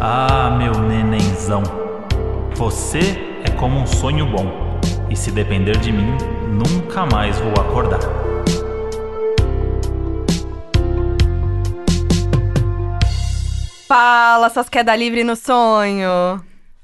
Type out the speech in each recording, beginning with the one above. Ah, meu nenenzão, você é como um sonho bom, e se depender de mim, nunca mais vou acordar. Fala, suas queda livre no sonho.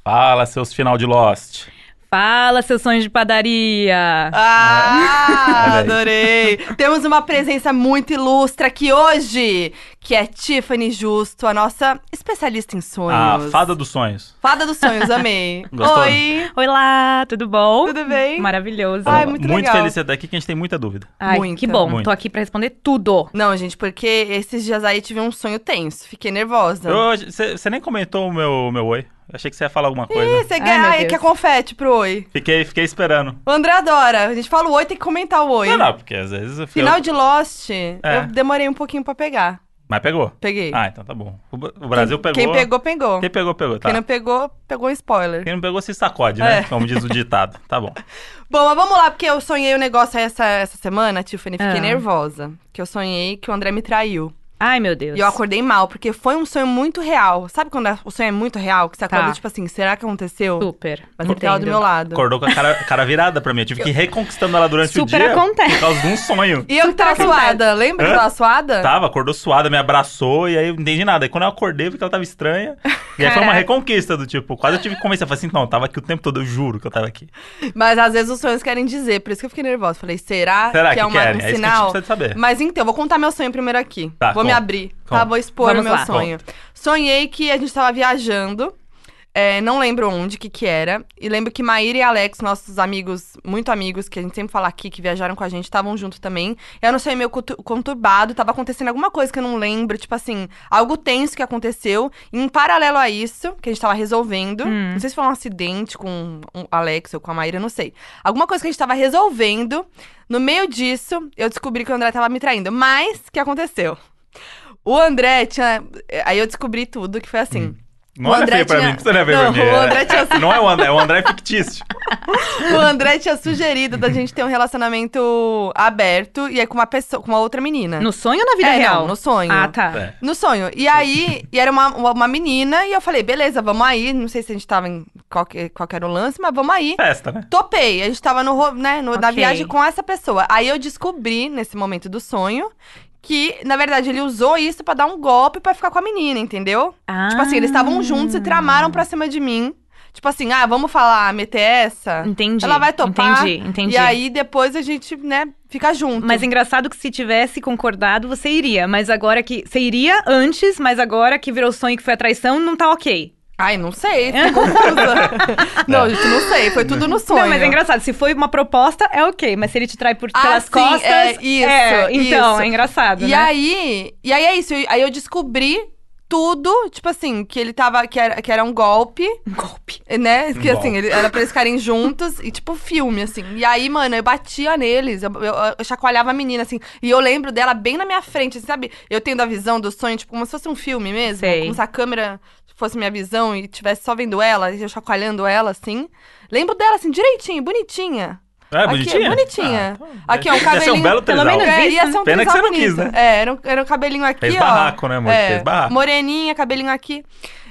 Fala, seus final de Lost. Fala, seus sonhos de padaria! Ah, É. adorei. Temos uma presença muito ilustre aqui hoje, que é Tiffany Justo, a nossa especialista em sonhos. A Ah, fada dos sonhos. Fada dos sonhos, amei. Gostou? Oi, Oi lá, tudo bom? tudo bem? Maravilhoso. Ai, muito legal. feliz de você estar aqui, que a gente tem muita dúvida. Ai, muita. que bom. Muito. Tô aqui pra responder tudo. Não, gente, porque esses dias aí tive um sonho tenso, fiquei nervosa. Você nem comentou o meu, meu oi. Achei que você ia falar alguma coisa. Ih, você Ai, quer, meu ai, Deus. quer confete pro oi. Fiquei, fiquei esperando. O André adora, a gente fala o oi, tem que comentar o oi. Não, não, porque às vezes eu É. fico... Final de Lost, eu demorei um pouquinho pra pegar. Mas pegou. Peguei. Ah, então tá bom. O, Bra- o Brasil pegou. Quem pegou, pegou. Quem pegou, pegou, tá. Quem não pegou, pegou um spoiler. Quem não pegou se sacode, né? É. Como diz o ditado. Tá bom. Bom, mas vamos lá, porque eu sonhei um negócio essa, essa semana, Tiffany, fiquei Ah. nervosa. Que eu sonhei que o André me traiu. Ai, meu Deus. E eu acordei mal, porque foi um sonho muito real. Sabe quando a- o sonho é muito real? Que você acorda, Tá. tipo assim, será que aconteceu? Super. Mas ele tava do Entendo. meu lado. Acordou com a cara, cara virada pra mim. Eu tive que ir reconquistando ela durante o Super dia. acontece. Por causa de um sonho. E eu que tava suada, lembra que eu Hã? Tá. tava suada? Tava, acordou suada, me abraçou, e aí eu não entendi nada. E quando eu acordei, eu vi que ela tava estranha. E aí foi uma Caraca. reconquista do tipo, quase eu tive que convencer. Eu falei assim, não, eu tava aqui o tempo todo, eu juro que eu tava aqui. Mas às vezes os sonhos querem dizer, por isso que eu fiquei nervosa. Falei, será, Será que é uma- querem? um É isso que a gente sinal? precisa de saber. Mas então, vou contar meu sonho primeiro aqui. Tá, vou me conta. abrir, Conta. tá? Vou expor Vamos o meu lá. sonho. Sonhei que a gente tava viajando, é, não lembro onde, o que que era. E lembro que Maíra e Alex, nossos amigos, muito amigos, que a gente sempre fala aqui, que viajaram com a gente, estavam junto também. Eu não sei, meio contu- conturbado, tava acontecendo alguma coisa que eu não lembro, tipo assim, algo tenso que aconteceu. E em paralelo a isso, que a gente tava resolvendo, Hum. não sei se foi um acidente com o Alex ou com a Maíra, não sei. Alguma coisa que a gente tava resolvendo. No meio disso, eu descobri que o André tava me traindo. Mas, o que aconteceu? O André tinha. Aí eu descobri tudo, que foi assim. Hum. Não O olha André feio pra tinha- mim, que você não é feio Não, pra mim. o é- André tinha- Não é o André, é o André fictício. O André tinha sugerido da gente ter um relacionamento aberto e aí com uma pessoa, com uma outra menina. No sonho ou na vida É, real? não, no sonho. Ah, tá. É. No sonho. E aí, e era uma, uma, uma menina, e eu falei, beleza, vamos aí. Não sei se a gente tava em qual que, qual que era o lance, mas vamos aí. Festa, né? Topei. A gente tava no, ro- né, no- na Ok. viagem com essa pessoa. Aí eu descobri, nesse momento do sonho, que, na verdade, ele usou isso pra dar um golpe pra ficar com a menina, entendeu? Ah. Tipo assim, eles estavam juntos e tramaram pra cima de mim. Tipo assim, ah, vamos falar, meter essa. Entendi. Ela vai topar, Entendi, entendi. E aí depois a gente, né, fica junto. Mas é engraçado que se tivesse concordado, você iria. Mas agora que. Você iria antes, mas agora que virou sonho que foi a traição, não tá ok. Ai, não sei, fiquei confusa. É. não, gente, não sei, foi tudo no sonho. Não, mas é engraçado. Se foi uma proposta, é ok. Mas se ele te trai por Ah, pelas sim, costas. é, isso, é, então, isso. é engraçado. E né? aí, e aí é isso, e aí eu descobri tudo, tipo assim, que ele tava, que era, que era um golpe, Um golpe. né? Que Bom. assim, ele, era pra eles ficarem juntos, e tipo filme, assim. E aí, mano, eu batia neles, eu, eu- eu chacoalhava a menina, assim. E eu lembro dela bem na minha frente, assim, sabe? Eu tendo a visão do sonho, tipo, como se fosse um filme mesmo. Sei. Como se a câmera fosse minha visão e tivesse só vendo ela, e eu chacoalhando ela, assim. Lembro dela, assim, direitinho, bonitinha. É, Aqui, bonitinha? bonitinha. Ah, então, Aqui, ó, um Ia ser um cabelinho- belo Pelo trisal. menos É, isso, ia né? ser um Pena que você trisal não quis, bonito. né? É, era um, era um cabelinho aqui, Fez ó. barraco, né, amor? É, Fez barraco. Moreninha, cabelinho aqui.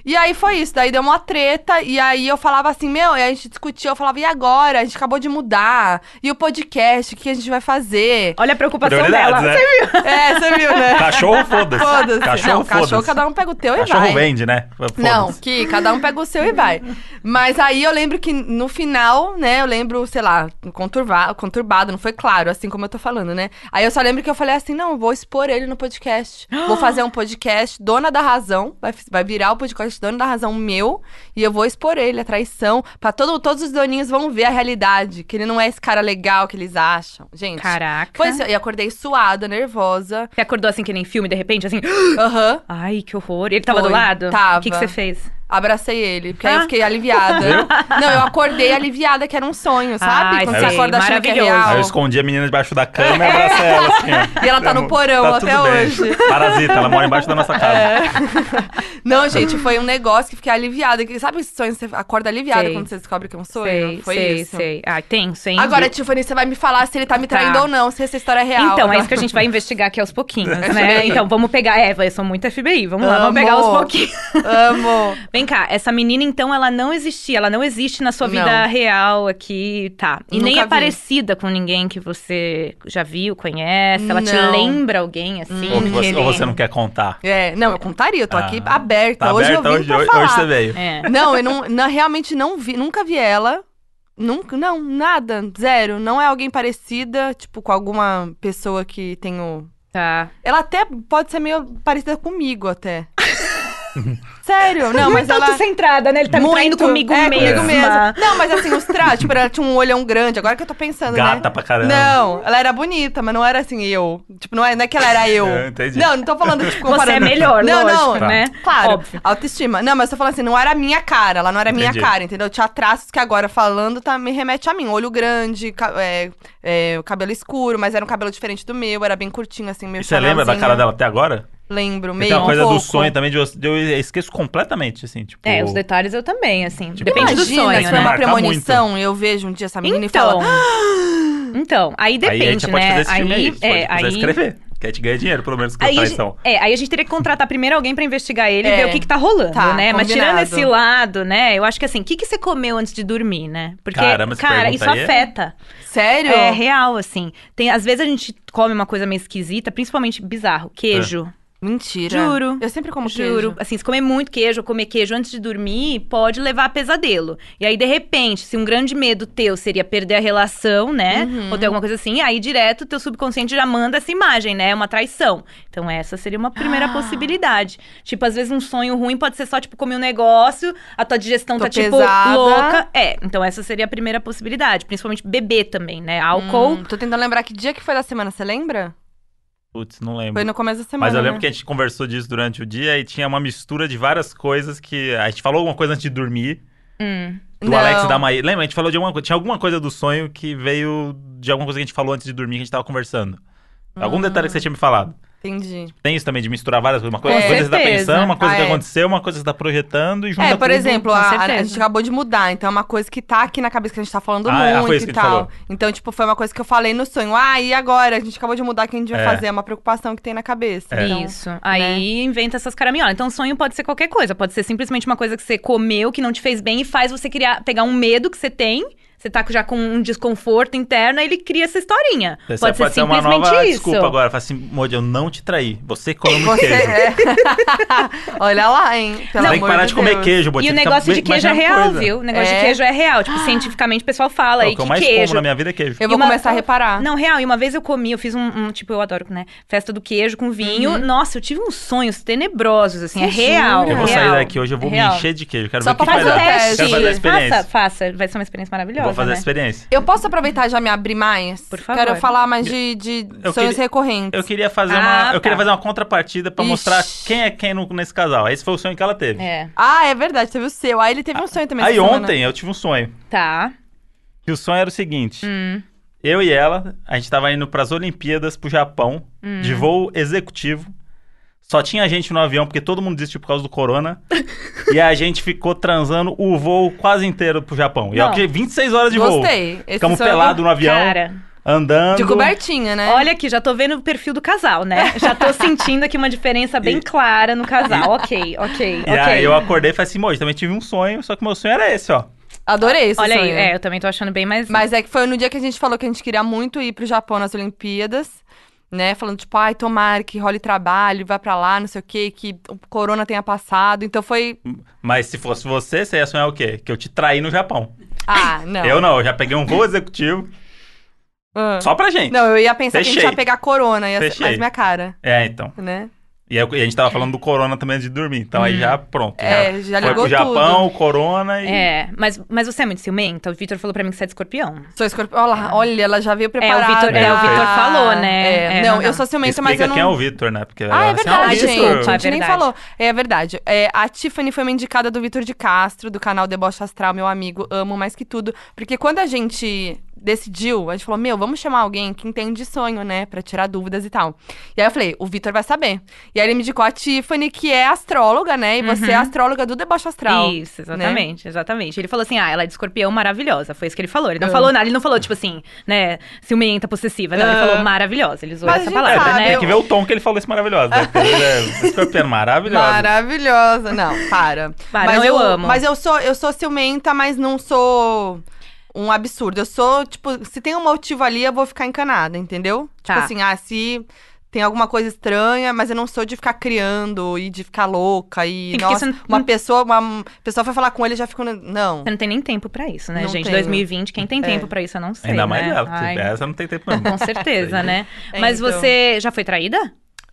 E aí foi isso, daí deu uma treta, e aí eu falava assim, meu, e a gente discutia, eu falava, e agora? A gente acabou de mudar, e o podcast, o que a gente vai fazer? Olha a preocupação dela. Prioridades, né? é, você viu, né? Cachorro, foda-se. Foda-se. Cachorro, Não, cachorro, foda-se. cada um pega o teu e vai. Cachorro vende, né? Foda-se. Não, que cada um pega o seu e vai. Mas aí eu lembro que no final, né? Eu lembro, sei lá, conturva- conturbado, não foi claro, assim como eu tô falando, né? Aí eu só lembro que eu falei assim: não, eu vou expor ele no podcast. Vou fazer um podcast, Dona da Razão. Vai, fi- vai virar o podcast Dona da Razão meu. E eu vou expor ele, a traição. Pra todo, todos os doninhos vão ver a realidade. Que ele não é esse cara legal que eles acham. Gente. Caraca. Foi isso. E acordei suada, nervosa. Você acordou assim que nem filme, de repente, assim. Aham. Ai, que horror. Ele tava Foi, do lado? tava. O que, que você fez? Abracei ele, porque aí eu Ah. fiquei aliviada. Não, eu acordei aliviada, que era um sonho, sabe? Ai, Quando sei, você acorda achando que é maravilhoso. real. Aí eu escondi a menina debaixo da cama e abracei ela assim. ó. E ela tá no porão Tá até tudo bem. hoje. É. Parasita, ela mora embaixo da nossa casa. Não, gente, foi um negócio que fiquei aliviada. que- Sabe esses sonhos que você acorda aliviada Sei. quando você descobre que é um sonho? sei, foi sei, isso. sei. Ai, tenso, hein? Agora, Tiffany, você vai me falar se ele tá me traindo Tá. ou não, se essa história é real. Então, é isso que a gente vai investigar aqui aos pouquinhos, né? Então, vamos pegar. Eva, eu sou muito FBI. Vamos lá, vamos Amo. pegar aos pouquinhos. Amo. Vem Vem cá, essa menina, então, ela não existia, ela não existe na sua vida Não. real aqui, tá. E Nunca nem é vi. parecida com ninguém que você já viu, conhece, ela te Não. lembra alguém, assim. Ou, que você, ou Ele- você não quer contar? É, não, eu contaria, eu tô Ah, aqui aberta. Tá hoje aberta eu vim hoje, pra hoje, falar. hoje você veio. É. Não, eu não, não- realmente não vi, nunca vi ela. Nunca, não, nada, zero. Não é alguém parecida, tipo, com alguma pessoa que tenho. Tá. Ela até pode ser meio parecida comigo, até. Sério, não, mas Muito ela. autocentrada, né? Ele tá me traindo Muito, comigo é, mesma. comigo mesma. Não, mas assim, os traços, tipo, ela tinha um olhão grande, agora que eu tô pensando, né? Gata pra caramba. Não, ela era bonita, mas não era assim eu. Tipo, não é, não é que ela era eu. Eu entendi. Não, não tô falando, tipo, Você é comparando. melhor, Não, lógico, não. né? Claro, Óbvio. autoestima. Não, mas eu tô falando assim, não era a minha cara, ela não era a minha Entendi. cara, entendeu? Tinha traços que agora falando tá, me remete a mim. Olho grande, ca- é, é, o cabelo escuro, mas era um cabelo diferente do meu, era bem curtinho, assim, meio E você lembra da chanelzinho. cara dela até agora? Lembro, Porque meio Tem uma um coisa do pouco. sonho também, de eu, de eu esqueço completamente, assim, tipo... É, os detalhes eu também, assim. Tipo, Depende Imagina, do sonho, se né? foi uma Marca premonição, eu vejo um dia essa menina e Então, falo... "Ah!" então, aí aí a gente depende, já pode né? fazer esse filme aí. aí, Você é, pode fazer aí, escrever. Que a gente ganha dinheiro, pelo menos, com a aí, a gente- traição. é, aí a gente teria que contratar primeiro alguém pra investigar ele e É. ver o que, que tá rolando, Tá, né? Mas tirando combinado. esse lado, né? Eu acho que assim, o que, que você comeu antes de dormir, né? Porque, Caramba, essa cara, pergunta isso aí é- afeta. Sério? É real, assim. Tem, às vezes a gente come uma coisa meio esquisita, principalmente bizarro. Queijo. É. Mentira. Juro. Eu sempre como Juro. queijo. Assim, se comer muito queijo ou comer queijo antes de dormir, pode levar a pesadelo. E aí, de repente, se um grande medo teu seria perder a relação, né? Uhum. Ou ter alguma coisa assim, aí direto teu subconsciente já manda essa imagem, né? É uma traição. Então, essa seria uma primeira Ah. possibilidade. Tipo, às vezes um sonho ruim pode ser só, tipo, comer um negócio, a tua digestão Tô tá, tipo, pesada. louca. É, então essa seria a primeira possibilidade. Principalmente beber também, né? Álcool. Hum, tô tentando lembrar que dia que foi da semana, você lembra? Putz, não lembro. Foi no começo da semana. Mas eu lembro né? que a gente conversou disso durante o dia e tinha uma mistura de várias coisas que... A gente falou alguma coisa antes de dormir, Hum. do Não. Alex e da Maíra. Lembra? A gente falou de alguma coisa... Tinha alguma coisa do sonho que veio de alguma coisa que a gente falou antes de dormir, que a gente tava conversando. Algum detalhe que Hum. você tinha me falado. Entendi. Tem isso também de misturar várias coisas. Uma coisa, Com uma coisa que você tá certeza. pensando, uma coisa Ah, que é. aconteceu, uma coisa que você tá projetando e junta é, por tudo. exemplo, com a, a- certeza. a gente acabou de mudar, então é uma coisa que tá aqui na cabeça que a gente tá falando Ah, é, muito foi isso que e a gente tal. falou. Então, tipo, foi uma coisa que eu falei no sonho. Ah, e agora? A gente acabou de mudar, o que a gente vai É. fazer? É uma preocupação que tem na cabeça. Então, Isso. Aí inventa essas caraminholas. Então, sonho pode ser qualquer coisa. Pode ser simplesmente uma coisa que você comeu, que não te fez bem e faz você criar, pegar um medo que você tem. Você tá já com um desconforto interno, aí ele cria essa historinha. Você pode, ser uma simplesmente nova isso. desculpa agora. Fala assim, Modi, eu não te traí. Você comeu muito Você queijo. é. Olha lá, hein? Pelo tem que amor parar de, de comer Deus. queijo, Modi. E o Fica negócio de bem- queijo é imagina real, coisa. viu? O negócio É. de queijo é real. Tipo, cientificamente o pessoal fala É, aí o que eu que mais queijo. como na minha vida é queijo. Eu vou E uma começar a co- reparar. Não, real. E uma vez eu comi, eu fiz um, um- tipo, eu adoro, né? Festa do queijo com vinho. Nossa, eu tive uns sonhos tenebrosos, assim. é Uhum. Você real. jura? Eu vou real. sair daqui hoje, eu vou É real. me encher de queijo. Quero Só ver o que pra vai Faz o fazer um dar. o teste. Quero fazer a experiência. Faça, faça. Vai ser uma experiência maravilhosa. Vou fazer a né? experiência. Eu posso aproveitar e já me abrir mais? Por favor. Quero falar mais de, de Eu sonhos queria- recorrentes. Eu queria fazer Ah, uma, eu tá. queria fazer uma contrapartida pra Ixi. mostrar quem é quem no- nesse casal. Esse foi o sonho que ela teve. É. Ah, é verdade, teve o seu. Aí ele teve um sonho também. Ah, Aí essa semana. ontem eu tive um sonho. Tá. Hum. E o sonho era o seguinte: eu e ela, a gente tava indo pras Olimpíadas pro Japão, Hum. de voo executivo. Só tinha gente no avião, porque todo mundo desistiu por causa do corona. e a gente ficou transando o voo quase inteiro pro Japão. E é o Não. que 26 horas de voo. Gostei. Esse Ficamos sonho- é pelados no avião, Cara, andando. De cobertinha, né? olha aqui, já tô vendo o perfil do casal, né? Já tô sentindo aqui uma diferença bem E- clara no casal. Ok, ok, E ok. aí eu acordei e falei assim, Moji, também tive um sonho, só que meu sonho era esse, ó. Adorei esse Olha aí, sonho. é, eu também tô achando bem mais. Mas é que foi no dia que a gente falou que a gente queria muito ir pro Japão nas Olimpíadas, né? Falando, tipo, ai, tomara que role trabalho, vá pra lá, não sei o quê, que o corona tenha passado. Então foi. Mas se fosse você, você ia sonhar o quê? Que eu te traí no Japão. Ah, não. Eu não, eu já peguei um voo executivo Ah. só pra gente. Não, eu ia pensar que a Fechei. gente ia pegar corona, ia ser Fechei. mais minha cara, É, então. né? E, aí, e a gente tava falando do corona também antes de dormir. Então aí já pronto. Hum. É, já foi ligou pro tudo. Japão, o corona né, e. É, mas, mas você é muito ciumenta? O Vitor falou pra mim que você é de escorpião. Ah. Sou escorpião. Olha lá, olha, ela já veio preparada. Vitor- é, o Vitor falou, né? É, É, não, não eu dá. sou ciumenta, Explica mas eu não. quem é o Vitor, né? Porque Ah, é verdade, assim, ah, gente. desculpa, a é gente nem verdade. falou. É verdade. É, a Tiffany foi uma indicada do Vitor de Castro, do canal Deboche Astral, meu amigo. Amo mais que tudo. Porque quando a gente decidiu, a gente falou, meu, vamos chamar alguém que entende de sonho, né? Pra tirar dúvidas e tal. E aí eu falei, o Vitor vai saber. E aí ele me indicou a Tiffany, que é astróloga, né? E Uhum. você é astróloga do Debaixo Astral. né? Isso, exatamente, exatamente. Ele falou assim: ah, ela é de escorpião maravilhosa. Foi isso que ele falou. Ah. Ele não falou nada, ele não falou, tipo assim, né, ciumenta, possessiva. Não, ele Ah. falou maravilhosa. Ele usou Mas a essa gente palavra, sabe, né? É, Tem que ver o tom que ele falou isso maravilhoso, né? Porque ele é escorpião maravilhoso. Maravilhosa. Não, para. Para, não, eu amo. Mas eu sou, eu sou ciumenta, mas não sou um absurdo. Eu sou, tipo, se tem um motivo ali, eu vou ficar encanada, entendeu? Tá. Tipo assim, ah, se tem alguma coisa estranha, mas eu não sou de ficar criando e de ficar louca e, Sim, porque nossa, É você não- uma pessoa, uma pessoa foi falar com ele e já ficou, não. Você não tem nem tempo pra isso, né, Não gente? tenho. É. 2020, quem tem tempo pra isso, eu não sei. Ainda mais né? ela, porque Ai, essa não tem tempo mesmo. Com certeza, né? É, Mas então. você já foi traída?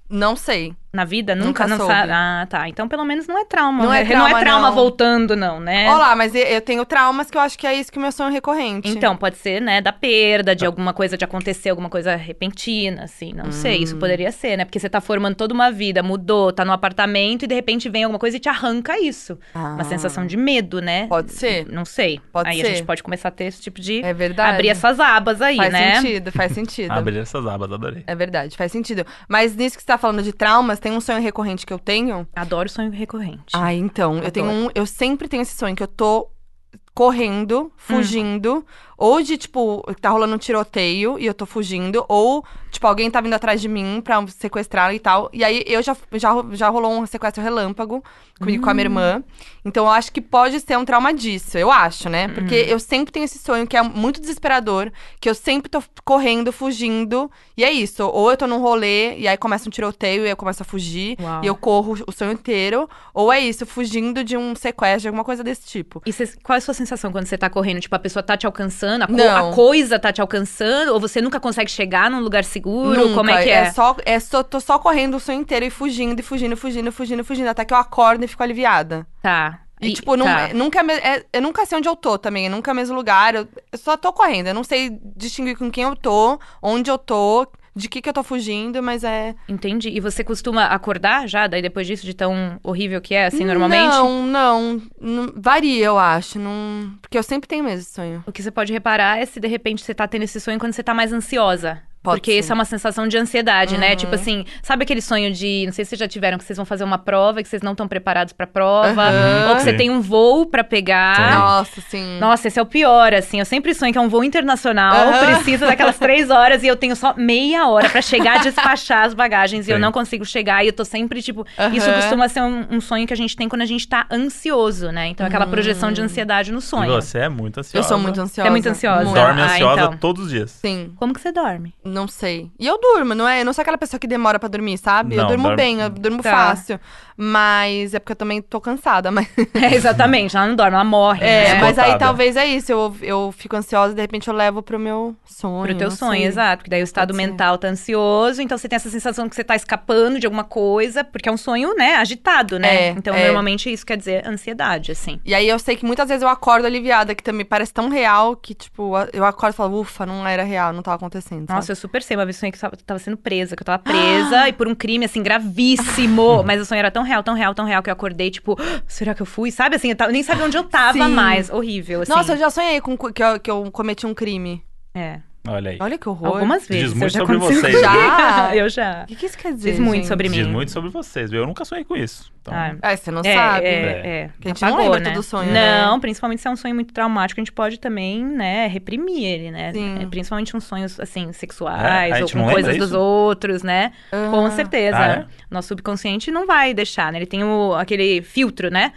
Não sei. Na vida? Nunca, Nunca não soube. sabe? Ah, tá. Então pelo menos não é trauma. Não né? é trauma, não é trauma não. voltando, não, né? Olha lá, mas eu- eu tenho traumas que eu acho que é isso que o meu sonho é recorrente. Então, pode ser, né, da perda, de alguma coisa, de acontecer alguma coisa repentina, assim, não sei, Hum. isso poderia ser, né? Porque você tá formando toda uma vida, mudou, tá num apartamento e de repente vem alguma coisa e te arranca isso. Ah, Uma sensação de medo, né? Pode ser. Não sei. Pode aí a ser. gente pode começar a ter esse tipo de... É verdade. Abrir essas abas aí, faz né? sentido, faz sentido. Abrir Ah, essas abas, adorei. É verdade, faz sentido. Mas nisso que você tá falando de traumas, tem um sonho recorrente que eu tenho? Adoro sonho recorrente. Ah, então, eu tenho um, eu sempre tenho esse sonho que eu tô Hum. correndo, fugindo, ou de tipo, tá rolando um tiroteio e eu tô fugindo, ou tipo, alguém tá vindo atrás de mim pra sequestrar e tal. E aí eu já já, já rolou um sequestro relâmpago comigo e com a minha irmã. Então eu acho que pode ser um trauma disso, eu acho, né? Porque Uhum. eu sempre tenho esse sonho que é muito desesperador, que eu sempre tô correndo, fugindo, e é isso. Ou eu tô num rolê e aí começa um tiroteio e eu começo a fugir Uau. e eu corro o sonho inteiro, ou é isso, fugindo de um sequestro, de alguma coisa desse tipo. E cê- qual é a sua sensação quando você tá correndo? Tipo, a pessoa tá te alcançando, a, co- Não. a coisa tá te alcançando, ou você nunca consegue chegar num lugar seguro? Nunca, Como é que é? só, é só, tô só correndo o sonho inteiro e fugindo, e fugindo, fugindo, fugindo, fugindo, até que eu acordo e fico aliviada. Tá. E, tipo, não, tá. é- nunca é me- é- eu nunca sei onde eu tô também, eu nunca é o mesmo lugar. Eu, eu só tô correndo, eu não sei distinguir com quem eu tô, onde eu tô, de que que eu tô fugindo, mas é. Entendi. E você costuma acordar já, daí depois disso, de tão horrível que é, assim, normalmente? Não, não. não- varia, eu acho. Não, porque eu sempre tenho mesmo esse sonho. O que você pode reparar é se de repente você tá tendo esse sonho quando você tá mais ansiosa. Pode Porque ser. Uhum. isso é uma sensação de ansiedade, né? Tipo assim, sabe aquele sonho de, não sei se vocês já tiveram, que vocês vão fazer uma prova e que vocês não estão preparados pra prova, Aham. ou que você Sim. tem um voo pra pegar. Nossa, sim. Nossa, esse é o pior, assim. Eu sempre sonho que é um voo internacional, Aham. preciso daquelas três horas e eu tenho só meia hora pra chegar, despachar as bagagens e eu Sim. não consigo chegar. E eu tô sempre, tipo. Aham. Isso costuma ser um, um sonho que a gente tem quando a gente tá ansioso, né? Então, aquela projeção Hum. de ansiedade no E sonho. você é muito ansiosa. Eu sou muito ansiosa. É muito ansiosa. Muito. Dorme Ah, ansiosa então. todos os dias. Sim. Como que você dorme? Não sei. E eu durmo, não é? Eu não sou aquela pessoa que demora pra dormir, sabe? eu Não, durmo dorme- bem, eu durmo Tá. fácil. Mas é porque eu também tô cansada. Mas, É, exatamente, ela não dorme, ela morre. é, né? mas aí Esgotada. talvez é isso. Eu, eu fico ansiosa e de repente eu levo pro meu sonho. Pro teu não sonho, sei. exato. Porque daí o estado Pode ser. mental tá ansioso, então você tem essa sensação que você tá escapando de alguma coisa, porque é um sonho, né, agitado, É, né? então, é. normalmente isso quer dizer ansiedade, assim. E aí eu sei que muitas vezes eu acordo aliviada, que também parece tão real que, tipo, a- eu acordo e falo, ufa, não era real, não tava acontecendo. Nossa, sabe? eu super sei. Uma vez eu sonhei que eu tava- tava sendo presa, que eu tava Ah! presa e por um crime, assim, gravíssimo. Mas o sonho era tão real, tão real, tão real que eu acordei, tipo, "Ah, será que eu fui? Sabe assim, eu tava- nem sabia onde eu tava Sim. mais. Horrível, assim. Nossa, eu já sonhei com, cu- que, eu, que eu cometi um crime. É. Olha aí. Olha que horror. Algumas vezes. Diz eu muito já sobre aconteceu. vocês. né? Já? eu já. O que, que isso quer dizer? Diz muito gente? sobre mim. Diz muito sobre vocês, viu? Eu nunca sonhei com isso. Então, Ah, Ah, você não é, sabe. É, É. é. Que a gente não lembra todo sonho, né? Não, principalmente se é um sonho muito traumático, a gente pode também, né, reprimir ele, né? Sim. É, principalmente uns sonhos, assim, É? sexuais A ou gente com não lembra coisas dos isso? outros, né? Ah. Com certeza. Ah, Nosso subconsciente não vai deixar, né? Ele tem o, aquele filtro, né?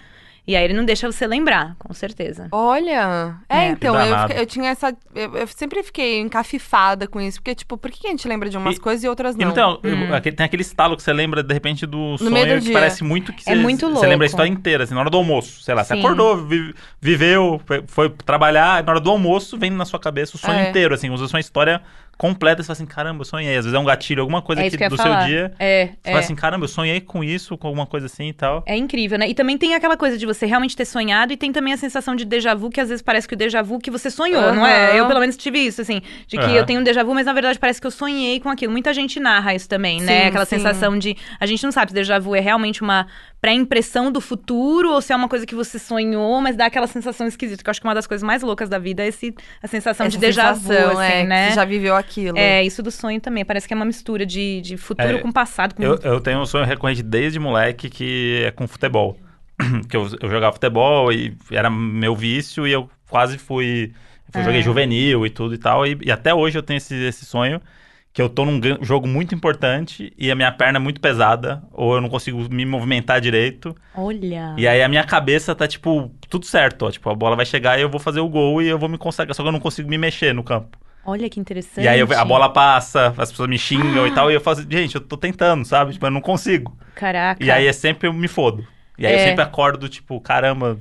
E aí ele não deixa você lembrar, com certeza. Olha! É, É. então, Que eu, danado. fiquei- eu tinha essa. Eu, eu sempre fiquei encafifada com isso, porque, tipo, por que a gente lembra de umas E- coisas e outras não? Então, Hum. eu- aquele- tem aquele estalo que você lembra, de repente, do meio sonho do que dia. parece muito que É você, muito você lembra louco. a história inteira, assim, na hora do almoço. Sei lá, Sim. você acordou, vi- viveu, foi, foi trabalhar, na hora do almoço vem na sua cabeça o sonho É. inteiro, assim, usa a sua história completa. Você fala assim, caramba, eu sonhei. Às vezes é um gatilho, alguma coisa é que, isso que eu ia do falar. seu dia. É, Você é. fala assim, caramba, eu sonhei com isso, com alguma coisa assim e tal. É incrível, né? E também tem aquela coisa de você realmente ter sonhado e tem também a sensação de déjà vu, que às vezes parece que o déjà vu que você sonhou, não Aham. é? Eu pelo menos tive isso, assim, de que Aham. eu tenho um déjà vu, mas na verdade parece que eu sonhei com aquilo. Muita gente narra isso também, né? Sim, Aquela sim. sensação de. A gente não sabe se déjà vu é realmente uma pré-impressão do futuro ou se é uma coisa que você sonhou, mas dá aquela sensação esquisita, que eu acho que uma das coisas mais loucas da vida é esse, a sensação Essa de déjà vu, sensação, assim, é, né? Que já viveu aquilo. É, isso do sonho também. Parece que é uma mistura de, de futuro É, com passado. Com... Eu, eu tenho um sonho recorrente desde moleque que é com futebol. que eu, eu jogava futebol e era meu vício e eu quase fui. É. Eu joguei juvenil e tudo e tal. E, e até hoje eu tenho esse, esse sonho que eu tô num gran- jogo muito importante e a minha perna é muito pesada, ou eu não consigo me movimentar direito. Olha. Ah. E aí a minha cabeça tá, tipo, tudo certo, ó. Tipo, a bola vai chegar e eu vou fazer o gol e eu vou me consagrar. Só que eu não consigo me mexer no campo. Olha que interessante. E aí eu- a bola passa, as pessoas me xingam e tal, e eu faço, gente, eu tô tentando, sabe? Tipo, eu não consigo. Caraca. E aí é sempre eu me fodo. E aí eu É. sempre acordo, tipo, caramba,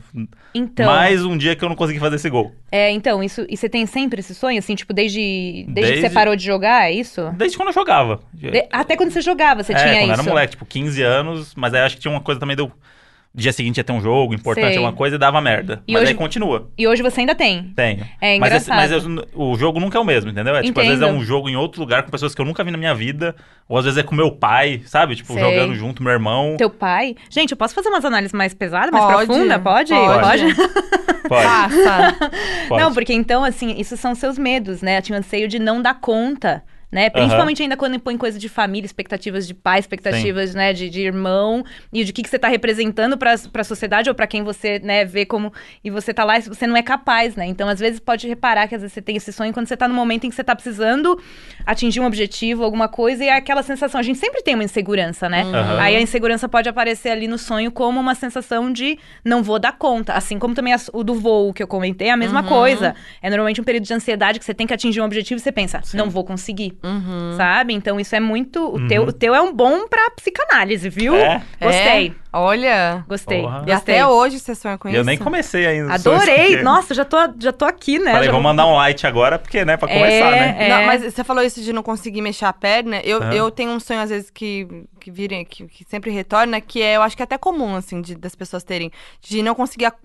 então, mais um dia que eu não consegui fazer esse gol. é, então, isso. E você tem sempre esse sonho, assim, tipo, desde, desde, que você Desde- parou de jogar, é isso? Desde quando eu jogava. De- Até quando você jogava, você é, tinha quando eu isso. era moleque, tipo, 15 anos, mas aí eu acho que tinha uma coisa também do. Dia seguinte ia ter um jogo importante, Sei. alguma coisa, e dava merda. E mas hoje- aí continua. E hoje você ainda tem. Tenho. É mas esse- engraçado. mas eu- o jogo nunca é o mesmo, entendeu? É, tipo, às vezes é Entendo. um jogo em outro lugar com pessoas que eu nunca vi na minha vida, ou às vezes é com meu pai, sabe? Tipo, Sei. jogando junto, meu irmão. Teu pai. Gente, eu posso fazer umas análises mais pesadas, mais Pode, profundas? Pode? pode. Pode, Passa. pode. Ah, tá. Não, porque então, assim, isso são seus medos, né? Eu tinha anseio de não dar conta, né? Aham. Principalmente ainda quando põe coisa de família, expectativas de pai, expectativas, né, de, de irmão, e de que, que você tá representando pra, pra sociedade ou pra quem você, né, vê como. E você tá lá e você não é capaz, né? Então, às vezes, pode reparar que às vezes você tem esse sonho quando você tá no momento em que você tá precisando atingir um objetivo, alguma coisa, e é aquela sensação. A gente sempre tem uma insegurança, né? Aham. Aí a insegurança pode aparecer ali no sonho como uma sensação de não vou dar conta. Assim como também as- o do voo que eu comentei, é a Uhum. mesma coisa. É normalmente um período de ansiedade que você tem que atingir um objetivo e você pensa, não vou conseguir. Uhum. Sabe? Então isso é muito. O, Uhum. teu, o teu é um bom pra psicanálise, viu? É? Gostei. É, olha. Gostei. Porra. E Gostei. até hoje você sonha com E isso? eu nem comecei ainda. só isso Adorei! porque- Nossa, já tô, já tô aqui, né? Falei, Já vou mandar um light agora, porque, né, pra É, começar, né? É. Não, mas você falou isso de não conseguir mexer a perna. Eu, Aham. eu tenho um sonho, às vezes, que, que, virem, que, que sempre retorna, que é, eu acho que é até comum, assim, de- das pessoas terem. De não conseguir. ac-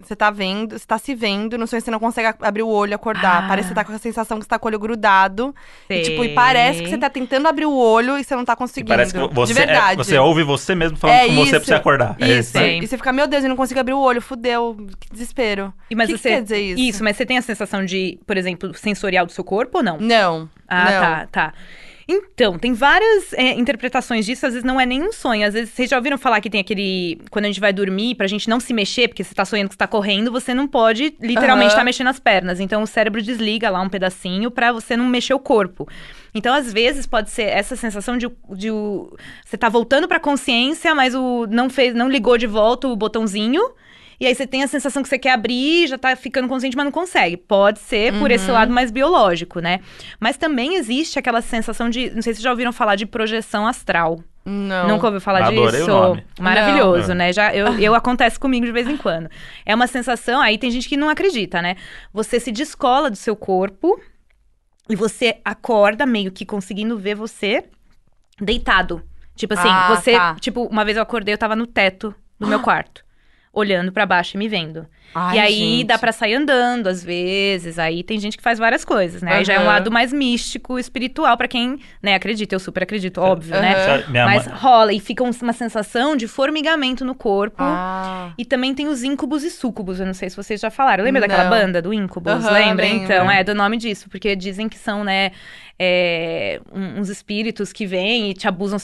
Você tá vendo, você tá se vendo, no sonho você não consegue a- abrir o olho, acordar. Ah. Parece que você tá com a sensação que você tá com o olho grudado. E, tipo, e Sei. parece que você tá tentando abrir o olho e você não tá E conseguindo. parece que você, de verdade. é- você ouve você mesmo falando É com você pra isso. você acordar. É Isso. né? aí. e você fica, meu Deus, eu não consigo abrir o olho, fudeu, que desespero. E, mas que que você, quer dizer isso? Isso, mas você tem a sensação de, por exemplo, sensorial do seu corpo ou não? Não. Ah, não. tá, tá. Então, tem várias é, interpretações disso, às vezes não é nem um sonho. Às vezes, vocês já ouviram falar que tem aquele. Quando a gente vai dormir, pra gente não se mexer, porque você tá sonhando que você tá correndo, você não pode literalmente Aham. tá mexendo as pernas. Então, o cérebro desliga lá um pedacinho pra você não mexer o corpo. Então, às vezes, pode ser essa sensação de. de o- você tá voltando pra consciência, mas o não fez, não ligou de volta o botãozinho. E aí você tem a sensação que você quer abrir, já tá ficando consciente, mas não consegue. Pode ser por esse lado mais biológico, né? Mas também existe aquela sensação de. Não sei se vocês já ouviram falar de projeção astral. Não. Nunca ouviu falar Adorei o disso? nome. Maravilhoso, Não. né? Já, eu, eu acontece comigo de vez em quando. É uma sensação, aí tem gente que não acredita, né? Você se descola do seu corpo e você acorda meio que conseguindo ver você deitado. Tipo assim, Ah, você. tá. Tipo, uma vez eu acordei, eu tava no teto do meu quarto, olhando pra baixo e me vendo Ai, e aí gente. dá pra sair andando às vezes, aí tem gente que faz várias coisas, né? Aí já é um Aham. lado mais místico, espiritual pra quem, né, acredita, eu super acredito, óbvio, né? Aham. Sabe, minha Mas mãe- rola e fica um- uma sensação de formigamento no corpo. Ah. E também tem os íncubos e súcubos, eu não sei se vocês já falaram. Lembra daquela Não. banda do íncubos? Aham, Lembra? lembro. Então, é do nome disso, porque dizem que são, né, é, um- uns espíritos que vêm e te abusam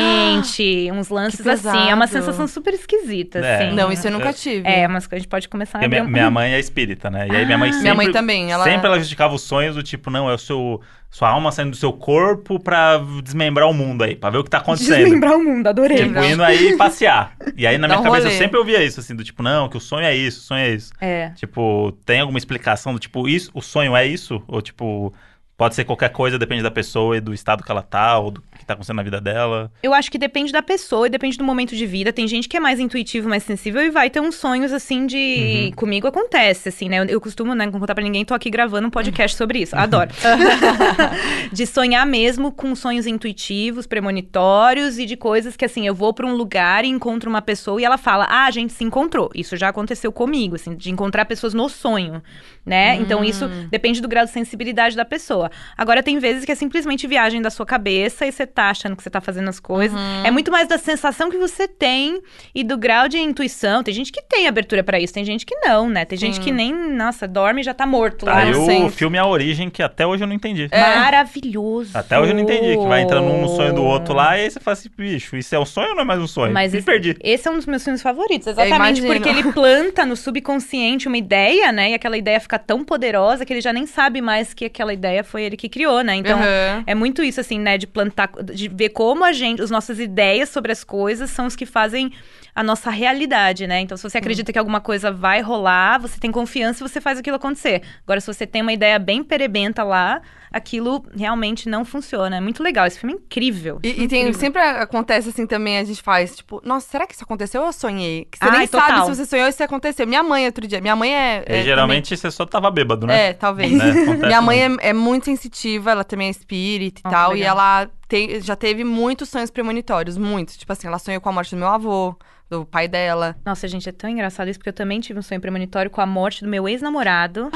sexualmente, uns lances assim. É uma pesado. sensação super esquisita, É. assim. Não, isso eu nunca tive. É, mas que a gente pode começar a Porque minha, abrir um- minha mãe é espírita, né? E aí minha mãe sempre. Minha mãe também, ela... Sempre ela justificava os sonhos do tipo, não, é o seu. Sua alma saindo do seu corpo pra desmembrar o mundo aí, pra ver o que tá acontecendo. Desmembrar o mundo, adorei. Tipo, Desmembrar. indo aí passear. E aí na Dá minha um cabeça rolê. eu sempre ouvia isso, assim, do tipo, não, que o sonho é isso, o sonho é isso. É. Tipo, tem alguma explicação do tipo, isso, o sonho é isso? Ou tipo, pode ser qualquer coisa, depende da pessoa e do estado que ela tá, ou do que tá acontecendo na vida dela. Eu acho que depende da pessoa e depende do momento de vida. Tem gente que é mais intuitivo, mais sensível e vai ter uns sonhos assim de. Comigo acontece, assim, né? Eu, eu costumo, né, não contar pra ninguém, tô aqui gravando um podcast sobre isso. Adoro. de sonhar mesmo com sonhos intuitivos, premonitórios e de coisas que, assim, eu vou pra um lugar e encontro uma pessoa e ela fala, ah, a gente se encontrou. Isso já aconteceu comigo, assim, de encontrar pessoas no sonho, né? Então isso depende do grau de sensibilidade da pessoa. pessoa. Agora, tem vezes que é simplesmente viagem da sua cabeça e você tá achando que você tá fazendo as coisas. É muito mais da sensação que você tem e do grau de intuição. Tem gente que tem abertura pra isso, tem gente que não, né? Tem gente que nem, nossa, dorme e já tá morto Tá lá. aí no o É. centro. filme A Origem, que até hoje eu não entendi. É. Maravilhoso. Até hoje eu não entendi. Que vai entrando um no sonho do outro lá, e aí você fala assim, bicho, isso é um sonho ou não é mais um sonho? Mas Me esse, perdi. esse é um dos meus filmes favoritos, exatamente imagino. porque ele planta no subconsciente uma ideia, né? E aquela ideia fica tão poderosa que ele já nem sabe mais que aquela ideia foi ele que criou, né? Então, Aham. é muito isso, assim, né? De plantar, de ver como a gente, as nossas ideias sobre as coisas são os que fazem a nossa realidade, né? Então, se você acredita que alguma coisa vai rolar, você tem confiança e você faz aquilo acontecer. Agora, se você tem uma ideia bem perebenta lá, aquilo realmente não funciona. É muito legal, esse filme é incrível. E, e tem, sempre acontece assim também, a gente faz, tipo, nossa, será que isso aconteceu ou eu sonhei? Que você Ai, nem total. sabe se você sonhou ou se aconteceu. Minha mãe, outro dia, minha mãe é. E é geralmente você só tava bêbado, também- né? É, talvez. Minha mãe é, é muito sensitiva, ela também é espírita e Nossa, tal, e legal. ela tem- já teve muitos sonhos premonitórios, muitos. Tipo assim, ela sonhou com a morte do meu avô, do pai dela. Nossa, gente, é tão engraçado isso, porque eu também tive um sonho premonitório com a morte do meu ex-namorado,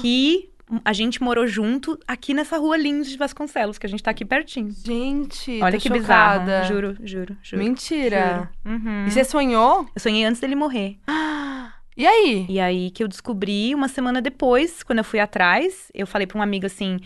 que a gente morou junto aqui nessa rua Lins de Vasconcelos, que a gente tá aqui pertinho. Gente, tô Olha que chocada. bizarro. Juro, juro, juro. Mentira. Juro. Uhum. E você sonhou? Eu sonhei antes dele morrer. E aí? E aí que eu descobri uma semana depois, quando eu fui atrás, eu falei pra um amigo assim: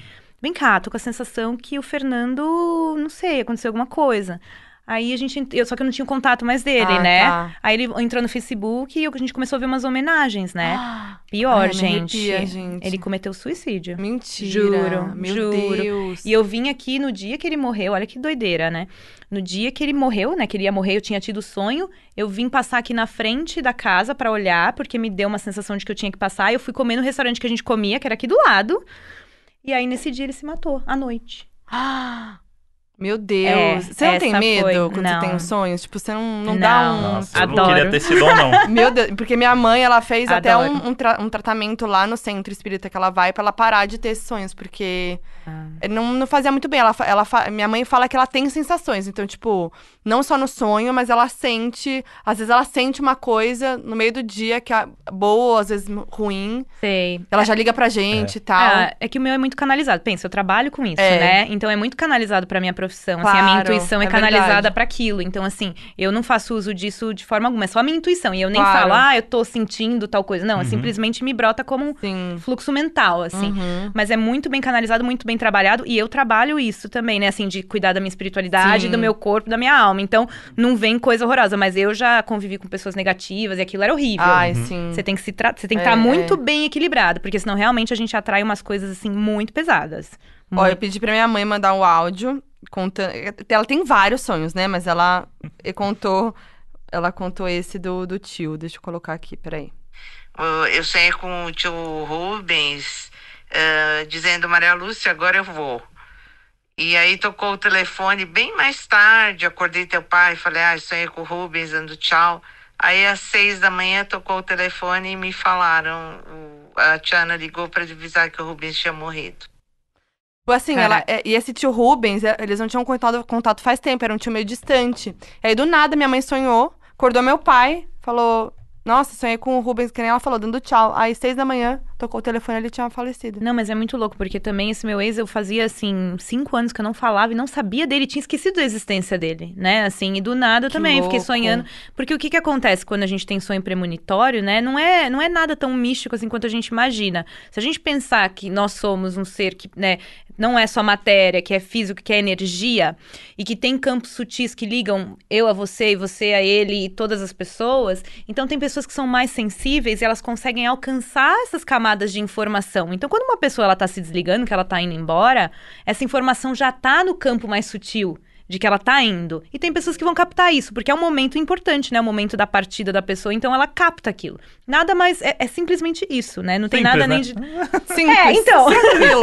vem cá, tô com a sensação que o Fernando, não sei, aconteceu alguma coisa. Aí a gente. Eu, só que eu não tinha o contato mais dele, Ah, né? tá. Aí ele entrou no Facebook e a gente começou a ver umas homenagens, né? Ah, Pior, me gente. arrepia, gente. Ele cometeu suicídio. Mentira. Juro, Meu juro. Deus. E eu vim aqui no dia que ele morreu, olha que doideira, né? No dia que ele morreu, né? Que ele ia morrer, eu tinha tido sonho. Eu vim passar aqui na frente da casa pra olhar, porque me deu uma sensação de que eu tinha que passar. Eu fui comer no restaurante que a gente comia, que era aqui do lado. E aí, nesse dia, ele se matou, à noite. Ah, Meu Deus. É, você não tem essa medo foi- quando não. você tem uns sonhos? Tipo, você não, não, dá um. Não. Nossa, eu não Adoro. queria ter sido ou não. Meu Deus, porque minha mãe, ela fez até Adoro. um, um, tra- um tratamento lá no centro espírita que ela vai pra ela parar de ter esses sonhos, porque Ah. não, não fazia muito bem. Ela, fa- ela fa- minha mãe fala que ela tem sensações, então, tipo, não só no sonho, mas ela sente, às vezes ela sente uma coisa no meio do dia que é boa, às vezes ruim. Sei. Ela já liga pra gente e tal. Ah, é que o meu é muito canalizado. Pensa, eu trabalho com isso, É. né? Então é muito canalizado pra minha profissão. assim, a minha Claro, intuição é, é canalizada verdade. pra aquilo. Então, assim, eu não faço uso disso de forma alguma. É só a minha intuição. E eu nem Claro. falo, ah, eu tô sentindo tal coisa. Não, é Uhum. simplesmente me brota como um Sim. fluxo mental, assim. Uhum. Mas é muito bem canalizado, muito bem trabalhado. E eu trabalho isso também, né? Assim, de cuidar da minha espiritualidade, Sim. do meu corpo, da minha alma. Então, não vem coisa horrorosa. Mas eu já convivi com pessoas negativas e aquilo era horrível. Ai, sim. Você tem que se tra- você tem que É, estar muito é. bem equilibrado, porque senão realmente a gente atrai umas coisas assim muito pesadas. Ó, eu Muito- pedi pra minha mãe mandar um áudio contando. Ela tem vários sonhos, né? Mas ela e contou. Ela contou esse do, do tio. Deixa eu colocar aqui, peraí. um- Ah, Eu sonhei com o tio Rubens ah, dizendo, Maria Lúcia, agora eu vou. E aí tocou o telefone bem mais tarde, acordei teu pai, falei, ah, sonhei com o Rubens, dando tchau. Aí às seis da manhã tocou o telefone e me falaram, o- a Tiana ligou para avisar que o Rubens tinha morrido. Tipo Assim, ela, é, e esse tio Rubens, é, eles não tinham contato, contato faz tempo, era um tio meio distante. Aí do nada minha mãe sonhou, acordou meu pai, falou: Nossa, sonhei com o Rubens, que nem ela falou, dando tchau. Aí seis da manhã, tocou o telefone ele tinha falecido. Não, mas é muito louco, porque também esse meu ex, eu fazia, assim, cinco anos que eu não falava e não sabia dele, tinha esquecido da existência dele, né? Assim, e do nada eu Que também fiquei louco. sonhando. Porque o que que acontece quando a gente tem sonho premonitório, né? Não é, não é nada tão místico assim quanto a gente imagina. Se a gente pensar que nós somos um ser que, né, não é só matéria, que é físico, que é energia, e que tem campos sutis que ligam eu a você e você a ele e todas as pessoas. Então tem pessoas que são mais sensíveis e elas conseguem alcançar essas camadas de informação. Então quando uma pessoa ela tá se desligando, que ela tá indo embora, essa informação já tá no campo mais sutil de que ela tá indo. E tem pessoas que vão captar isso, porque é um momento importante, né? O momento da partida da pessoa, então ela capta aquilo. Nada mais é, é simplesmente isso, né? Não tem Simples, nada nem né? de Simples. É, então. assim, Tranquilo.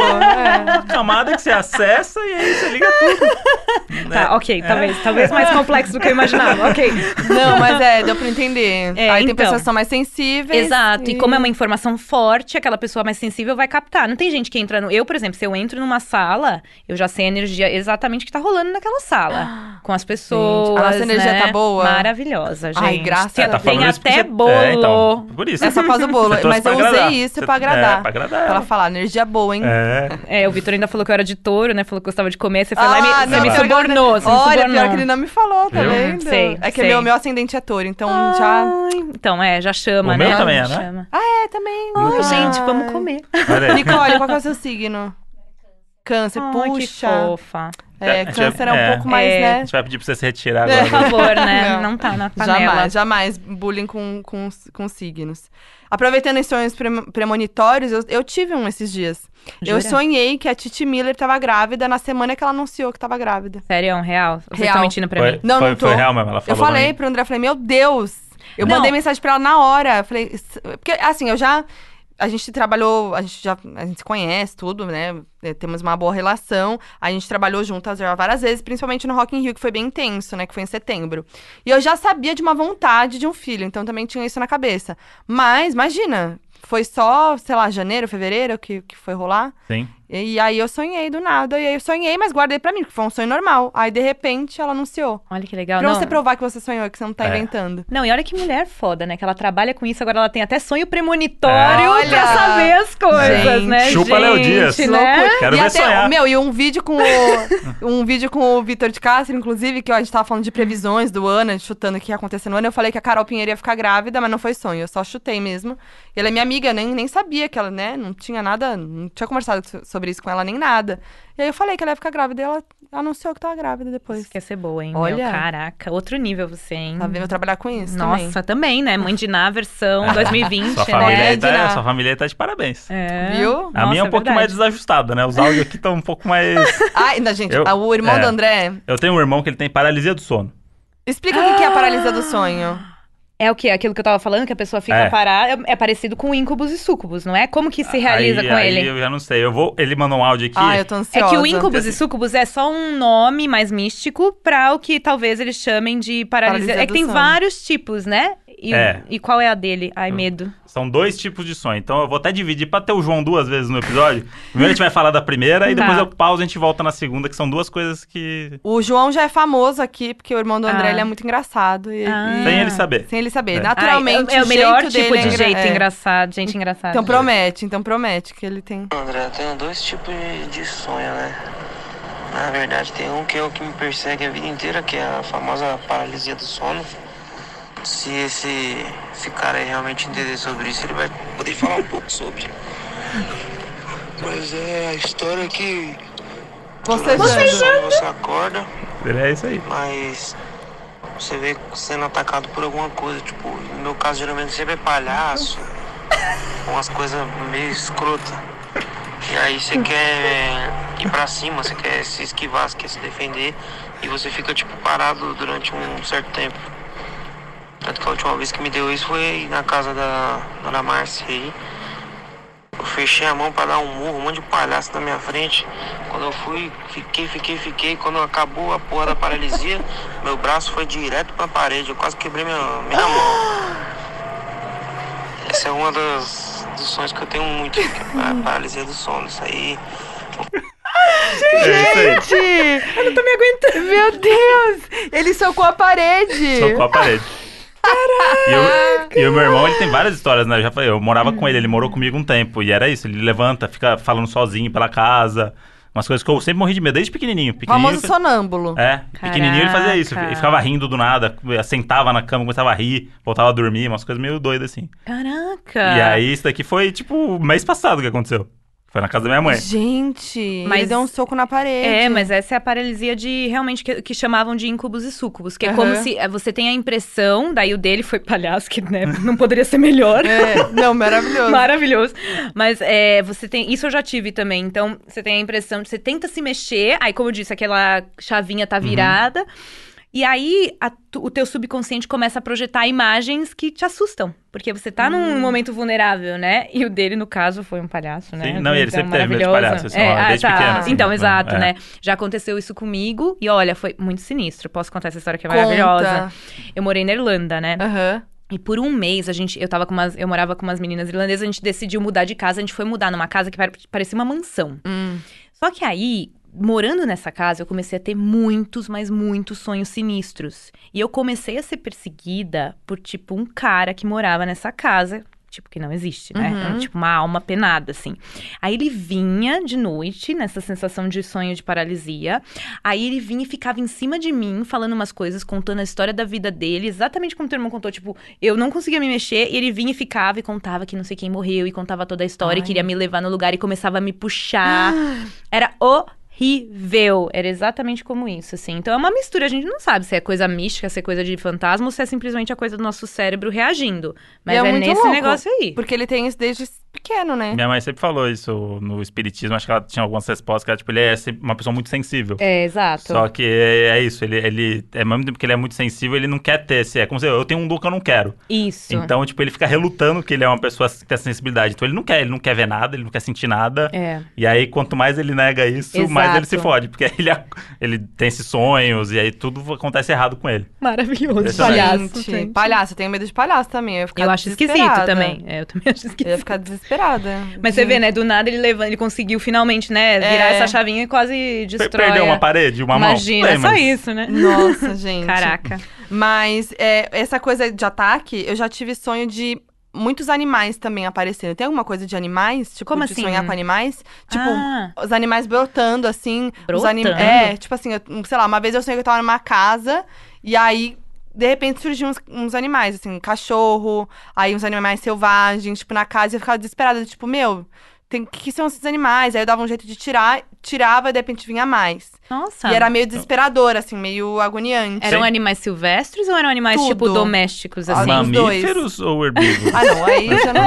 é. camada que você acessa e aí você liga tudo. Tá, ok, talvez, talvez mais complexo do que eu imaginava. OK. Não, mas é, deu pra entender. É, Aí tem então. pessoas que são mais sensíveis. Exato. E como é uma informação forte, aquela pessoa mais sensível vai captar. Não tem gente que entra no. Eu, por exemplo, se eu entro numa sala, eu já sei a energia exatamente que tá rolando naquela sala. Com as pessoas. a nossa energia né? tá boa. Maravilhosa, gente. Ai, graças Tem, a Deus. tem falando isso porque até você- bolo. É, então, por isso. É só por causa do bolo. Você trouxe Mas eu pra usei agradar. isso Você- pra agradar. É, pra agradar Pra ela ela. falar, energia boa, hein? É. É, o Vitor ainda falou que eu era de touro, né? Falou que gostava de comer. Você foi lá e não, Ah, me, você me pior que- subornou. Você me Olha, subornou. pior que ele não me falou, tá Viu? vendo? Sei, é que sei. meu, meu ascendente é touro, então já. Ai, Então, é, já chama, O né? meu também é, Já né? chama. Ah, é, também. Ai, Ah. gente, vamos comer. Olha aí. Nicole, qual que é o seu signo? Câncer, Ai, que puxa. fofa. É, É, câncer é um é. pouco mais, É. A né? gente vai pedir pra você se retirar É. Por agora. favor, né? Não. Não, tá na panela. Jamais, jamais bullying com, com, com signos. Aproveitando os sonhos pre- premonitórios, eu, eu tive um esses dias. Eu Jura? sonhei que a Titi Miller tava grávida na semana que ela anunciou que tava grávida. Sério, é um real? Você Real. tá mentindo pra Foi, mim? Não, foi, não tô. foi real mesmo, ela Eu falou. falei pra mim. pro André, falei, meu Deus! Eu Não. mandei mensagem pra ela na hora. Falei, "S- porque assim, eu já. A gente trabalhou, a gente já a gente se conhece, tudo, né? É, Temos uma boa relação. A gente trabalhou juntas já várias vezes, principalmente no Rock in Rio, que foi bem intenso, né? Que foi em setembro. E eu já sabia de uma vontade de um filho, então também tinha isso na cabeça. Mas, imagina, foi só, sei lá, janeiro, fevereiro que, que foi rolar. Sim. E aí eu sonhei do nada. E aí eu sonhei, mas guardei pra mim, porque foi um sonho normal. Aí, de repente, ela anunciou. Olha que legal. Pra não. você provar que você sonhou, que você não tá É. inventando. Não, e olha que mulher foda, né? Que ela trabalha com isso, agora ela tem até sonho premonitório Olha! pra saber as coisas, É. Gente. né? Chupa, gente, Léo Dias. Né? Quero e ver até, sonhar. meu, e um vídeo com o, um vídeo com o Vitor de Castro, inclusive, que ó, a gente tava falando de previsões do ano, a gente chutando o que ia acontecer no ano. Eu falei que a Carol Pinheiro ia ficar grávida, mas não foi sonho, eu só chutei mesmo. E ela é minha amiga, eu nem, nem sabia que ela, né, não tinha nada, não tinha conversado so- sobre isso com ela nem nada. E aí eu falei que ela ia ficar grávida e ela anunciou que tava grávida depois. Isso quer ser boa, hein? Olha. Meu, caraca, outro nível você, hein? Tá vendo eu trabalhar com isso também. Nossa, também, né? Mãe de Ná, versão 2020, Sua família, né? aí tá, Edna? sua família aí tá de parabéns. É. Viu? A minha é um Nossa, pouquinho mais verdade. desajustada, né? Os áudios aqui estão um pouco mais. Ai, não, gente, Eu- ah, o irmão é. do André. Eu tenho um irmão que ele tem paralisia do sono. Explica o que que é a paralisia do sonho. É o que? Aquilo que eu tava falando, que a pessoa fica É. parada. É parecido com incubus e sucubus, não é? Como que se realiza aí, com aí ele? eu já não sei. Eu vou. Ele mandou um áudio aqui. Assim, Ai, Ah, eu tô É ansiosa. que o incubus e sucubus é só um nome mais místico para o que talvez eles chamem de paralisia. Paralisia é que do tem sono. vários tipos, né? E, É. Hum. e qual é a dele? Ai, medo. São dois tipos de sonho. Então eu vou até dividir pra ter o João duas vezes no episódio. Primeiro a gente vai falar da primeira e depois Tá. eu pauso e a gente volta na segunda, que são duas coisas que. O João já é famoso aqui, porque o irmão do André Ah. ele é muito engraçado. E, Ah. e- Sem ele saber. Sem ele saber. É. Naturalmente, Ai, é, é o melhor jeito tipo dele é de engra- jeito é. engraçado, gente engraçada. Então promete, então promete que ele tem. André, eu tenho dois tipos de, de sonho, né? Na verdade, tem um que é o que me persegue a vida inteira, que é a famosa paralisia do sono. Se esse, esse cara aí realmente entender sobre isso, ele vai poder falar um pouco sobre. Mas é a história que Você durante o já. sono você acorda, É isso aí. mas você vê sendo atacado por alguma coisa. Tipo, no meu caso, geralmente sempre é palhaço, umas coisas meio escrotas. E aí você quer ir pra cima, você quer se esquivar, você quer se defender. E você fica, tipo, parado durante um certo tempo. Tanto que a última vez que me deu isso foi na casa da dona Márcia aí. Eu fechei a mão pra dar um murro, um monte de palhaço na minha frente. Quando eu fui, fiquei, fiquei, fiquei. Quando acabou a porra da paralisia, meu braço foi direto pra parede. Eu quase quebrei minha, minha mão. Essa é uma das dos sonhos que eu tenho muito, que é a paralisia do sono. Isso aí. É isso aí. Eu não tô me aguentando. Meu Deus! Ele socou a parede. Socou a parede. E o- E, o meu irmão, ele tem várias histórias, né? Eu já falei, eu morava com ele, ele morou comigo um tempo. E era isso, ele levanta, fica falando sozinho pela casa. Umas coisas que eu sempre morri de medo, desde pequenininho. pequenininho Famoso sonâmbulo. É, pequenininho ele fazia isso. Caraca. Ele ficava rindo do nada, sentava na cama, começava a rir, voltava a dormir, umas coisas meio doidas assim. Caraca. E aí, isso daqui foi, tipo, mês passado que aconteceu. Foi na casa da minha mãe. Gente, Mas- ele deu um soco na parede. É, mas essa é a paralisia de realmente que, que chamavam de incubus e sucubus, que é Aham. como se eh, você tem a impressão, daí o dele foi palhaço, que né, não poderia ser melhor. É, não, maravilhoso. Maravilhoso. Mas é, você tem. Isso eu já tive também. Então, você tem a impressão de você tenta se mexer. Aí, como eu disse, aquela chavinha Uhum. tá virada. E aí, a tu- o teu subconsciente começa a projetar imagens que te assustam. Porque você tá Hum. num momento vulnerável, né? E o dele, no caso, foi um palhaço, né? Sim, não, e ele sempre teve medo de maravilhoso. palhaço, isso é uma- desde pequeno, assim, então, né? exato, É. né? Já aconteceu isso comigo. E olha, foi muito sinistro. Posso contar essa história que é Conta. maravilhosa? Eu morei na Irlanda, né? Aham. E por um mês a gente, eu tava com umas, eu morava com umas meninas irlandesas, a gente decidiu mudar de casa, a gente foi mudar numa casa que pare- parecia uma mansão. Hum. Só que aí morando nessa casa, eu comecei a ter muitos, mas muitos sonhos sinistros. E eu comecei a ser perseguida por, tipo, um cara que morava nessa casa. Tipo, que não existe, né? Uhum. Era, tipo, uma alma penada, assim. Aí ele vinha de noite, nessa sensação de sonho de paralisia. Aí ele vinha e ficava em cima de mim, falando umas coisas, contando a história da vida dele, exatamente como o teu irmão contou. Tipo, eu não conseguia me mexer, e ele vinha e ficava e contava que não sei quem morreu, e contava toda a história, e Ai. queria me levar no lugar, e começava a me puxar. Era horrível. Era exatamente como isso, assim. Então é uma mistura, a gente não sabe se é coisa mística, se é coisa de fantasma, ou se é simplesmente a coisa do nosso cérebro reagindo. Mas E é é, muito nesse louco, negócio aí. Porque ele tem isso desde pequeno, né? Minha mãe sempre falou isso no espiritismo, acho que ela tinha algumas respostas, que ela, tipo, ele é sempre uma pessoa muito sensível. É, exato. Só que é, é isso, ele, ele é ao mesmo tempo que ele é muito sensível, ele não quer ter esse. É como se eu tenho um dom que eu não quero. Isso. Então, tipo, ele fica relutando que ele é uma pessoa que tem essa sensibilidade. Então ele não quer, ele não quer ver nada, ele não quer sentir nada. É. E aí, quanto mais ele nega isso, mais Exato. ele se fode. Porque aí ele, é, ele tem esses sonhos e aí tudo acontece errado com ele. Maravilhoso. Impressionante. Palhaço. Gente, gente. palhaço, eu tenho medo de palhaço também. Eu, ia ficar Eu acho esquisito desesperada. também. É, eu também acho Eu ia esquisito. ficar desesperada. Mas você vê, né? Do nada ele levanta, ele conseguiu finalmente, né? Virar É. essa chavinha e quase Per- destrói. Perdeu a- uma parede, uma Imagina, mão. é só isso, né? Nossa, gente. Caraca. Mas é, essa coisa de ataque, eu já tive sonho de muitos animais também aparecendo. Tem alguma coisa de animais? Tipo, Como de assim? sonhar com animais? Tipo, Ah, os animais brotando, assim. Os anim- Brotando? É, tipo assim, eu- sei lá, uma vez eu sonhei que eu tava numa casa e aí. De repente surgiam uns, uns animais, assim, um cachorro, aí uns animais selvagens, tipo, na casa, e eu ficava desesperada, tipo, meu, tem que, que são esses animais? Aí eu dava um jeito de tirar, tirava e de repente vinha mais. nossa. E era meio desesperador, assim, meio agoniante. Eram Sim. animais silvestres ou eram animais, tipo, Tudo. domésticos, Ah, assim? não. os dois. Mamíferos ou herbívoros? Ah, não, aí já não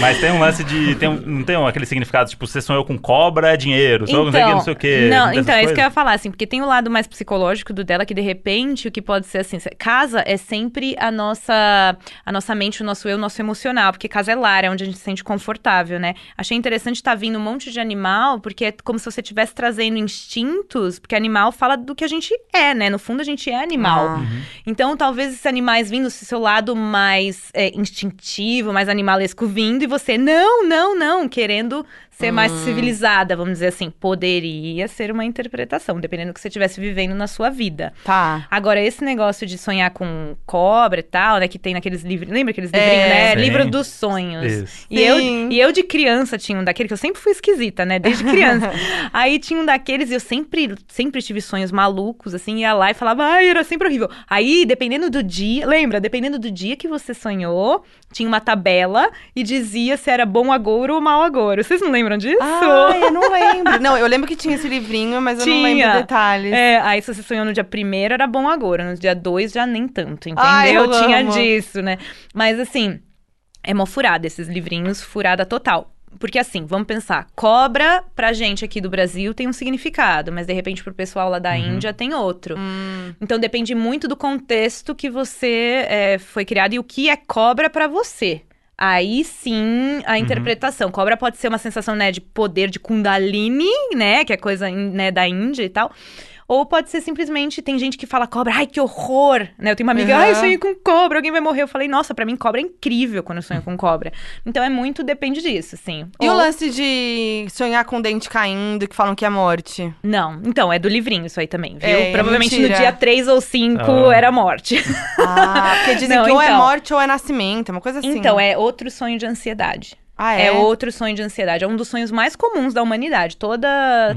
Mas tem um lance de. Tem um- não tem um- aquele significado, tipo, você sonhou com cobra, é dinheiro. Sonhou com não sei o quê. Então, não, dessas então é isso que eu coisas? ia falar, assim, porque tem o lado mais psicológico do dela que de repente o que pode ser assim, se- casa é sempre a nossa a nossa mente, o nosso eu, o nosso emocional, porque casa é lar, é onde a gente se sente confortável, né? Achei interessante estar vindo um monte de animal, porque é como se você estivesse trazendo instintos, porque animal fala do que a gente é, né? No fundo a gente é animal. Uhum. Então, talvez esses animais vindo, esse seu lado mais é, instintivo, mais animalesco vindo, e você, não, não, não, querendo ser mais Hum. civilizada, vamos dizer assim. Poderia ser uma interpretação, dependendo do que você estivesse vivendo na sua vida. Tá. Agora, esse negócio de sonhar com cobra e tal, né, que tem naqueles livros, lembra aqueles livrinhos, É. né? Sim. Livro dos sonhos. Isso. E eu, Sim. e eu de criança tinha um daquele, que eu sempre fui esquisita, né? Desde criança. Aí tinha um daqueles e eu sempre, sempre tive sonhos malucos, assim, ia lá e falava, ai, era sempre horrível. Aí, dependendo do dia, lembra, dependendo do dia que você sonhou, tinha uma tabela e dizia se era bom agouro ou mau agouro. Vocês não lembram disso? Ai, Ah, eu não lembro. Não, eu lembro que tinha esse livrinho, mas eu não Tinha. lembro detalhes. É, aí se você sonhou no dia primeiro, era bom agora. No dia dois, já nem tanto, entendeu? Ai, eu Tinha amo. disso, né? Mas assim, é mó furada esses livrinhos, furada total. Porque assim, vamos pensar, cobra pra gente aqui do Brasil tem um significado, mas de repente pro pessoal lá da Uhum. Índia tem outro. Hum, Então depende muito do contexto que você é, foi criado e o que é cobra pra você. Aí sim Uhum. a interpretação. Cobra pode ser uma sensação né, de poder de Kundalini, né? Que é coisa né, da Índia e tal. Ou pode ser simplesmente, tem gente que fala cobra, ai que horror, né? Eu tenho uma amiga, Uhum. ai eu sonhei com cobra, alguém vai morrer. Eu falei, nossa, pra mim cobra é incrível quando eu sonho com cobra. Então é muito, depende disso, assim. E o Ou- lance de sonhar com o dente caindo, que falam que é morte? Não, então é do livrinho isso aí também, viu? É, Provavelmente mentira. no dia 3 ou 5 Ah. era morte. Ah, porque dizem Não, que ou é então. morte ou é nascimento, é uma coisa assim. Então, é outro sonho de ansiedade. Ah, é? É outro sonho de ansiedade. É um dos sonhos mais comuns da humanidade. Toda,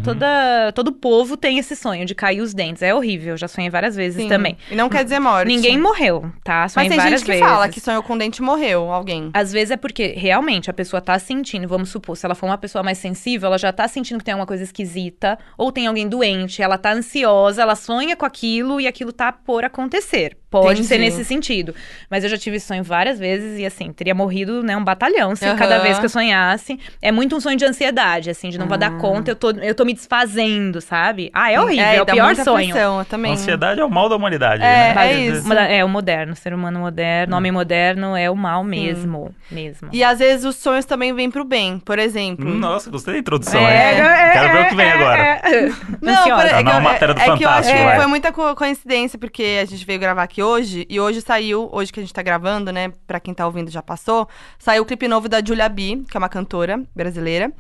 toda, todo povo tem esse sonho de cair os dentes. É horrível. Eu já sonhei várias vezes Sim. também. E não quer dizer morte. Ninguém morreu, tá? Mas Sonhei tem várias gente que vezes. fala que sonhou com um dente e morreu alguém. Às vezes é porque realmente a pessoa tá sentindo, vamos supor, se ela for uma pessoa mais sensível, ela já tá sentindo que tem alguma coisa esquisita, ou tem alguém doente, ela tá ansiosa, ela sonha com aquilo e aquilo tá por acontecer. Pode Entendi. ser nesse sentido. Mas eu já tive sonho várias vezes e assim, teria morrido, né, um batalhão se Aham. cada vez que eu sonhasse. É muito um sonho de ansiedade, assim, de não vou Ah. dar conta, eu tô, eu tô me desfazendo, sabe? Ah, é horrível, é, o dá pior muita sonho. aflição, eu também. Ansiedade é o mal da humanidade. né? É, Hum. é isso. Uma- É o moderno, ser humano moderno, homem moderno é o mal mesmo, mesmo. E às vezes os sonhos também vêm pro bem, por exemplo. Hum, Nossa, gostei da introdução, É, hein? é, Quero ver é, o que vem é, agora. é, é. Não, Ansiosa. por- é, Tá que na eu, matéria do é, é que eu acho Fantástico, que vai. foi muita co- coincidência, porque a gente veio gravar aqui hoje, e hoje saiu, hoje que a gente tá gravando, né, pra quem tá ouvindo já passou, saiu o clipe novo da Julia B, que é uma cantora brasileira,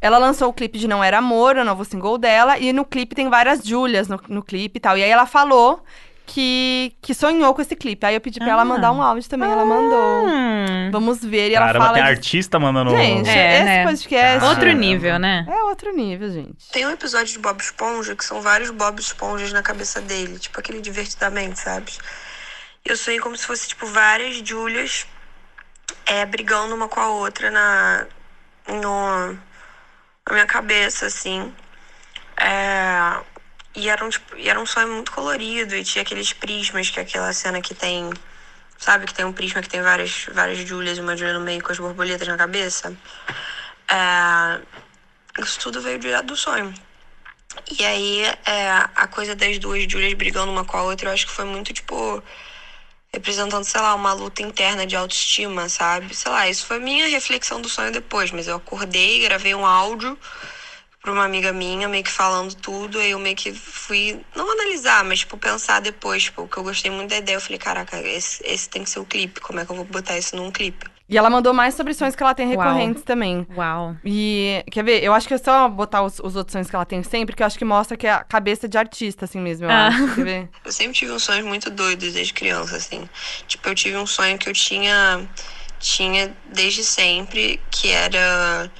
Ela lançou o clipe de Não Era Amor, o novo single dela, e no clipe tem várias Júlias no, no clipe e tal. E aí ela falou que, que sonhou com esse clipe. Aí eu pedi pra ela Ah. mandar um áudio também, ela mandou. Hum. Vamos ver, e ela Ah. Caramba, fala... tem de- artista mandando. Gente, É, esse né? podcast... Outro nível, né? É outro nível, gente. Tem um episódio de Bob Esponja que são vários Bob Esponjas na cabeça dele, tipo aquele divertidamente, sabe? Eu sonhei como se fosse, tipo, várias Julias é, brigando uma com a outra na, no- na minha cabeça, assim. É, e, era um, tipo, e era um sonho muito colorido e tinha aqueles prismas, que é aquela cena que tem, sabe? Que tem um prisma que tem várias, várias Julias e uma Julia no meio com as borboletas na cabeça. É, isso tudo veio direto do sonho. E aí, é, a coisa das duas Júlias brigando uma com a outra, eu acho que foi muito, tipo, representando, sei lá, uma luta interna de autoestima, sabe? Sei lá, isso foi a minha reflexão do sonho depois, mas eu acordei, gravei um áudio pra uma amiga minha, meio que falando tudo, aí eu meio que fui, não analisar, mas, tipo, pensar depois, tipo, que eu gostei muito da ideia, eu falei, caraca, esse, esse tem que ser o clipe, como é que eu vou botar isso num clipe? E ela mandou mais sobre sonhos que ela tem Uau. recorrentes também. Uau. E, quer ver? Eu acho que é só botar os, os outros sonhos que ela tem sempre, que eu acho que mostra que é a cabeça de artista, assim mesmo, eu Ah. acho. Quer ver? Eu sempre tive uns sonhos muito doidos desde criança, assim. Tipo, eu tive um sonho que eu tinha tinha desde sempre, que era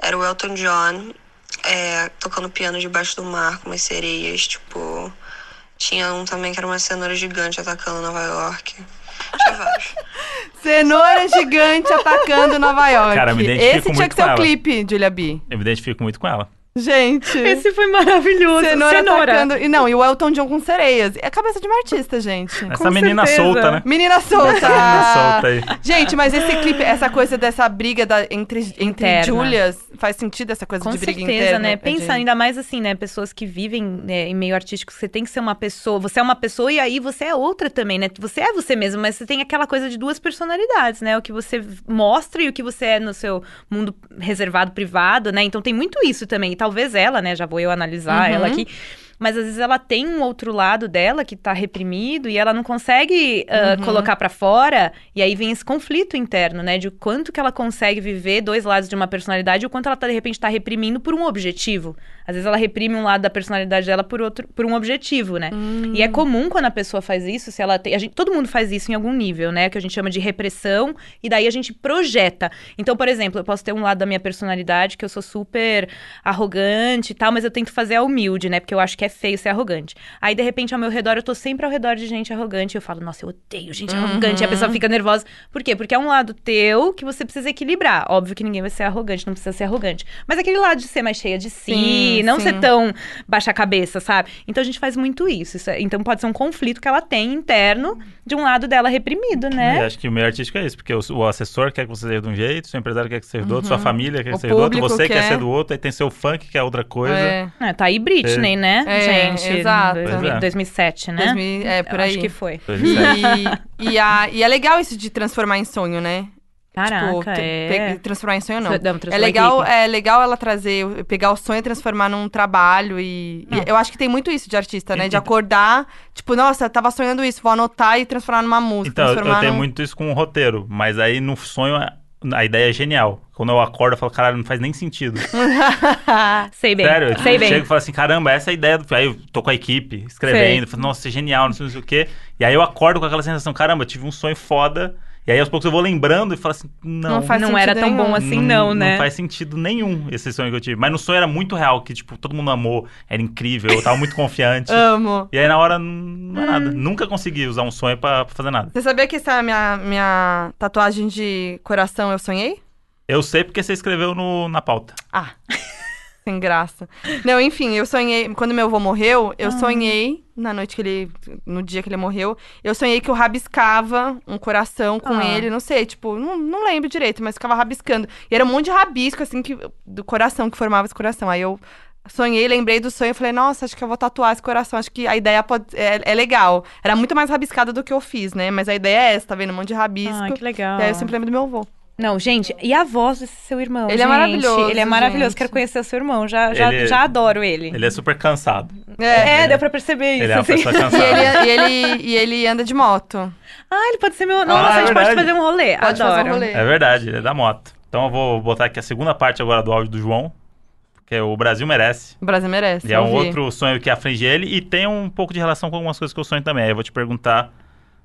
era o Elton John é, tocando piano debaixo do mar com umas sereias, tipo. Tinha um também que era uma cenoura gigante atacando Nova York. Tinha vários. Cenoura gigante atacando Nova York. Cara, me identifico Esse tinha muito que ser com o ela. clipe, Julia B. Eu me identifico muito com ela. Gente. Esse foi maravilhoso. Cenoura, atacando. E não, e o Elton John com sereias. É a cabeça de uma artista, gente. Essa Com menina certeza. solta, né? Menina solta. Essa menina solta aí. Gente, mas esse clipe, essa coisa dessa briga da- entre, entre Interna. Julias, faz sentido essa coisa Com de briga certeza, interna? É né? Pensa gente? ainda mais assim, né? Pessoas que vivem né, em meio artístico, você tem que ser uma pessoa. Você é uma pessoa e aí você é outra também, né? Você é você mesmo, mas você tem aquela coisa de duas personalidades, né? O que você mostra e o que você é no seu mundo reservado, privado, né? Então tem muito isso também. E talvez ela, né? Já vou eu analisar Uhum. ela aqui. Mas às vezes ela tem um outro lado dela que tá reprimido e ela não consegue ah, Uhum. colocar pra fora. E aí vem esse conflito interno, né? De o quanto que ela consegue viver dois lados de uma personalidade e o quanto ela tá, de repente tá reprimindo por um objetivo. Às vezes ela reprime um lado da personalidade dela por outro, por um objetivo, né? E é comum quando a pessoa faz isso, se ela tem, a gente, todo mundo faz isso em algum nível, né? Que a gente chama de repressão e daí a gente projeta. Então, por exemplo, eu posso ter um lado da minha personalidade que eu sou super arrogante e tal, mas eu tento fazer a humilde, né? Porque eu acho que é feio ser arrogante. Aí, de repente, ao meu redor, eu tô sempre ao redor de gente arrogante. E eu falo, nossa, eu odeio gente é arrogante. E a Uhum. pessoa fica nervosa. Por quê? Porque é um lado teu que você precisa equilibrar. Óbvio que ninguém vai ser arrogante, não precisa ser arrogante. Mas aquele lado de ser mais cheia de si, Sim, não sim. ser tão baixa a cabeça, sabe? Então a gente faz muito isso. Isso é- então pode ser um conflito que ela tem interno de um lado dela reprimido, E né? É, acho que o meio artístico é isso, porque o, o assessor quer que você seja de um jeito, seu empresário quer que seja do outro, sua família quer que Uhum. O seja do outro, público você quer quer. ser do outro, aí tem seu funk que é outra coisa. É, Ah, tá aí Britney, né, É, gente? exato. Dois mil- Pois é. 2007, né? 2000, é, por Eu aí. Acho que foi. Pois é. E, e, a- e é legal isso de transformar em sonho, né? Caraca, Tipo, te- é. pe- transformar em sonho não. Não, É transformar em legal, clipe. é legal ela trazer, pegar o sonho e transformar num trabalho. E, e eu acho que tem muito isso de artista, né? De acordar, tipo, nossa, eu tava sonhando isso, vou anotar e transformar numa música. Então, eu- transformar eu tenho num- muito isso com o roteiro, mas aí no sonho a, a ideia é genial. Quando eu acordo, eu falo, caralho, não faz nem sentido. Sei bem. Sério, eu sei tipo, bem. chego e falo assim, caramba, essa é a ideia do. Aí eu tô com a equipe, escrevendo, falo, nossa, isso é genial, não sei, não sei o quê. E aí eu acordo com aquela sensação, caramba, eu tive um sonho foda. E aí aos poucos eu vou lembrando e falo assim, não. Não faz não era sentido tão nenhum. bom assim, não, né? Não faz sentido nenhum esse sonho que eu tive. Mas no sonho era muito real, que, tipo, todo mundo amou, era incrível, eu tava muito confiante. Amo. E aí na hora, não não é nada. Nunca consegui usar um sonho pra, pra fazer nada. Você sabia que essa minha, minha tatuagem de coração eu sonhei? Eu sei porque você escreveu no, na pauta. Ah, sem graça. Não, enfim, eu sonhei. Quando meu avô morreu, eu Ah. sonhei, na noite que ele. No dia que ele morreu, eu sonhei que eu rabiscava um coração com Ah. ele, não sei, tipo, não, não lembro direito, mas ficava rabiscando. E era um monte de rabisco, assim, que, do coração, que formava esse coração. Aí eu. Sonhei, lembrei do sonho e falei, nossa, acho que eu vou tatuar esse coração, acho que a ideia pode- é, é legal. Era muito mais rabiscada do que eu fiz, né? Mas a ideia é essa, tá vendo? Um monte de rabisco. Ah, que legal. E aí eu sempre lembro do meu avô. Não, gente, e a voz desse seu irmão? Ele é gente? maravilhoso, Ele é maravilhoso. gente. Quero conhecer o seu irmão. Já, já, Ele- já adoro ele. Ele é super cansado. É, ele- deu pra perceber isso. Ele é uma assim. pessoa E cansada. ele, e, ele, e ele anda de moto. Ah, ele pode ser meu. Nossa, Ah, a gente pode verdade. fazer um rolê. Pode adoro. fazer um rolê. É verdade, ele é da moto. Então eu vou botar aqui a segunda parte agora do áudio do João. que é o Brasil merece. O Brasil merece. E é um eu vi. outro sonho que aflige ele e tem um pouco de relação com algumas coisas que eu sonho também. Aí eu vou te perguntar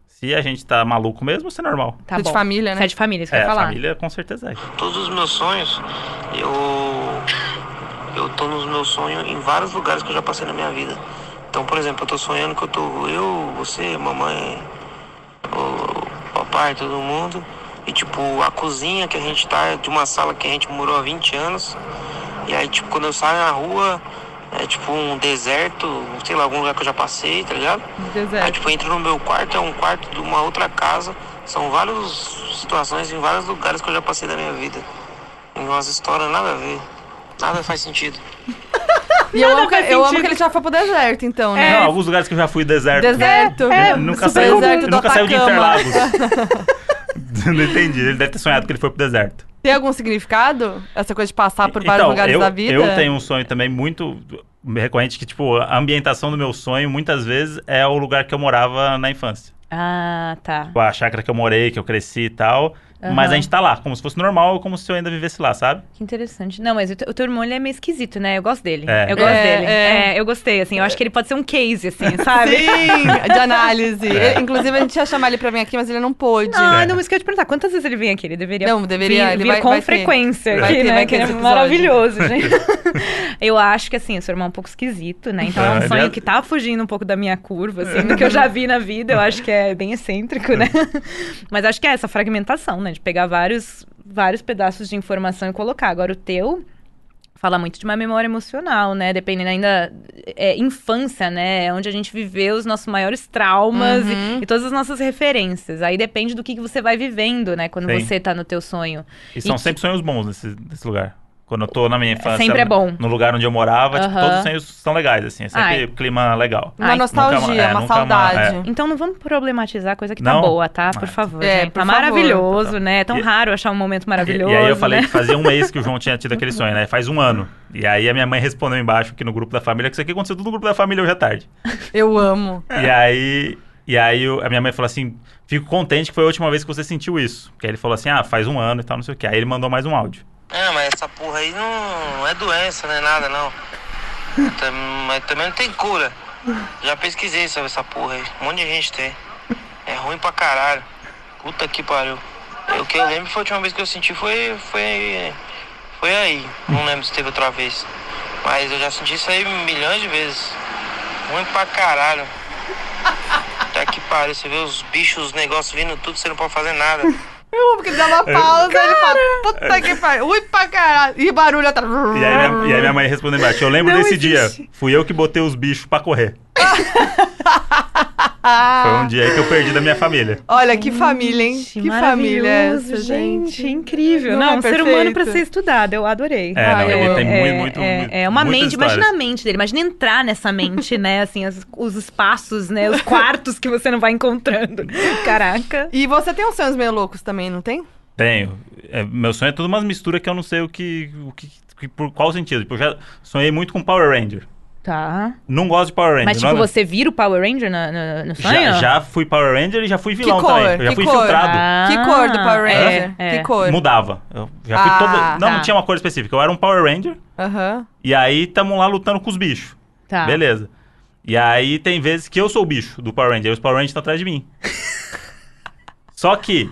se a gente tá maluco mesmo ou se é normal. Tá de bom. família, né? Você é de família, isso que eu é, ia a falar. família com certeza é. Todos os meus sonhos, eu. Eu tô nos meus sonhos em vários lugares que eu já passei na minha vida. Então, por exemplo, eu tô sonhando que eu tô. Eu, você, mamãe, o papai, todo mundo. E tipo, a cozinha que a gente tá, de uma sala que a gente morou há 20 anos. E aí, tipo, quando eu saio na rua, é tipo um deserto, sei lá, algum lugar que eu já passei, tá ligado? Aí, Deserto. tipo, eu entro no meu quarto, é um quarto de uma outra casa. São várias situações em vários lugares que eu já passei da minha vida. Em umas histórias nada a ver. Nada faz sentido. E eu amo, que, faz eu amo sentido. que ele já foi pro deserto, então, É. né? Não, alguns lugares que eu já fui deserto. né? Deserto. Ele nunca super saiu, deserto ele do nunca saiu de Atacama. Interlagos. Não entendi. Ele deve ter sonhado que ele foi pro deserto. Tem algum significado? Essa coisa de passar por vários então, lugares eu, da vida? eu tenho um sonho também muito recorrente que, tipo, a ambientação do meu sonho, muitas vezes, é o lugar que eu morava na infância. Ah, tá. Tipo, a chácara que eu morei, que eu cresci e tal. Mas a gente tá lá, como se fosse normal, como se eu ainda vivesse lá, sabe? Que interessante. Não, mas o, te- o teu irmão ele é meio esquisito, né? Eu gosto dele. É. Eu gosto É, dele. é. É, eu gostei, assim. Eu acho que ele pode ser um case, assim, sabe? Sim, de análise. É. Inclusive, a gente ia chamar ele pra vir aqui, mas ele não pôde. Ah, não, mas que eu ia te perguntar, quantas vezes ele vem aqui? Ele deveria Não, deveria, vir, ele vir vai- com vai ter. frequência Vai aqui, ter, né? vai ter que ele esse é episódio. maravilhoso, gente. eu acho que, assim, o seu irmão é um pouco esquisito, né? Então é É, um sonho ele é- que tá fugindo um pouco da minha curva, assim, do que eu já vi na vida. Eu acho que é bem excêntrico, né? mas acho que é essa fragmentação, né? De pegar vários, vários pedaços de informação e colocar. Agora, o teu... Fala muito de uma memória emocional, né? Dependendo ainda. É, infância, né? É Onde a gente viveu os nossos maiores traumas e- Uhum. e todas as nossas referências. Aí depende do que, que você vai vivendo, né? Quando Sim. você tá no teu sonho. E são que- sempre sonhos bons nesse, nesse lugar. Quando eu tô na minha infância, sempre é bom. no lugar onde eu morava, tipo, Aham. todos os sonhos são legais, assim. É sempre Ai. clima legal. Uma Ai, nostalgia, nunca ma- é, uma nunca ma- saudade. Então não vamos problematizar coisa que Não. tá boa, tá? Por Mas- favor. É, gente. por tá favor. maravilhoso, né? É tão E- raro achar um momento E, maravilhoso. e aí eu falei né? que fazia um mês que o João tinha tido aquele sonho, né? Faz um ano. E aí a minha mãe respondeu embaixo aqui no grupo da família que isso aqui aconteceu tudo no grupo da família hoje à tarde. Eu amo. E aí, e aí o- a minha mãe falou assim: fico contente que foi a última vez que você sentiu isso. Porque aí ele falou assim: ah, faz um ano e tal, não sei o quê. Aí ele mandou mais um áudio. Ah, mas essa porra aí não é doença, não é nada não. Tam- Mas também não tem cura. Já pesquisei sobre essa porra aí. Um monte de gente tem. É ruim pra caralho. Puta que pariu. É, O que eu lembro foi a última vez que eu senti foi. foi. Foi aí. Não lembro se teve outra vez. Mas eu já senti isso aí milhões de vezes. Ruim pra caralho. Até que pariu, você vê os bichos, os negócios vindo tudo, você não pode fazer nada. Eu amo que ele dá É, uma pausa, ele fala, puta que pariu, ui pra caralho. E barulho atrás. E aí minha, e aí minha mãe respondeu embaixo: eu lembro Não desse existe. dia. Fui eu que botei os bichos pra correr. Foi um dia aí que eu perdi da minha família. Olha, que família, hein? Gente, que família é maravilhoso, essa, gente. gente. Incrível. Não Não, é um ser humano pra perfeito? ser estudado. Eu adorei. É, Ah, não, eu ele amo. tem muito, muito. é, muito- é uma muitas mente, histórias. imagina a mente dele, imagina entrar nessa mente, né? Assim, as- os espaços, né? Os quartos que você não vai encontrando. Caraca. E você tem um uns sonhos meio loucos também, não tem? Tenho. É, meu sonho é tudo umas misturas que eu não sei o que. O que, que- por qual sentido. Tipo, eu já sonhei muito com Power Ranger. Tá. Não gosto de Power Ranger. Mas, tipo, não- é? você vira o Power Ranger na- na- no sonho? já, já fui Power Ranger e já fui vilão cor? também. Eu já Que fui cor? infiltrado. Ah, que cor do Power é, Ranger? é. Que cor? Mudava. Eu já fui Ah, todo. Não, tá. não tinha uma cor específica. Eu era um Power Ranger Aham. e aí tamo lá lutando com os bichos. Tá. Beleza. E aí tem vezes que eu sou o bicho do Power Ranger, e os Power Rangers estão atrás de mim. Só que,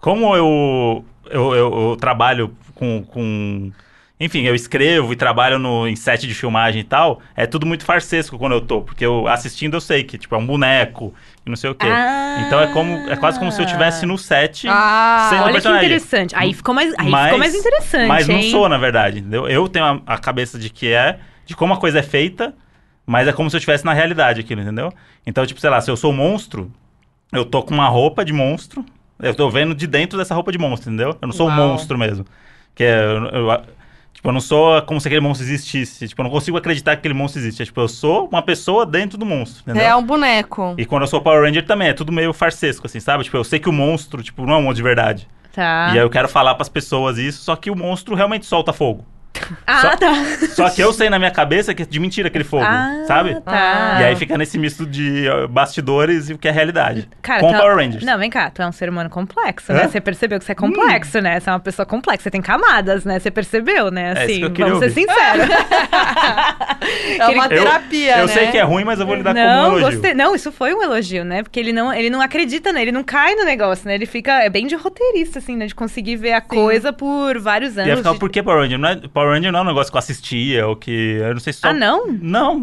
como eu, eu, eu- eu trabalho com, com- Enfim, eu escrevo e trabalho no, em set de filmagem e tal, é tudo muito farsesco quando eu tô, porque eu assistindo eu sei que, tipo, é um boneco e não sei o quê. Ah. Então é como é quase como se eu estivesse no set. Ah, Sei lá, Olha que personagem. interessante. Aí ficou mais, aí Mas- ficou mais interessante, Mas não hein? sou, na verdade, entendeu? Eu tenho a, a cabeça de que é, de como a coisa é feita, mas é como se eu estivesse na realidade aquilo, entendeu? Então, tipo, sei lá, se eu sou monstro, eu tô com uma roupa de monstro, eu tô vendo de dentro dessa roupa de monstro, entendeu? Eu não sou um Uau. monstro mesmo. Que é, eu, eu- tipo, eu não sou como se aquele monstro existisse. Tipo, eu não consigo acreditar que aquele monstro existe. É, tipo, eu sou uma pessoa dentro do monstro, entendeu? é um boneco. E quando eu sou Power Ranger também, é tudo meio farsesco, assim, sabe? Tipo, eu sei que o monstro, tipo, não é um monstro de verdade. Ah. Tá. E aí eu quero falar pras pessoas isso, só que o monstro realmente solta fogo. Ah, Só- tá. Só que eu sei na minha cabeça que é de mentira aquele fogo, Ah, sabe? tá. E aí fica nesse misto de ó, bastidores e o que é realidade. Cara, Com tu é- Power Rangers. Não, vem cá, tu é um ser humano complexo, Hã? Hum. né? Você percebeu que você é complexo, né? Você é uma pessoa complexa, você tem camadas, né? Você percebeu, né? É isso Assim, que eu queria vamos ser ouvir. sinceros. É uma Eu- terapia, eu né? sei que é ruim, mas eu vou lidar não, com um elogio. gostei. Não, isso foi um elogio, né? Porque ele não, ele não acredita, né? Ele não cai no negócio, né? Ele fica. É bem de roteirista, assim, né? De conseguir ver a coisa por vários E aí anos. ficava, de- por que Power Ranger? Não é- Power Ranger não é um negócio que eu assistia, ou que... Eu não sei se só... Ah, não? Não.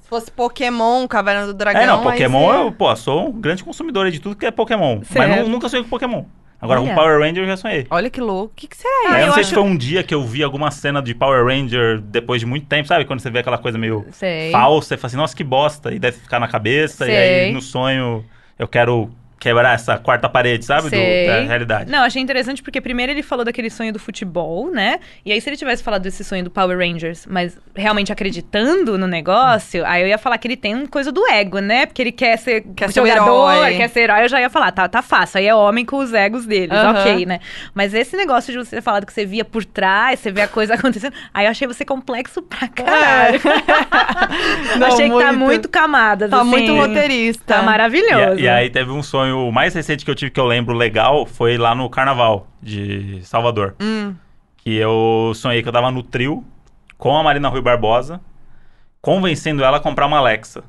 Se fosse Pokémon, Caverna do É, Dragão... não, aí Pokémon, você- eu, pô, sou um grande consumidor aí de tudo que é Pokémon. Mas Certo. nu- nunca sonhei com Pokémon. Agora, Olha. com Power Ranger eu já sonhei. Olha que louco. O que, que será Aí Ah, eu não eu sei acho- se foi um dia que eu vi alguma cena de Power Ranger depois de muito tempo, sabe? Quando você vê aquela coisa meio Sei. falsa e fala assim, nossa, que bosta. E deve ficar na cabeça. E Sei. aí, no sonho, eu quero quebrar essa quarta parede, sabe? Do- Sei. da realidade. Não, achei interessante porque primeiro ele falou daquele sonho do futebol, né? E aí se ele tivesse falado desse sonho do Power Rangers, mas realmente acreditando no negócio, aí eu ia falar que ele tem uma coisa do ego, né? Porque ele quer ser Quer ser um jogador, herói. quer ser herói, eu já ia falar, tá, tá fácil, aí é homem com os egos deles, Aham. ok, né? Mas esse negócio de você ter falado que você via por trás, você vê a coisa acontecendo, aí eu achei você complexo pra caralho. Não, achei que tá muito. muito camadas, Tá assim. muito roteirista. Tá E a- maravilhoso. E, aí teve um sonho o mais recente que eu tive que eu lembro legal foi lá no carnaval de Salvador. Hum. Que eu sonhei que eu tava no trio com a Marina Rui Barbosa, convencendo ela a comprar uma Alexa.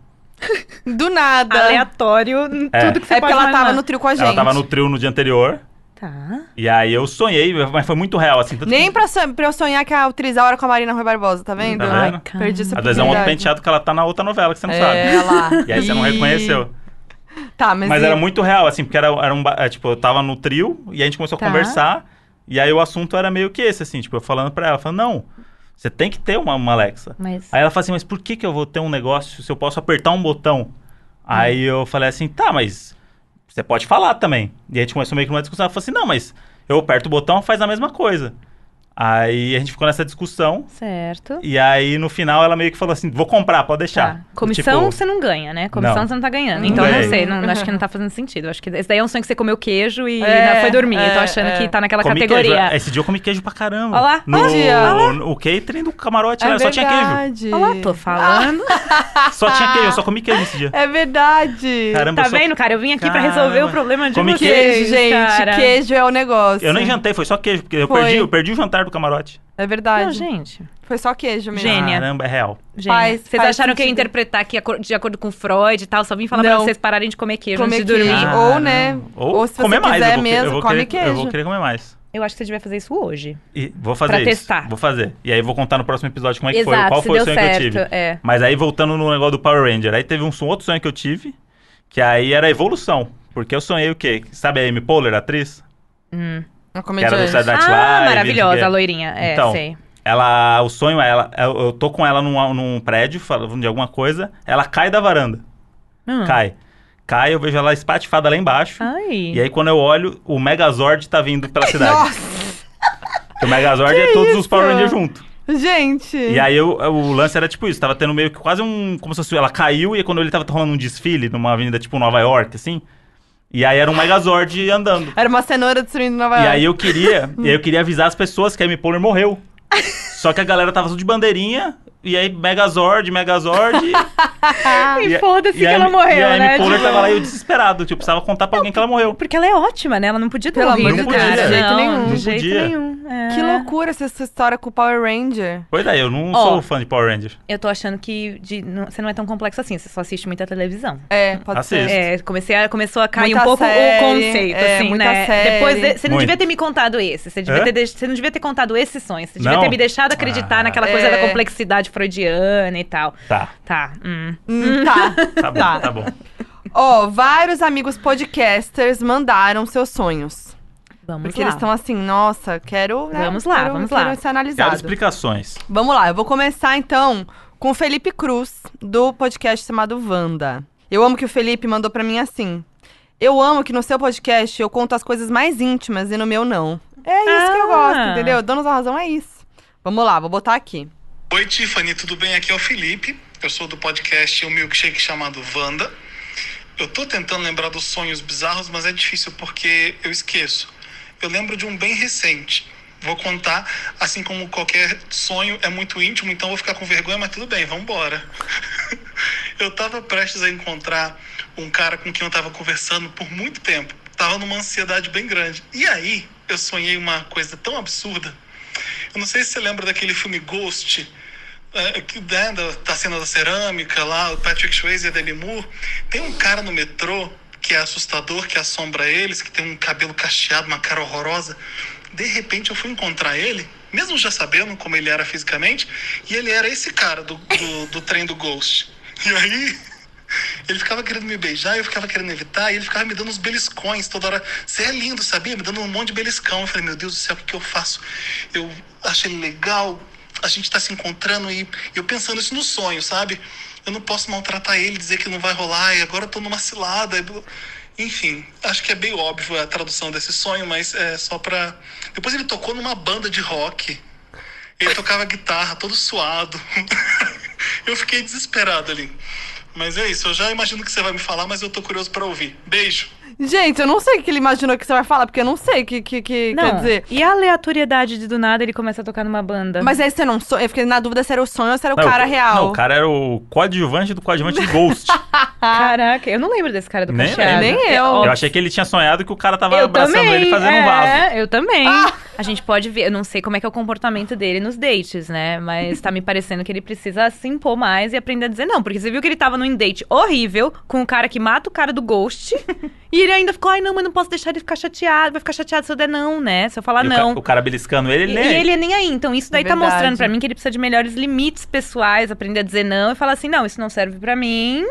Do nada. Aleatório, É. tudo que você É porque pode ela imaginar. tava no trio com a gente. Ela tava no trio no dia anterior. Tá. E aí eu sonhei, mas foi muito real, assim. tanto Nem que- pra, so- pra eu sonhar que a atriz Aura com a Marina Rui Barbosa, tá vendo? Tá vendo? Ai, Perdi essa A dois é um outro oportunidade. penteado que ela tá na outra novela, que você não É, sabe. lá. E aí você não Ih. reconheceu. Tá, mas, Mas e- era muito real, assim, porque era, era um. ba- é, Tipo, eu tava no trio e a gente começou Tá. a conversar. E aí o assunto era meio que esse, assim, tipo, eu falando pra ela, falando, não, você tem que ter uma, uma Alexa. Mas. Aí ela fala assim, mas por que, que eu vou ter um negócio se eu posso apertar um Hum. botão? Aí eu falei assim, tá, mas você pode falar também. E a gente começou meio que numa discussão. Ela falou assim, não, mas eu aperto o botão, faz a mesma coisa. Aí a gente ficou nessa discussão. Certo. E aí no final ela meio que falou assim, vou comprar, pode deixar. Tá. Comissão Tipo, você não ganha, né? Comissão Não. você não tá ganhando. Não então ganhei. não sei, não, acho que não tá fazendo sentido. Acho que esse daí é um sonho que você comeu queijo e É, não foi dormir. é, eu tô achando é. que tá naquela comi categoria. Queijo. é, Esse dia eu comi queijo pra caramba. Olha lá. É No, Bom dia. Olha no- o catering do camarote, né? Só tinha queijo. verdade. Olha lá, tô falando. Só tinha queijo, eu só comi queijo esse dia. É verdade. Caramba, tá eu só- vendo, cara? Eu vim aqui pra resolver Caramba. o problema de Comi vocês, Queijo, gente. cara. Queijo é o negócio. Eu nem jantei, foi só queijo, porque eu Foi. perdi, eu perdi o jantar do camarote. É verdade. Não, gente. Foi só queijo mesmo. Gênio. Gênia. Caramba, é real. gente. Faz- vocês faz acharam que eu ia sentido. interpretar aqui acor- de acordo com Freud e tal? Só vim falar pra Não. vocês pararem de comer queijo Comer antes de dormir. queijo. Ah, Ou, não. né? Ou, Ou se você comer mais. quiser eu vou, que- mesmo, eu vou come querer, Eu queijo. vou querer comer mais. Eu acho que você devia fazer isso hoje. E vou fazer Pra isso. testar. Vou fazer. E aí vou contar no próximo episódio como é que Exato, foi, qual se foi o deu sonho certo. que eu tive. É. Mas aí voltando no negócio do Power Ranger, aí teve um son- outro sonho que eu tive, que aí era a evolução. Porque eu sonhei o quê? Sabe a Amy Poehler, a atriz? Um Que era do comediante. Saturday Night Live, Ah, não sei o quê. maravilhosa, a loirinha. É, Então, sei. Ela, o sonho é ela, eu, eu tô com ela num, num prédio, falando de alguma coisa, ela cai da varanda. Hum. Ah, Cai. Cai, eu vejo ela espatifada lá embaixo. Ai. E aí quando eu olho, o Megazord tá vindo pela cidade. Nossa, Porque o Megazord é todos os Power isso? Rangers junto. gente. E aí eu- eu- o lance era tipo isso, tava tendo meio que quase um. Como se fosse. Ela caiu e quando ele tava rolando um desfile numa avenida tipo Nova York, assim. E aí era um Megazord andando. Era uma cenoura destruindo Nova E York. aí eu queria. e aí eu queria avisar as pessoas que a Amy Poehler morreu. Só que a galera tava tudo de bandeirinha. E aí, Megazord, Megazord. E a- foda-se que a ela Amy- E morreu, a Amy né? Poehler Tipo- tava lá e eu desesperado. Tipo, precisava contar pra alguém que ela morreu. Porque ela é ótima, né? Ela não podia ter Pelo amor morrido, de Deus, cara. de jeito não, nenhum. Não De jeito podia. nenhum. é. Que loucura essa essa história com o Power Ranger. Pois é, eu não Ó. sou fã de Power Ranger. Eu tô achando que de- não- você não é tão complexo assim, você só assiste muita televisão. É, pode Assisto. ser. É, comecei a, começou a cair Muita um pouco série, o conceito, é, assim, muita né? série. Depois, de- você não Muito. devia ter me contado esse, você, devia Hã? ter, deix- você não devia ter contado esses sonhos, você devia Não? ter me deixado acreditar Ah. naquela coisa É. da complexidade freudiana e tal. Tá, Tá, hum. Hum, tá. tá bom, Tá. tá bom. Ó, vários amigos podcasters mandaram seus sonhos. Vamos Porque lá. eles estão assim, nossa, quero. né, Vamos lá, quero- vamos lá. Quero ser Quero analisado. explicações. Vamos lá, eu vou começar então com o Felipe Cruz, do podcast chamado Wanda. Eu amo que o Felipe mandou pra mim assim. Eu amo que no seu podcast eu conto as coisas mais íntimas e no meu não. É isso que eu Ah. gosto, entendeu? Donos da razão é isso. Vamos lá, vou botar aqui. Oi, Tiffany, tudo bem? Aqui é o Felipe. Eu sou do podcast Um Milkshake chamado Wanda. Eu tô tentando lembrar dos sonhos bizarros, mas é difícil porque eu esqueço. Eu lembro de um bem recente. Vou contar, assim como qualquer sonho é muito íntimo, então vou ficar com vergonha, mas tudo bem, vamos embora. Eu tava prestes a encontrar um cara com quem eu tava conversando por muito tempo. Tava numa ansiedade bem grande. E aí, eu sonhei uma coisa tão absurda. Eu não sei se você lembra daquele filme Ghost, é, que, né, da, da cena da cerâmica lá, o Patrick Swayze e a Demi Moore. Tem um cara no metrô que é assustador, que assombra eles, que tem um cabelo cacheado, uma cara horrorosa. De repente eu fui encontrar ele, mesmo já sabendo como ele era fisicamente, e ele era esse cara do, do, do trem do Ghost. E aí ele ficava querendo me beijar, eu ficava querendo evitar, e ele ficava me dando uns beliscões toda hora. Você é lindo, sabia? Me dando um monte de beliscão. Eu falei, meu Deus do céu, o que, que eu faço? Eu acho ele legal, a gente tá se encontrando e eu pensando isso no sonho, sabe? Eu não posso maltratar ele, dizer que não vai rolar, e agora eu tô numa cilada. Enfim, acho que é bem óbvio a tradução desse sonho, mas é só pra. Depois ele tocou numa banda de rock. Ele tocava guitarra, todo suado. eu fiquei desesperado ali. Mas é isso, eu já imagino o que você vai me falar, mas eu tô curioso pra ouvir. Beijo! Gente, eu não sei o que ele imaginou que você vai falar, porque eu não sei o que, que, que quer dizer. E a aleatoriedade de do nada ele começa a tocar numa banda. Mas aí você não sonha. Eu fiquei na dúvida se era o sonho ou se era o Não, cara real. Não, o cara era o coadjuvante do coadjuvante de Ghost. Caraca, eu não lembro desse cara do É Nem cacheado. lembro. Nem eu. eu achei que ele tinha sonhado que o cara tava Eu abraçando também, ele e fazendo é, um vaso. Eu também. Ah! A gente pode ver, eu não sei como é que é o comportamento dele nos dates, né? Mas tá me parecendo que ele precisa se impor mais e aprender a dizer não. Porque você viu que ele tava num date horrível com o cara que mata o cara do ghost. e ele ainda ficou, ai não, mas não posso deixar ele ficar chateado. Vai ficar chateado se eu der não, né? Se eu falar E o ca- não. O, cara beliscando ele, E- ele, E ele é nem aí. Então, isso daí É tá verdade. mostrando pra mim que ele precisa de melhores limites pessoais, aprender a dizer não e falar assim: não, isso não serve pra mim.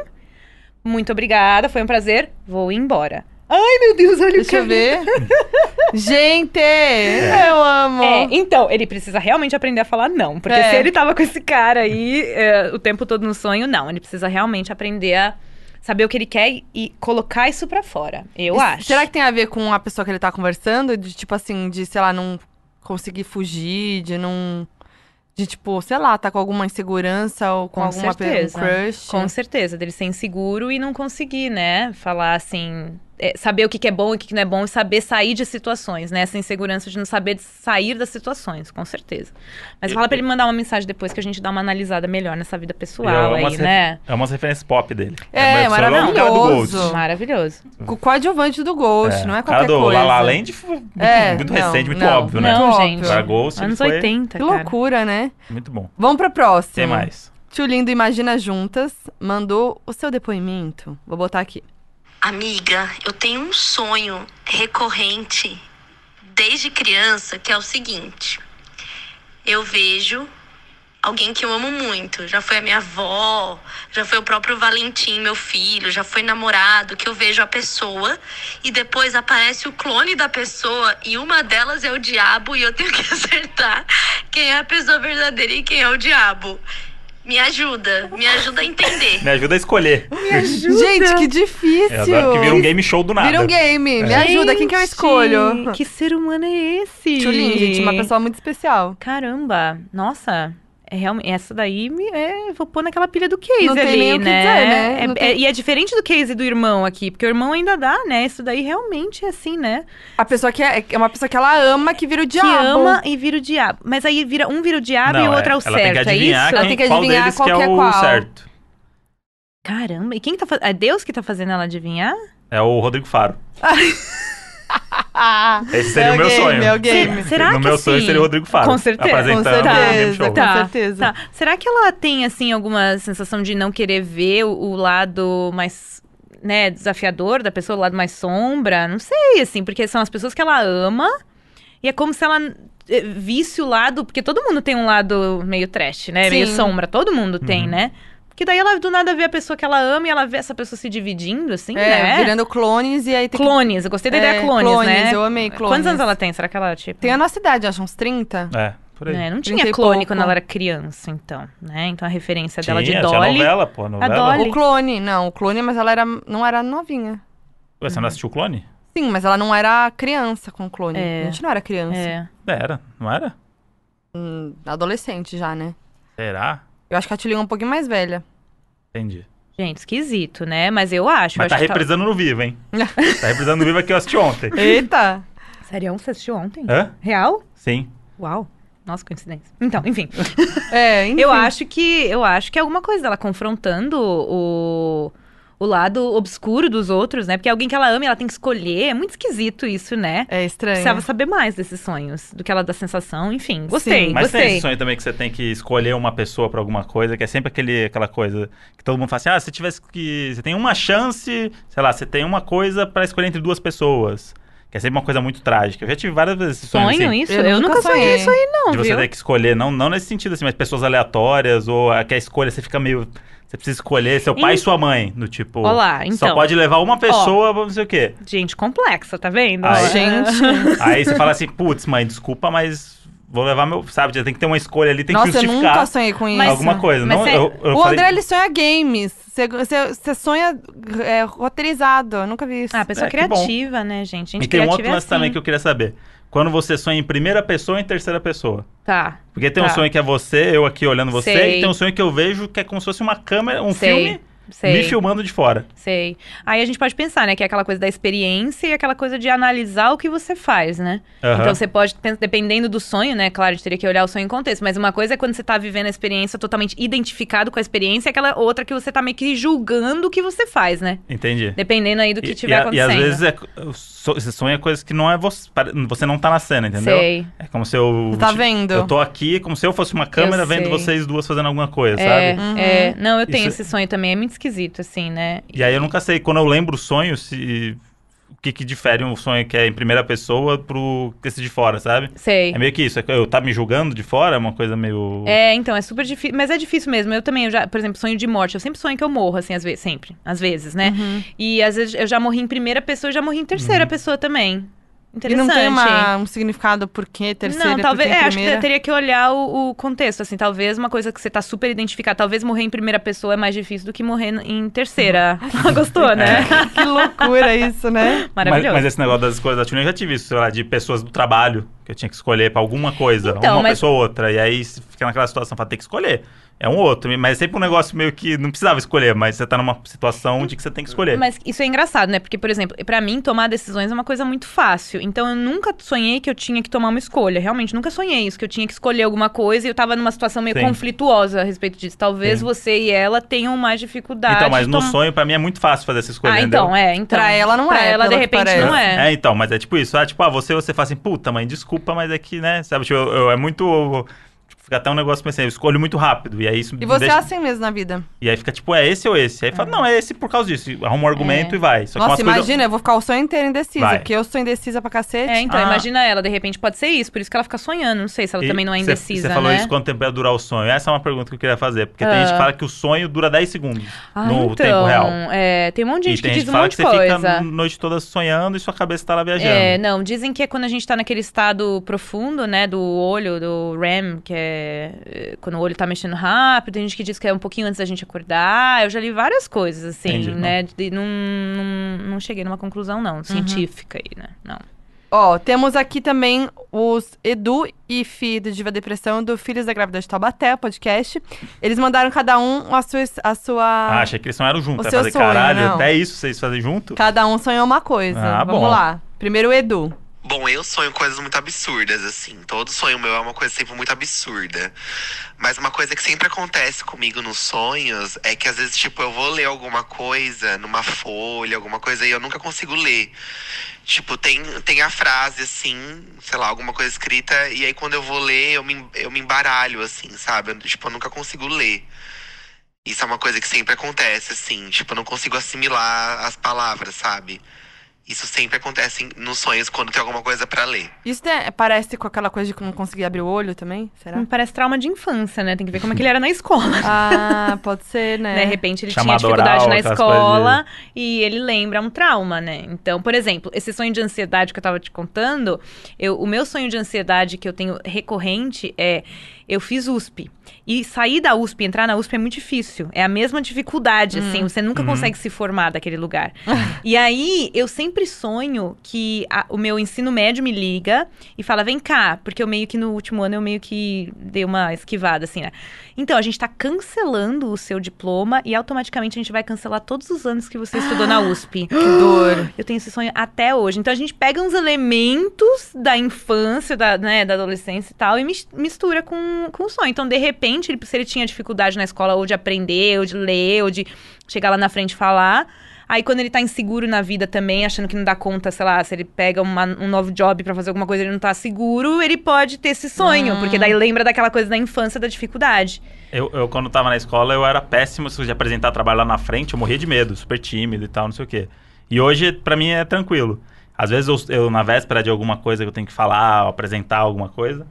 Muito obrigada, foi um prazer, vou embora. Ai, meu Deus, olha o Deixa eu cara. ver. Gente, eu amo. É, então, ele precisa realmente aprender a falar não. Porque É. se ele tava com esse cara aí é, o tempo todo no sonho, não. Ele precisa realmente aprender a saber o que ele quer e- e colocar isso pra fora. Eu E acho. Será que tem a ver com a pessoa que ele tá conversando? De tipo assim, de, sei lá, não conseguir fugir, de não. De tipo, sei lá, tá com alguma insegurança ou com, Com alguma pe- um certeza. crush. Com certeza, dele ser inseguro e não conseguir, né? Falar assim. é, saber o que, que é bom e o que, que não é bom e saber sair de situações, né? Essa insegurança de não saber de sair das situações, com certeza. Mas E- fala pra ele mandar uma mensagem depois que a gente dá uma analisada melhor nessa vida pessoal amo aí, as ref- né? É umas referências pop dele. mas só é É, o cara do maravilhoso. Ghost. Maravilhoso. Com o coadjuvante do Ghost, não é O cara qualquer do coisa. La La Land foi muito, É, muito não, recente, muito não, óbvio, né? Não, Muito gente. óbvio. Pra Ghost, ele Anos foi 80, Que cara. loucura, né? muito bom. Vamos pra próxima. Tem mais. Tio Lindo Imagina Juntas mandou o seu depoimento. Vou botar aqui. Amiga, eu tenho um sonho recorrente desde criança que é o seguinte: eu vejo alguém que eu amo muito, já foi a minha avó, já foi o próprio Valentim, meu filho, já foi namorado, que eu vejo a pessoa e depois aparece o clone da pessoa e uma delas é o diabo e eu tenho que acertar quem é a pessoa verdadeira e quem é o diabo. Me ajuda, me ajuda a entender. Me ajuda a escolher. Gente, que Eu adoro difícil. que vira um game show do nada. É. Vira um game. Me ajuda, quem que eu Gente, escolho? Que ser humano é esse? Tio Lindo, gente, uma pessoa muito especial. Caramba, nossa. É realmente, essa daí me, é, vou pôr naquela pilha do case Não tem ali, nem o que né? dizer, né? É- Não é- tem- e é diferente do case do irmão aqui, porque o irmão ainda dá, né? Isso daí realmente é assim, né? A pessoa que é, é uma pessoa que ela ama, que vira o diabo. Que ama e vira o diabo. Mas aí vira um vira o diabo e o Não, outro é, o ela tem que certo, é adivinhar isso? Quem, Ela tem que qual adivinhar deles qual que é que é o qual. certo. Caramba, e quem que tá fazendo? É Deus que tá fazendo ela adivinhar? É o Rodrigo Faro. Ah, Esse seria o meu game, sonho. É o game. Será no que meu assim- sonho seria o Rodrigo Faro. Com certeza, com Com Apresentando um game certeza, show. com Tá, certeza. Tá. Será que ela tem, assim, alguma sensação de não querer ver o, o lado mais, né, desafiador da pessoa, o lado mais sombra? Não sei, assim, porque são as pessoas que ela ama e é como se ela eh, visse o lado, porque todo mundo tem um lado meio trash, né? Meio Sim. sombra, todo mundo tem, Uhum. né? Porque daí ela do nada vê a pessoa que ela ama e ela vê essa pessoa se dividindo, assim, É, né? virando clones e aí tem Clones, eu gostei que... da é, ideia clones, né? eu amei clones. Quantos anos ela tem? Será que ela, tipo... Tem a nossa idade, acho, uns 30. É, por aí. né? Não Trinta tinha e clone pouco. quando ela era criança, então, né? Então a referência dela de tinha, tinha Dolly. novela, pô. Novela. Dolly. O clone, não, o clone, mas ela era, não era novinha. Ué, você não assistiu o clone? Sim, mas ela não era criança com o clone. É. A gente não era criança. É. É, Era, não era? Hum, Adolescente já, né? Será? Eu acho que a Tilly é um pouquinho mais velha. Entendi. Gente, esquisito, né? Mas eu acho. Mas eu tá acho que ela- reprisando no vivo, hein? tá reprisando no vivo aqui, eu assisti ontem. Eita! Sério, você assistiu ontem? Hã? Real? Sim. Uau. Nossa, coincidência. Então, enfim. É, enfim. Eu acho que eu acho que é alguma coisa dela confrontando o, o lado obscuro dos outros, né? Porque alguém que ela ama, ela tem que escolher. É muito esquisito isso, né? É estranho. Precisava saber mais desses sonhos, do que ela dá sensação, enfim. Gostei, Sim. Mas tem gostei. esse sonho também que você tem que escolher uma pessoa pra alguma coisa, que é sempre aquele, aquela coisa que todo mundo fala assim: ah, se tivesse que. Você tem uma chance, sei lá, você tem uma coisa pra escolher entre duas pessoas. Que é sempre uma coisa muito trágica. Eu já tive várias vezes esse sonho. Sonho assim, isso? Eu, nunca sonhei isso aí, não, de você viu? ter que escolher, não, não nesse sentido, assim, mas pessoas aleatórias, ou a, que a escolha você fica meio. Você precisa escolher seu pai Em- e sua mãe. No tipo. Ó lá, Só então. pode levar uma pessoa, não sei o quê. Gente complexa, tá vendo? Ai. Gente. Aí você fala assim, putz, mãe, desculpa, mas vou levar meu. Sabe, já tem que ter uma escolha ali, tem que Nossa, eu justificar. nunca sonhei com isso. Mas- alguma coisa. mas não, é- eu, eu o falei- André, ele sonha games. Você- Você você sonha é, roteirizado. Eu nunca vi isso. Ah, pessoa É, que bom. criativa, né, gente? Gente E tem um outro criativa é lance assim. também que eu queria saber. Quando você sonha em primeira pessoa e em terceira pessoa. Tá. Porque tem um Tá. sonho que é você, eu aqui olhando você, Sei. e tem um sonho que eu vejo que é como se fosse uma câmera, um Sei, filme Sei. me filmando de fora. Sei. Aí a gente pode pensar, né? Que é aquela coisa da experiência e aquela coisa de analisar o que você faz, né? Aham. Então você pode, pen- dependendo do sonho, né? Claro, a gente teria que olhar o sonho em contexto. Mas uma coisa é quando você tá vivendo a experiência totalmente identificado com a experiência, e aquela outra que você tá meio que julgando o que você faz, né? Entendi. Dependendo aí do que E- e, tiver a- e acontecendo. às vezes é, so- você sonha coisas que não é você. pare- Você não tá na cena, entendeu? Sei. É como se eu. tá vendo? Eu tô aqui como se eu fosse uma câmera vendo sei. vocês duas fazendo alguma coisa, É, sabe? Uhum. é. Não, eu tenho Isso- esse sonho também. É muito esquisito, assim, né? E aí eu nunca sei, quando eu lembro o sonho, se. O que, que difere um sonho que é em primeira pessoa pro esse de fora, sabe? Sei. É meio que isso. é que Eu tá me julgando de fora, é uma coisa meio. É, então, é super difícil. Mas é difícil mesmo. Eu também, eu já, por exemplo, sonho de morte. Eu sempre sonho que eu morro, assim, às vezes. Sempre. Às vezes, né? Uhum. E às vezes eu já morri em primeira pessoa e já morri em terceira pessoa também. E Interessante. não tem uma- um significado por quê? Terceira, não, talvez. por quê é, acho primeira? que teria que olhar o, o contexto, assim. Talvez uma coisa que você tá super identificada. Talvez morrer em primeira pessoa é mais difícil do que morrer n- em terceira. Gostou, né? Que loucura isso, né? mas, Maravilhoso. mas esse negócio das escolhas da Tuna eu já tive isso, sei lá, de pessoas do trabalho, que eu tinha que escolher pra alguma coisa, Então, uma mas- pessoa ou outra. E aí você fica naquela situação, fala, tem que escolher. É um ou outro. Mas é sempre um negócio meio que não precisava escolher, mas você tá numa situação de que você tem que escolher. Mas isso é engraçado, né? Porque, por exemplo, pra mim, tomar decisões é uma coisa muito fácil. Então, eu nunca sonhei que eu tinha que tomar uma escolha. Realmente, nunca sonhei isso, que eu tinha que escolher alguma coisa e eu tava numa situação meio Sim. conflituosa a respeito disso. Talvez Sim. você e ela tenham mais dificuldade. então, mas de no tomar- sonho, pra mim, é muito fácil fazer essa escolha, tipo um Ah, entendeu? então, é. Então, Pra ela não pra é, ela, de pelo que repente, parece. não é. então, mas é tipo isso. Ah, tipo, ah, você, você fala assim, puta, mãe, desculpa, mas é que, né? Sabe, tipo, eu, eu- é muito. tipo, Fica até um negócio pensando, eu escolho muito rápido. E aí isso E me você deixa- é assim mesmo na vida. E aí fica tipo, é esse ou esse? Aí fala, não, é esse por causa disso. E Arruma um É. argumento e vai. Só que umas Nossa, coisas- imagina, eu vou ficar o sonho inteiro indecisa, Vai. porque eu sou indecisa pra cacete. É, então, Ah. imagina ela, de repente pode ser isso, por isso que ela fica sonhando. Não sei se ela E também não é cê- indecisa. Você falou né? isso quanto tempo ia durar o sonho? Essa é uma pergunta que eu queria fazer. Porque tem Ah. gente que fala que o sonho dura 10 segundos Ah, no então, tempo real. É, tem um monte de E gente tem que gente diz que um fala que monte de você fica coisa. a noite toda sonhando e sua cabeça tá lá viajando. É, não, dizem que é quando a gente tá naquele estado profundo, né, do olho, do REM, que é eh, quando o olho tá mexendo rápido, tem gente que diz que é um pouquinho antes da gente acordar, eu já li várias coisas, assim, Entendi, não. né, de- não, não, não cheguei numa conclusão, não, científica aí, né, não. Ó, temos aqui também os Edu e Fi do Diva Depressão e do Filhos da Grávida de Taubaté, podcast. Eles mandaram cada um a sua... A Ah, sua achei que eles sonharam juntos. O Aí seu né? fazer sonho, caralho, não. até isso vocês fazem junto? Cada um sonhou uma coisa. Ah, Vamos bom. lá. Primeiro o Edu. Bom, eu sonho coisas muito absurdas, assim. Todo sonho meu é uma coisa sempre muito absurda. Mas uma coisa que sempre acontece comigo nos sonhos é que às vezes, tipo, eu vou ler alguma coisa numa folha, alguma coisa, e eu nunca consigo ler. Tipo, tem, tem a frase, assim, sei lá, alguma coisa escrita, e aí quando eu vou ler, eu me, eu me embaralho, assim, sabe? Eu, tipo, eu nunca consigo ler. Isso é uma coisa que sempre acontece, assim. Tipo, eu não consigo assimilar as palavras, sabe? Isso sempre acontece em- nos sonhos quando tem alguma coisa pra ler. Isso né, parece com aquela coisa de que não conseguir abrir o olho também? Será? Me Hum, parece trauma de infância, né, tem que ver como é que ele era na escola. ah, pode ser, né? De repente ele Chamada tinha dificuldade oral, na aquelas escola e ele lembra um trauma, né? Então, por exemplo, esse sonho de ansiedade que eu tava te contando, eu- o meu sonho de ansiedade que eu tenho recorrente é eu fiz USP. E sair da USP, entrar na USP é muito Hum. difícil. É a mesma dificuldade, assim. Você nunca consegue se formar daquele lugar. e aí, eu sempre sempre sonho que a- o meu ensino médio me liga e fala, vem cá, porque eu meio que no último ano eu meio que dei uma esquivada, assim, né? Então, a gente tá cancelando o seu diploma e automaticamente a gente vai cancelar todos os anos que você estudou na USP. Ah! Que dor. Eu tenho esse sonho até hoje. Então, a gente pega uns elementos da infância, da, né, da adolescência e tal, e mis- mistura com, com o sonho. Então, de repente, ele- se ele tinha dificuldade na escola ou de aprender, ou de ler, ou de chegar lá na frente e falar. Aí quando ele tá inseguro na vida também, achando que não dá conta, sei lá, se ele pega uma- um novo job pra fazer alguma coisa e ele não tá seguro, ele pode ter esse sonho, Ah. porque daí lembra daquela coisa da infância, da dificuldade. Eu, eu, quando tava na escola, eu era péssimo de apresentar trabalho lá na frente, eu morria de medo, super tímido e tal, não sei o quê. E hoje, pra mim, é tranquilo. Às vezes, eu, eu, na véspera de alguma coisa que eu tenho que falar, ou apresentar alguma coisa,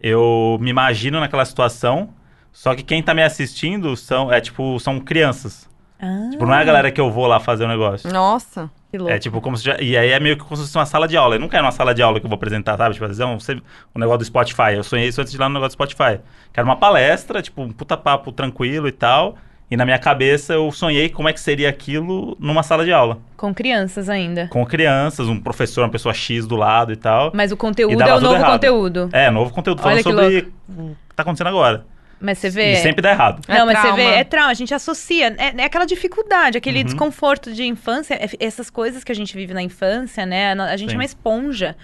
eu me imagino naquela situação, só que quem tá me assistindo são, é tipo, são crianças. Ah, Tipo, não é a galera que eu vou lá fazer o negócio. Nossa. que louco. É tipo como se já- E aí é meio que como se fosse uma sala de aula. Eu nunca era uma sala de aula que eu vou apresentar, sabe? Tipo, às vezes é um, sempre- um negócio do Spotify. Eu sonhei isso antes de ir lá no negócio do Spotify. Que era uma palestra, tipo, um puta papo tranquilo e tal. E na minha cabeça eu sonhei como é que seria aquilo numa sala de aula. Com crianças ainda. Com crianças, um professor, uma pessoa X do lado e tal. Mas o E conteúdo dava é o tudo novo errado. conteúdo. É, novo conteúdo falando Olha que sobre o que tá acontecendo agora. Mas você vê. E sempre dá errado. É não, mas trauma. você vê, é trauma, a gente associa, é, é aquela dificuldade, aquele Uhum. desconforto de infância, é- essas coisas que a gente vive na infância, né? A gente é Sim. uma esponja.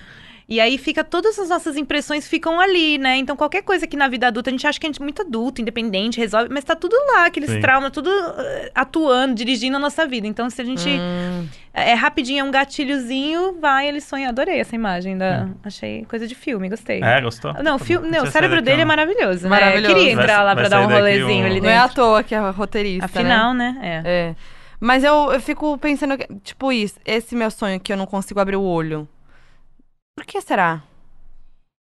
E aí fica, todas as nossas impressões ficam ali, né? Então qualquer coisa que na vida adulta, a gente acha que a gente é muito adulto, independente, resolve, mas tá tudo lá, aqueles Sim. traumas, tudo eh, atuando, dirigindo a nossa vida. Então se a gente, Hum. é, é rapidinho, é um gatilhozinho, vai, ele sonha. Adorei essa imagem, da, achei coisa de filme, gostei. É, gostou? Não, o filme, não, o cérebro dele é maravilhoso, né? Maravilhoso. Queria um Vai- entrar lá vai pra dar um sair daqui rolezinho um- ali Não é à dentro. toa que é roteirista, né? Afinal, né? É. É. Mas eu, eu fico pensando, que, tipo, isso, esse meu sonho que eu não consigo abrir o olho. Por que será?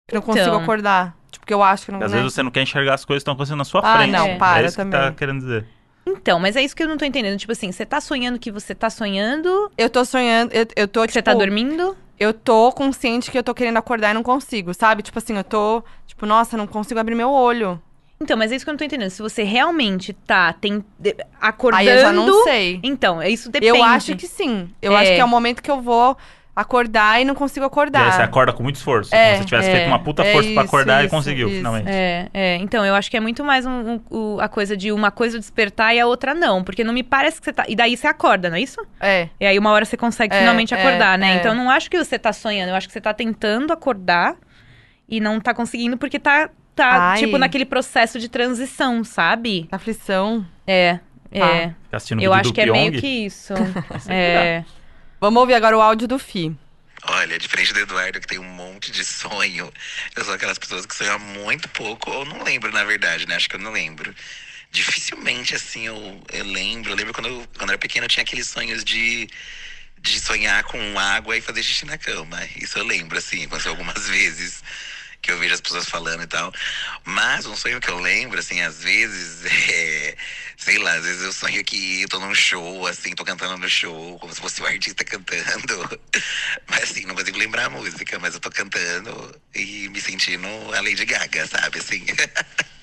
Que eu não consigo Então. acordar. Tipo, que eu acho que não. Às né? vezes você não quer enxergar as coisas que estão acontecendo na sua Ah, frente. não, é para isso que também. tá querendo dizer. Então, mas é isso que eu não tô entendendo. Tipo assim, você tá sonhando que você tá sonhando, Eu tô sonhando, eu, eu tô, que você tipo, tá dormindo? eu tô consciente que eu tô querendo acordar e não consigo, sabe? Tipo assim, eu tô, tipo, nossa, não consigo abrir meu olho. Então, mas é isso que eu não tô entendendo. Se você realmente tá tem... de- acordando. Aí eu já não sei. Então, é isso depende. Eu acho que sim. Eu É. acho que é o momento que eu vou acordar e não E consigo aí você acordar. acorda com muito esforço. É, como se tivesse é, feito uma puta é força pra isso, acordar e isso, conseguiu, isso. finalmente. É, é, então eu acho que é muito mais um- um- o- a coisa de uma coisa despertar e a outra não, porque não me parece que você tá. E daí você acorda, não é isso? É. E aí uma hora você consegue É, finalmente é, acordar, né? é. Então eu não acho que você tá sonhando, eu acho que você tá tentando acordar e não tá conseguindo porque tá, tá Ai. tipo, naquele processo de transição, sabe? Aflição. É, é. Tá assistindo Eu vídeo acho do que é Pyong? meio que isso. é. Vamos ouvir agora o áudio do Fi. Olha, é diferente do Eduardo, que tem um monte de sonho, eu sou aquelas pessoas que sonham muito pouco, ou não lembro, na verdade, né? Acho que eu não lembro. Dificilmente, assim, eu, eu lembro. Eu lembro quando eu, quando eu era pequeno, eu tinha aqueles sonhos de, de sonhar com água e fazer xixi na cama. Isso eu lembro, assim, aconteceu algumas vezes que eu vejo as pessoas falando e tal. Mas um sonho que eu lembro, assim, às vezes, é, sei lá, às vezes eu sonho que eu tô num show, assim, tô cantando no show, como se fosse o artista cantando. Mas assim, não consigo lembrar a música, mas eu tô cantando e me sentindo a Lady Gaga, sabe? Assim.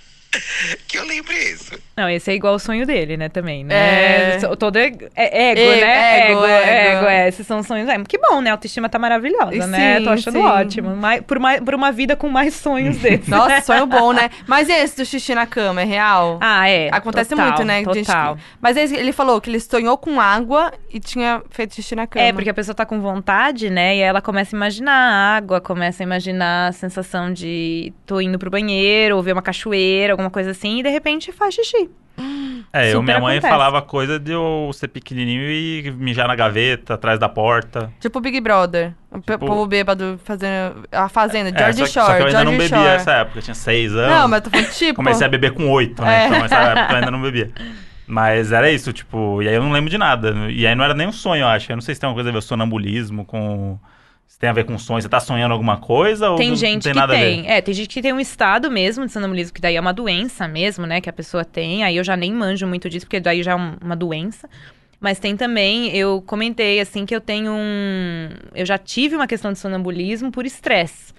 que eu lembro isso. Não, esse é igual o sonho dele, né, também, né? É. So- Todo é, é ego, E- né? ego, Ego, ego. ego, é. Esses são sonhos. É, que bom, né? A autoestima tá maravilhosa, né? Sim, Tô achando sim. ótimo. Mas- por, mais, por uma vida com mais sonhos desses. Nossa, sonho bom, né? Mas esse do xixi na cama é real? Ah, é. Acontece total, muito, né? de gente que- Total. Mas esse- ele falou que ele sonhou com água e tinha feito xixi na cama. É, porque a pessoa tá com vontade, né? E aí ela começa a imaginar a água, começa a imaginar a sensação de tô indo pro banheiro, ou ver uma cachoeira, alguma coisa assim, e de repente faz xixi. Ah. É, eu, Super minha mãe acontece. falava coisa de eu ser pequenininho e mijar na gaveta, atrás da porta. Tipo o Big Brother. O pe- Tipo- povo bêbado fazendo a fazenda. é, George só, que- só Shore. que eu ainda George não bebia Shore. nessa época, eu tinha seis anos. Não, mas eu tô falando, tipo. Comecei a beber com oito, né? É. Então nessa época eu ainda não bebia. Mas era isso, tipo, e aí eu não lembro de nada. E aí não era nem um sonho, eu acho. Eu não sei se tem alguma coisa a ver com sonambulismo, com. Se tem a ver com sonho. Você tá sonhando alguma coisa ou tem não, gente não tem que nada a ver? tem. É, tem gente que tem um estado mesmo de sonambulismo, que daí é uma doença mesmo, né? Que a pessoa tem. Aí eu já nem manjo muito disso, porque daí já é um- uma doença. Mas tem também, eu comentei assim que eu tenho um. Eu já tive uma questão de sonambulismo por estresse.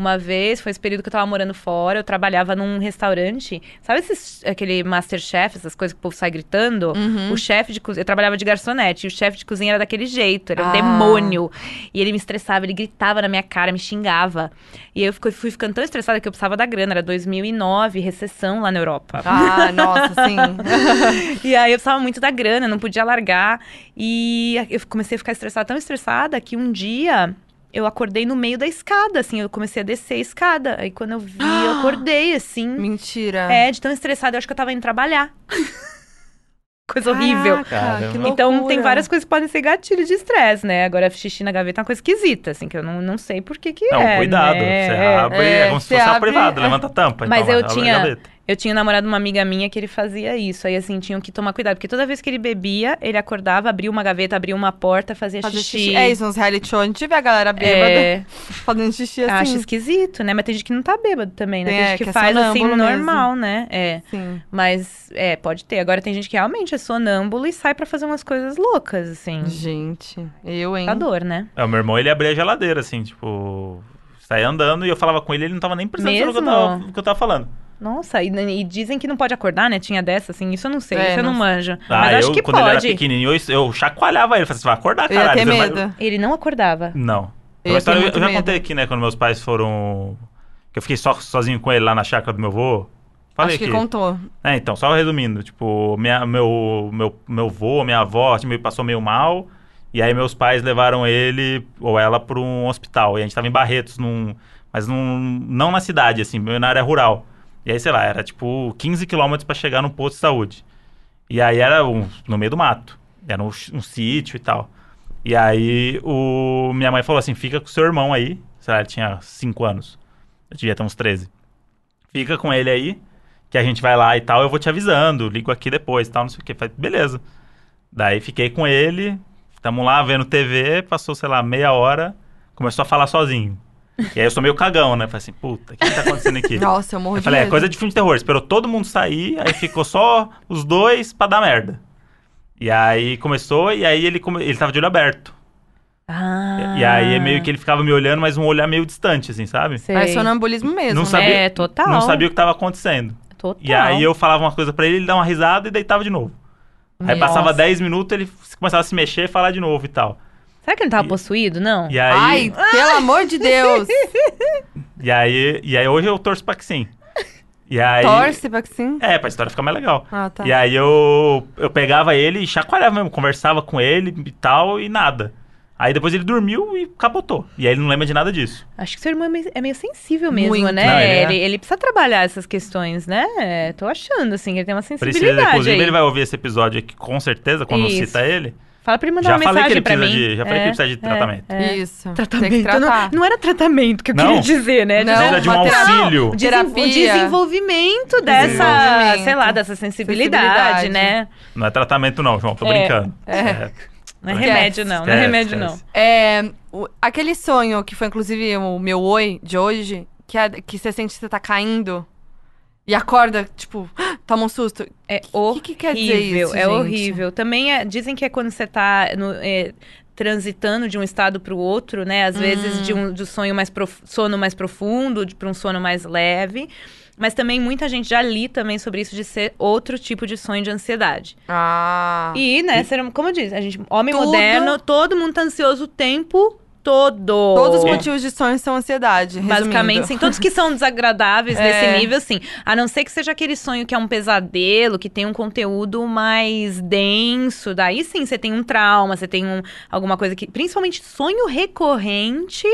uma vez, foi esse período que eu tava morando fora, eu trabalhava num restaurante. Sabe esses, aquele Masterchef, essas coisas que o povo sai gritando? O chefe de cozinha, eu trabalhava de garçonete, e o chefe de cozinha era daquele jeito, era um Ah. demônio. E ele me estressava, ele gritava na minha cara, me xingava. E eu fico- fui ficando tão estressada que eu precisava da grana, era 2009, recessão lá na Europa. Ah, nossa, sim. E aí eu precisava muito da grana, eu não podia largar. E eu comecei a ficar estressada, tão estressada, que um dia eu acordei no meio da escada, assim, eu comecei a descer a escada. Aí quando eu vi, eu acordei, assim. Mentira. É, de tão estressada, eu acho que eu tava indo trabalhar. Coisa horrível. Caraca, que Caramba. Então tem loucura. várias coisas que podem ser gatilho de estresse, né? Agora, xixi na gaveta é uma coisa esquisita, assim, que eu não, não sei por que que Não, é. cuidado. né? Você É. abre, é, É, como se você fosse uma abre- privada, levanta a tampa. Mas então, eu abre a tinha- gaveta. Eu tinha um namorado uma amiga minha que ele fazia isso. Aí, assim, tinham que tomar cuidado. Porque toda vez que ele bebia, ele acordava, abria uma gaveta, abria uma porta, fazia, Fazer xixi. xixi. É isso, nos reality show. A gente vê a galera bêbada É, fazendo xixi assim. acho esquisito, né? Mas tem gente que não tá bêbado também, né? Tem É, gente que, que é faz assim, sonâmbulo normal, né? É. Sim. Mas, é, pode ter. Agora tem gente que realmente é sonâmbula e sai pra fazer umas coisas loucas, assim. Gente, eu, hein? Tá dor, né? É, o meu irmão, ele abria a geladeira, assim, tipo... Saia andando e eu falava com ele, ele não tava nem precisando saber o que eu Mesmo? tava, o que eu tava falando. Nossa, e, e dizem que não pode acordar, né? Tinha dessa, assim. Isso eu não sei, É, isso eu não não manjo. Ah, Mas eu, acho que quando ele era pode. pequenininho, eu, eu chacoalhava ele. Falei assim, vai acordar, Eu ia caralho. ter você vai- medo. Ele não acordava. Não. Eu Eu, ia história, ter eu, muito eu já medo. contei aqui, né, quando meus pais foram... Que eu fiquei só, sozinho com ele lá na chácara do meu avô. Falei acho que aqui. contou. É, então, só resumindo, tipo, minha, meu, meu, meu vô, minha avó, tipo, meio- passou meio mal, e aí meus pais levaram ele ou ela para um hospital, e a gente tava em Barretos, num, mas num, não na cidade, assim, meio na área rural. E aí, sei lá, era tipo 15 quilômetros para chegar num posto de saúde. E aí era um- no meio do mato, era um, ch- um sítio e tal. E aí o, minha mãe falou assim, fica com seu irmão aí, sei lá, ele tinha 5 anos, eu devia ter uns 13. Fica com ele aí, que a gente vai lá e tal, eu vou te avisando, ligo aqui depois e tal, não sei o que. Falei, beleza. Daí fiquei com ele, tamo lá vendo TV, passou, sei lá, meia hora, começou a falar sozinho. E aí eu sou meio cagão, né? Falei assim, puta, o que, que tá acontecendo aqui? Nossa, eu morro eu de falei, é medo. coisa de filme de terror, esperou todo mundo sair, aí ficou só os dois pra dar merda. E aí começou, e aí ele, come- ele tava de olho aberto. Ah. E aí meio que ele ficava me olhando, mas um olhar meio distante, assim, sabe? Sei. Parece sonambulismo mesmo. Não né? sabia- É, total. Não sabia o que tava acontecendo. Total. E aí eu falava uma coisa pra ele, ele dava uma risada e deitava de novo. Aí Nossa. passava 10 minutos, ele f- começava a se mexer e falar de novo e tal. Será que ele não tava E- possuído, não? E aí, Ai, pelo amor de Deus. e aí, e aí hoje eu torço pra que sim. E aí, Torce pra que sim. É, pra história ficar mais legal. Ah, tá. E aí eu, eu pegava ele e chacoalhava mesmo, conversava com ele e tal, e nada. Aí depois ele dormiu e capotou. E aí ele não lembra de nada disso. Acho que seu irmão é meio, é meio sensível mesmo, Muito. né? Não, ele é. ele, ele precisa trabalhar essas questões, né? É, tô achando, assim, que ele tem uma sensibilidade Precisa, inclusive, aí. ele vai ouvir esse episódio aqui com certeza, quando Isso. cita ele. Fala pra ele mandar já uma falei que mensagem ele pra precisa mim. de. Já falei É, que ele precisa de tratamento. É. Isso. Tratamento. Tem que tratar. Não, não era tratamento que eu Não. queria dizer, né? Não, Precisa de um uma terapia. auxílio. Desenvol- Terapia. desenvolvimento dessa, Desenvolvimento. sei lá, dessa sensibilidade, Sensibilidade. né? Não é tratamento, não, João. Tô É. brincando. É. Não é Esquece, remédio, não. Não é esquece, remédio, não. esquece. É, o- aquele sonho que foi, inclusive, o meu oi de hoje, que, é, que você sente que você tá caindo e acorda, tipo, toma um susto. É O horrível. que, que quer dizer isso, é gente? horrível. Também é- dizem que é quando você tá no- é, transitando de um estado para o outro, né? Às vezes de Hum. um do sonho mais prof- sono mais profundo para um sono mais leve. Mas também muita gente já li também sobre isso de ser outro tipo de sonho de ansiedade. Ah. E, né, ser, como eu disse, a gente, homem Tudo- moderno, todo mundo tá ansioso o tempo todo. Todos os motivos de sonho são ansiedade. Basicamente, sim. Todos que são desagradáveis nesse nível, sim. A não ser que seja aquele sonho que é um pesadelo, que tem um conteúdo mais denso. Daí sim, você tem um trauma, você tem um, alguma coisa que. Principalmente sonho recorrente.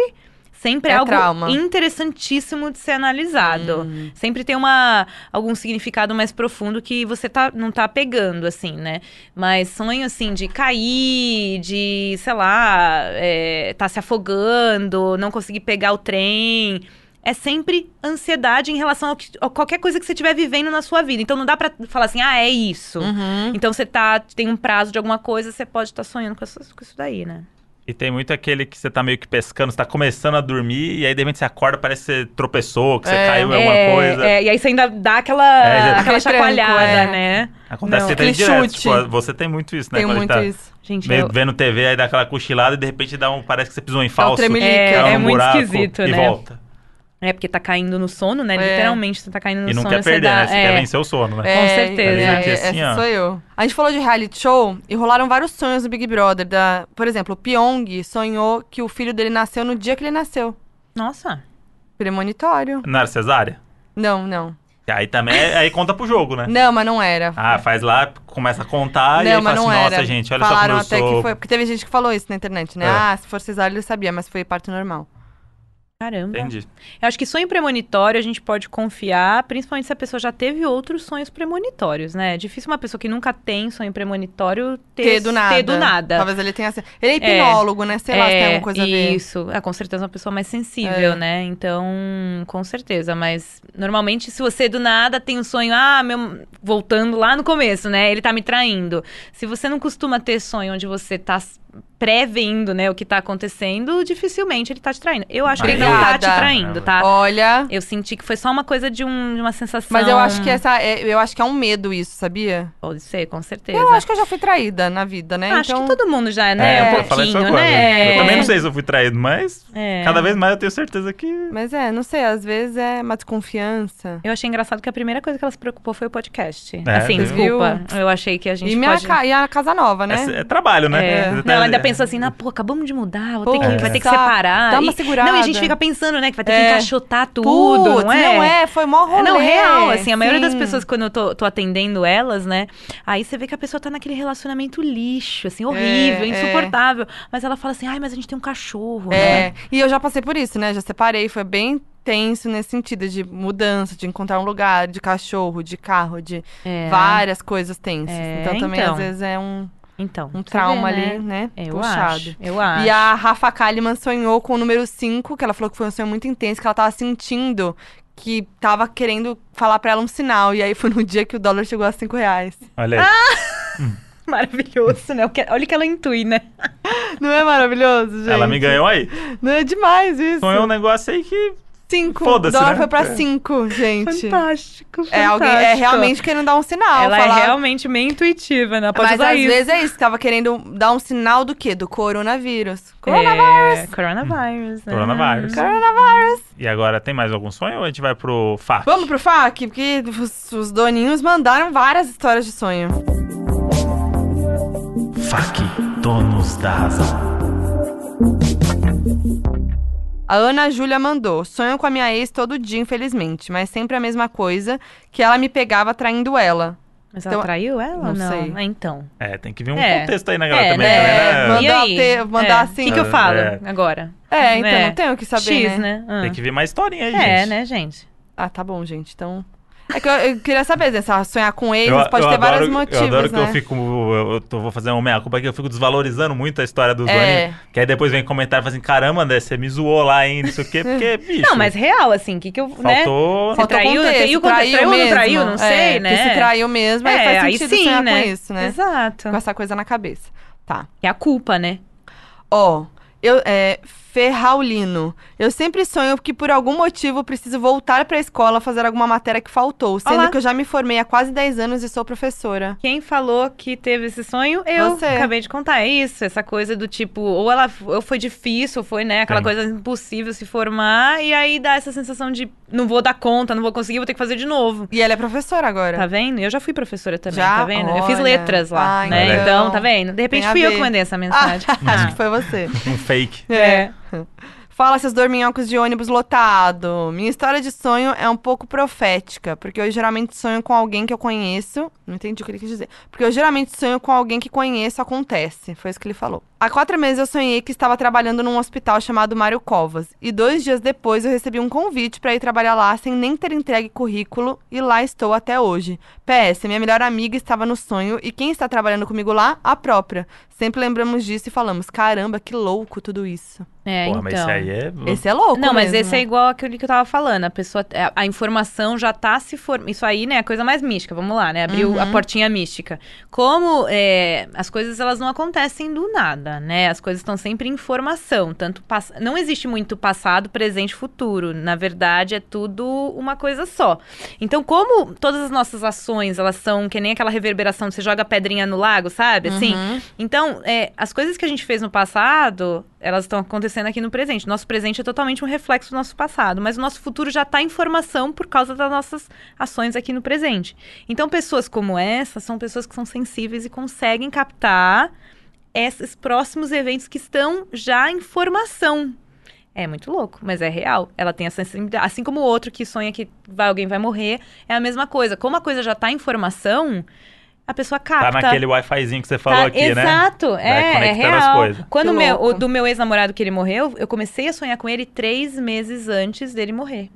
Sempre é É algo trauma. Uhum. interessantíssimo de ser analisado. Sempre tem uma, algum significado mais profundo que você tá, não tá pegando, assim, né? Mas sonho, assim, de cair, de, sei lá, é, tá se afogando, não conseguir pegar o trem. É sempre ansiedade em relação ao que- a qualquer coisa que você estiver vivendo na sua vida. Então não dá pra falar assim, ah, é isso. Uhum. Então você tá, tem um prazo de alguma coisa, você pode estar sonhando com isso, com isso daí, né? E tem muito aquele que você tá meio que pescando, você tá começando a dormir, e aí de repente você acorda, parece que você tropeçou, que você É, caiu em alguma coisa. é, e aí você ainda dá aquela, É, já- aquela Aquele tranco, chacoalhada, é. né? Acontece Não, você tá aquele direto. chute. Tipo, você tem muito isso, né? Tem Quando a gente muito tá isso. Gente, meio- eu- vendo TV, aí dá aquela cochilada e de repente dá um, parece que você pisou em falso. tremelique. cai É, num é muito buraco esquisito, e né? volta. É, porque tá caindo no sono, né? É. Literalmente, você tá caindo no E não sono. quer você perder, dá- né? Você é. quer vencer o sono, né? É. Com certeza. é, Porque assim, essa ó. sou eu. A gente falou de reality show e rolaram vários sonhos no Big Brother. Da... Por exemplo, o Pyong sonhou que o filho dele nasceu no dia que ele nasceu. Nossa. Premonitório. Não era cesárea? Não, não. Aí também, é, aí conta pro jogo, né? Não, mas não era. Ah, faz lá, começa a contar e não, aí mas fala não assim, era. nossa, gente, olha Falaram só como eu até sou. que foi. Porque teve gente que falou isso na internet, né? É. Ah, se for cesárea, ele sabia, mas foi parto normal. Caramba. Entendi. Eu acho que sonho premonitório a gente pode confiar, principalmente se a pessoa já teve outros sonhos premonitórios, né? É difícil uma pessoa que nunca tem sonho premonitório ter, Ter do nada. Ter do nada. É, Talvez ele tenha. sido- Ele é hipnólogo, né? Sei lá se tem alguma coisa a ver. Isso. É, com certeza uma pessoa mais sensível, É. né? Então, com certeza. Mas, normalmente, se você do nada tem um sonho, ah, meu. Voltando lá no começo, né? Ele tá me traindo. Se você não costuma ter sonho onde você tá s- prevendo, né, o que tá acontecendo, dificilmente ele tá te traindo. Eu acho que ele não tá te Obrigada. traindo, tá? Olha. Eu senti que foi só uma coisa de, um- de uma sensação. Mas eu acho que essa. é- Eu acho que é um medo isso, sabia? Ah. Pode ser, com certeza. Eu acho que eu já fui traída na vida, né? Acho então... que todo mundo já, né? um É, eu falei isso pouquinho, agora. né? É. Eu também não sei se eu fui traído, mas É. cada vez mais eu tenho certeza que. Mas é, não sei, às vezes é uma desconfiança. Eu achei engraçado que a primeira coisa que ela se preocupou foi o podcast. É, assim, viu? desculpa. Eu achei que a gente E, minha pode... ca- e a casa nova, né? É, é trabalho, né? É. Você Não, tá- ela ainda pensou assim, na pô, acabamos de mudar, vou ter que- é. Pô, vai ter que saco. separar. Dá uma E- segurada. Não, e a gente fica pensando, né, que vai ter que É. encaixotar tudo, Putz, não é? Não é, foi mó rolê. não, real, assim, a maioria das Sim. pessoas, quando eu tô, tô atendendo elas, né, aí você vê que a pessoa tá naquele relacionamento lixo, assim, horrível, é. insuportável. Mas ela fala assim, ai, mas a gente tem um cachorro, né? É, e eu já passei por isso, né? Já separei, foi bem tenso nesse sentido de mudança, de encontrar um lugar, de cachorro, de carro, de É. várias coisas tensas. É, então também, então. às vezes, é um, Então, um você trauma vê, né? ali, né? Eu Puxado. acho, eu acho. E a Rafa Kalimann sonhou com o número 5, que ela falou que foi um sonho muito intenso, que ela tava sentindo que tava querendo falar pra ela um sinal. E aí foi no dia que o dólar chegou a 5 reais. Olha aí. Ah! Hum. Maravilhoso, né? O que- Olha o que ela intui, né? Não é maravilhoso, gente? ela me ganhou aí. Não é demais isso? Sonhou um negócio aí que. 5. O Foda-se, dólar né? foi pra 5, gente. Fantástico, fantástico. É, alguém, é realmente querendo dar um sinal. Ela falar... é realmente meio intuitiva, né? Ela pode Mas usar às isso. vezes é isso, tava querendo dar um sinal do quê? Do coronavírus. Coronavírus. Coronavírus. É, coronavírus, né? Coronavírus. Coronavírus. E agora tem mais algum sonho ou a gente vai pro fato? Vamos pro FAQ, porque os, os doninhos mandaram várias histórias de sonho. FAC, donos da razão. A Ana Júlia mandou: Sonho com a minha ex todo dia, infelizmente, mas sempre a mesma coisa, que ela me pegava traindo ela. Mas ela Então, traiu ela? não ou não sei. Ah, então. É, tem que ver um É. contexto aí na galera É, também, né? também, né? Manda- E Mandar aí? ter- mandar É. assim. O que, que eu falo É. agora? É, então É. não tenho o que saber. X, né? né? Ah. Tem que ver mais historinha aí, É, gente. né, gente? Ah, tá bom, gente. Então. É que eu, eu queria saber, né? se sonhar com ex, pode ter adoro- vários motivos. Eu adoro que né? eu fico. Eu, eu tô- vou fazer uma meia culpa que eu fico desvalorizando muito a história do É. Zoni. Que aí depois vem comentário e fala assim: caramba, André, você me zoou lá, hein? Não sei o quê, porque, bicho. Não, mas real, assim, o que que eu... Né? Faltou. Faltou traiu, contexto, traiu, traiu, não traiu, mesmo. não sei, É, né? Que se traiu mesmo, aí É, faz aí sentido sim, sonhar né? com isso, né? Exato. Com essa coisa na cabeça. Tá. É a culpa, né? Ó, eu é Ferraulino. Eu sempre sonho que por algum motivo eu preciso voltar pra escola fazer alguma matéria que faltou, sendo Olá. que eu já me formei há quase 10 anos e sou professora. Quem falou que teve esse sonho? Eu Você. acabei de contar é isso, essa coisa do tipo, ou ela ou foi difícil, ou foi, né, aquela Sim. coisa impossível se formar, e aí dá essa sensação de não vou dar conta, não vou conseguir, vou ter que fazer de novo. E ela é professora agora. Tá vendo? Eu já fui professora também, Já? tá vendo? Eu fiz Olha. letras lá, Ah, né? então. Então, tá vendo? De repente Tem a fui eu ver. que mandei essa mensagem. Acho que foi você. Um fake. É. Fala, seus dorminhocos de ônibus lotado. Minha história de sonho é um pouco profética, porque eu geralmente sonho com alguém que eu conheço. Não entendi o que ele quis dizer. Porque eu geralmente sonho com alguém que conheço, acontece. Foi isso que ele falou. Há quatro meses eu sonhei que estava trabalhando num hospital chamado Mário Covas. E dois dias depois eu recebi um convite para ir trabalhar lá sem nem ter entregue currículo. E lá estou até hoje. PS, minha melhor amiga estava no sonho e quem está trabalhando comigo lá? A própria. Sempre lembramos disso e falamos: caramba, que louco tudo isso. É, Porra, então. mas esse aí é. Esse é louco, Não, mas mesmo. esse é igual aquele que eu tava falando. A pessoa, a- a informação já tá se formando. Isso aí, né, é a coisa mais mística. Vamos Uhum. lá, né? Abriu a portinha mística. Como é, as coisas elas não acontecem do nada, agora, né? As coisas estão sempre em formação. Tanto pass- Não existe muito passado, presente e futuro. Na verdade, é tudo uma coisa só. Então, como todas as nossas ações, elas são que nem aquela reverberação, você joga pedrinha no lago, sabe? Assim, Uhum. então, é, as coisas que a gente fez no passado, elas estão acontecendo aqui no presente. Nosso presente é totalmente um reflexo do nosso passado, mas o nosso futuro já está em formação por causa das nossas ações aqui no presente. Então, pessoas como essa são pessoas que são sensíveis e conseguem captar esses próximos eventos que estão já em formação. É muito louco, mas é real. Ela tem essa sensibilidade. Assim como o outro que sonha que vai, alguém vai morrer, é a mesma coisa. Como a coisa já está em formação, a pessoa Tá capta. naquele Wi-Fizinho que você falou Ah, Tá, aqui, né? exato, é, é conectando as real. coisas. Quando Que o meu, louco. o do meu ex-namorado que ele morreu, eu comecei a sonhar com ele três meses antes dele morrer.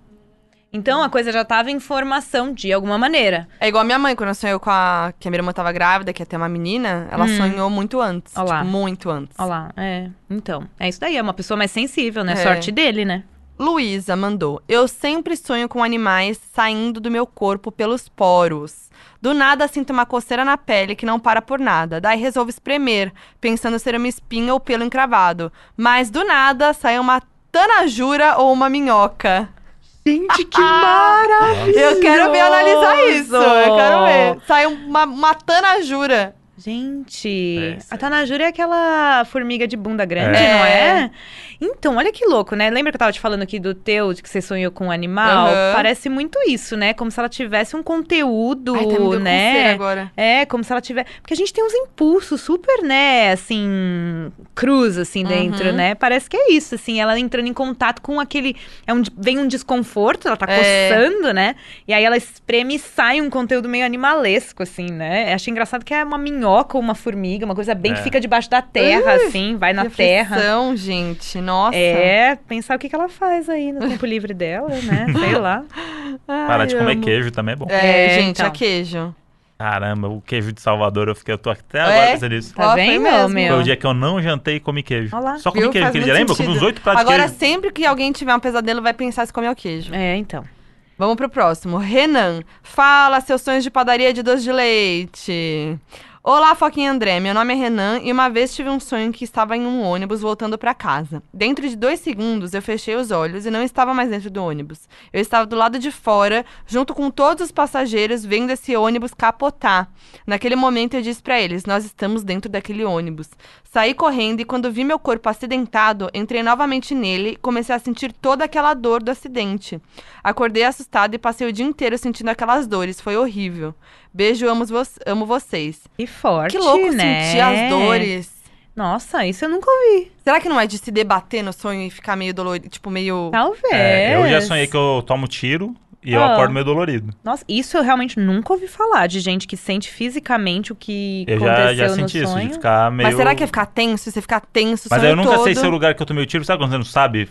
Então a coisa já tava em formação de alguma maneira. É igual a minha mãe, quando ela sonhou com a. que a minha irmã tava grávida, que ia ter uma menina, ela Hum. sonhou muito antes. Ó lá. tipo, muito antes. Olha lá, é. Então, é isso daí, é uma pessoa mais sensível, né? É. Sorte dele, né? Luísa mandou. Eu sempre sonho com animais saindo do meu corpo pelos poros. Do nada sinto uma coceira na pele que não para por nada. Daí resolvo espremer, pensando ser uma espinha ou pelo encravado. Mas do nada sai uma tanajura ou uma minhoca. Gente, que maravilha! Eu quero ver analisar isso. Eu quero ver. Sai um uma, uma tanajura. É, Gente, a Tanajura é aquela formiga de bunda grande, É. não é? Então, olha que louco, né? Lembra que eu tava te falando aqui do teu, de que você sonhou com um animal? Aham. Parece muito isso, né? Como se ela tivesse um conteúdo, Ai, tá me dando coceira né? agora. É, como se ela tivesse. Porque a gente tem uns impulsos super, né, assim, cruz, assim, dentro, Uhum. né? Parece que é isso, assim, ela entrando em contato com aquele. É um... Vem um desconforto, ela tá É. coçando, né? E aí ela espreme e sai um conteúdo meio animalesco, assim, né? Achei engraçado que é uma minhoca ou uma formiga, uma coisa bem É. que fica debaixo da terra, assim, vai na Que terra. aflição, gente. Nossa. É, pensar o que que ela faz aí no tempo livre dela, né? Sei lá. Ai, Parar de comer amo. queijo também é bom. É, É, gente, então. é queijo. Caramba, o queijo de Salvador, eu fiquei, eu tô até agora É? pensando nisso. Tá Ó, foi vendo, mesmo. meu? Foi o dia que eu não jantei e comi queijo. Ó lá. Só comi Viu? queijo Faz aquele dia, muito lembra? Eu comi uns sentido. oito pratos Agora, de queijo. sempre que alguém tiver um pesadelo, vai pensar se comeu queijo. É, então. Vamos pro próximo. Renan, fala seus sonhos de padaria de doce de leite. Olá, Foquinha e André. Meu nome é Renan e uma vez tive um sonho que estava em um ônibus voltando para casa. Dentro de dois segundos, eu fechei os olhos e não estava mais dentro do ônibus. Eu estava do lado de fora, junto com todos os passageiros, vendo esse ônibus capotar. Naquele momento, eu disse para eles: Nós estamos dentro daquele ônibus. Saí correndo e, quando vi meu corpo acidentado, entrei novamente nele e comecei a sentir toda aquela dor do acidente. Acordei assustada e passei o dia inteiro sentindo aquelas dores. Foi horrível. Beijo, amo, vo- amo vocês. E forte, que louco né? sentir as dores. Nossa, isso eu nunca ouvi. Será que não é de se debater no sonho e ficar meio dolorido? Tipo, meio. Talvez. É, eu já sonhei que eu tomo tiro e eu Ah. acordo meio dolorido. Nossa, isso eu realmente nunca ouvi falar de gente que sente fisicamente o que Eu já, aconteceu já no senti isso, sonho. de ficar meio... Mas será que é ficar tenso? Você ficar tenso, o Mas sonho eu nunca sei se é o todo? lugar que eu tomei o tiro, sabe quando você não sabe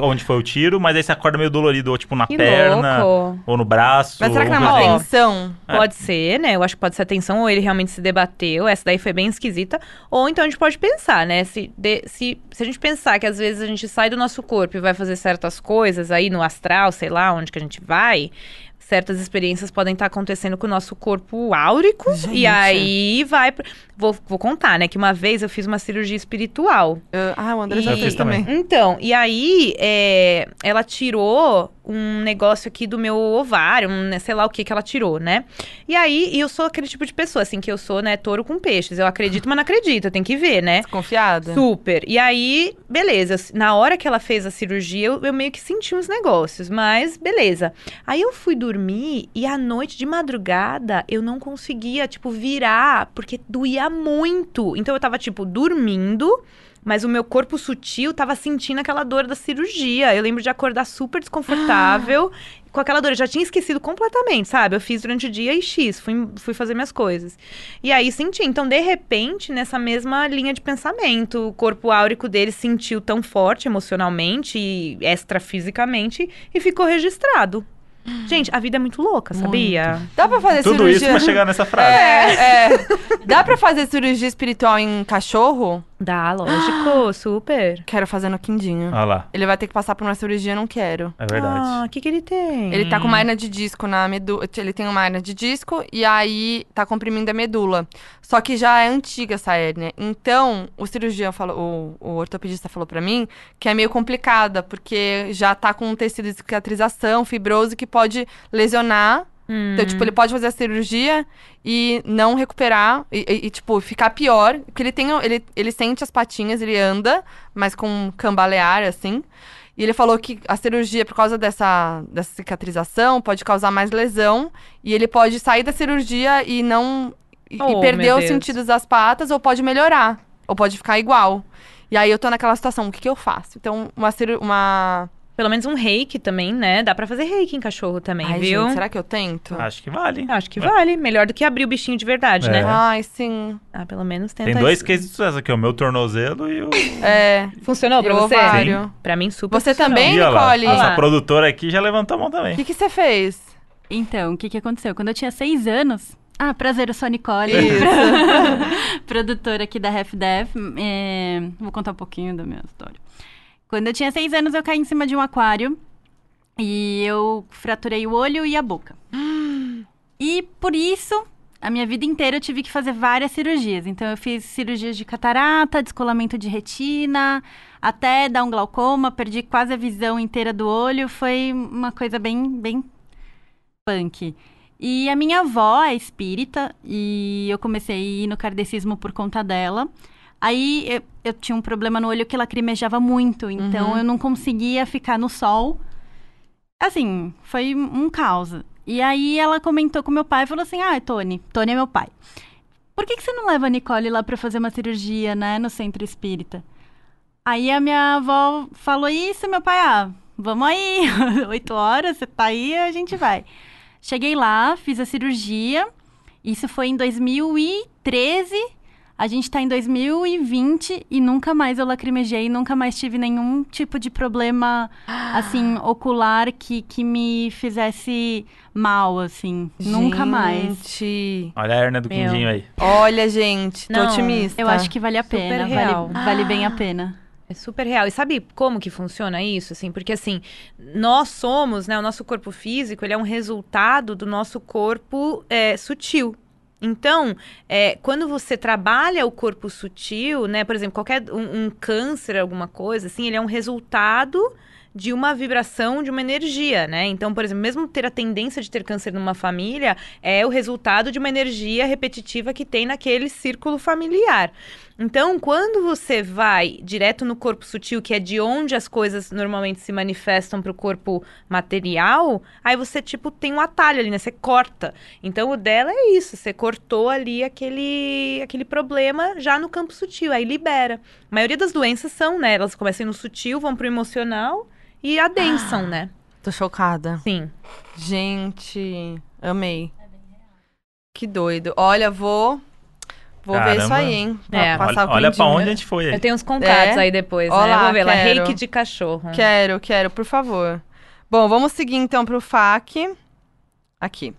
onde foi o tiro, mas aí você acorda meio dolorido, ou tipo na Que perna, louco. ou no braço. Mas será que não é alguma uma coisa assim. tensão? É. Pode ser, né? Eu acho que pode ser atenção, ou ele realmente se debateu, essa daí foi bem esquisita. Ou então a gente pode pensar, né? Se, de- se, se a gente pensar que às vezes a gente sai do nosso corpo e vai fazer certas coisas aí no astral, sei lá, onde que a gente vai, certas experiências podem estar acontecendo com o nosso corpo áurico. Gente. E aí vai. pro- Vou, vou contar, né? Que uma vez eu fiz uma cirurgia espiritual. Ah, Ah, o André E- já Eu fez fiz também. Então, e aí é, ela tirou um negócio aqui do meu ovário, um, né, sei lá o que que ela tirou, né? E aí, e eu sou aquele tipo de pessoa, assim, que eu sou, né, touro com peixes. Eu acredito, mas não acredito, eu tenho que ver, né? Desconfiada? Super. E aí, beleza. eu- Na hora que ela fez a cirurgia, eu, eu meio que senti uns negócios, mas beleza. Aí eu fui dormir e à noite de madrugada eu não conseguia, tipo, virar, porque doía muito. Então eu tava, tipo, dormindo. Mas o meu corpo sutil tava sentindo aquela dor da cirurgia. Eu lembro de acordar super desconfortável com aquela dor. Eu já tinha esquecido completamente, sabe? Eu fiz durante o dia e X, fui, fui fazer minhas coisas. E aí senti. Então, de repente, nessa mesma linha de pensamento, o corpo áurico dele sentiu tão forte emocionalmente e extrafisicamente e ficou registrado. Gente, a vida é muito louca, sabia? Dá pra fazer Tudo isso cirurgia. pra chegar nessa frase. É, é. Dá pra fazer cirurgia espiritual em cachorro? Dá, lógico, super. Quero fazer no quindinho. Olha Ah lá, Ele vai ter que passar por uma cirurgia, não quero. é verdade. Ah, o que, que ele tem? Ele tá com uma hernia de disco na medula. Ele tem uma hernia de disco e aí tá comprimindo a medula. Só que já é antiga essa hernia. Então, o cirurgião falou, o, o ortopedista falou pra mim que é meio complicada, porque já tá com um tecido de cicatrização, fibrose, que pode lesionar. Hum. Então, tipo, ele pode fazer a cirurgia e não recuperar e, e- e, tipo, ficar pior. Porque ele tem. o- Ele, ele sente as patinhas, ele anda, mas com um cambalear, assim. E ele falou que a cirurgia, por causa dessa, dessa cicatrização, pode causar mais lesão. E ele pode sair da cirurgia e não. E, e Oh, perder meu os Deus. sentidos das patas, ou pode melhorar. Ou pode ficar igual. E aí eu tô naquela situação, o que, que eu faço? Então, uma. ciru- uma... Pelo menos um reiki também, né? Dá pra fazer reiki em cachorro também, Ai, viu? gente, será que eu tento? Acho que vale. hein? Acho que vale. Melhor do que abrir o bichinho de verdade, É. né? Ai, sim. Ah, pelo menos tenta Tem dois isso. cases de sucesso aqui, o meu tornozelo e o. então É. Funcionou pra E o você? ovário. Sim. Pra mim, super Você funcionou. também? Hein, Ih, olha lá, Nicole? Nossa Olá. produtora aqui já levantou a mão também. O que, que você fez? Então, o que, que aconteceu? Quando eu tinha seis anos. Ah, prazer, eu sou a Nicole. né? Produtora aqui da Half Death. É, vou contar um pouquinho da minha história. Quando eu tinha seis anos, eu caí em cima de um aquário. E eu fraturei o olho e a boca. Ah. e por isso, a minha vida inteira eu tive que fazer várias cirurgias. Então, eu fiz cirurgias de catarata, descolamento de retina, até dar um glaucoma. Perdi quase a visão inteira do olho. Foi uma coisa bem, bem punk. E a minha avó é espírita e eu comecei a ir no kardecismo por conta dela. Aí eu, eu tinha um problema no olho que lacrimejava muito, então eu não conseguia ficar no sol. Assim, foi um caos. E aí ela comentou com meu pai e falou assim: Ah, Tony, Tony é meu pai. Por que, que você não leva a Nicole lá pra fazer uma cirurgia, né, no centro espírita? Aí a minha avó falou isso, meu pai, ah, vamos aí, oito horas, você tá aí, a gente vai. Cheguei lá, fiz a cirurgia. Isso foi em 2013. A gente tá em 2020 e nunca mais eu lacrimejei, nunca mais tive nenhum tipo de problema, assim, ocular que, que me fizesse mal, assim. Nunca mais. Gente. Olha a hernia do Meu. quindinho aí. Olha, gente, tô Não, otimista. Eu acho que vale a Super pena, real. vale, vale bem a pena. É super real. E sabe como que funciona isso? Assim, porque assim, nós somos, né? O nosso corpo físico, ele é um resultado do nosso corpo é, sutil. Então, é, quando você trabalha o corpo sutil, né? Por exemplo, qualquer um, um câncer, alguma coisa, assim, ele é um resultado de uma vibração, de uma energia, né? Então, por exemplo, mesmo ter a tendência de ter câncer numa família, é o resultado de uma energia repetitiva que tem naquele círculo familiar. Então, quando você vai direto no corpo sutil, que é de onde as coisas normalmente se manifestam para o corpo material, aí você, tipo, tem um atalho ali, né? Você corta. Então, o dela é isso. Você cortou ali aquele, aquele problema já no campo sutil, aí libera. A maioria das doenças são, né? Elas começam no sutil, vão pro emocional e adensam, né? Ah, Tô chocada. Sim. Gente, amei. Que doido. Olha, vou. Vou ver isso Caramba. aí, hein? Pra É. passar olha o olha pra quindinho. onde a gente foi Eu aí. tenho uns contatos É? aí depois, né? Olá, Vou ver lá. quero. Reiki de cachorro. Quero, quero, por favor. Bom, vamos seguir então pro FAQ. Aqui.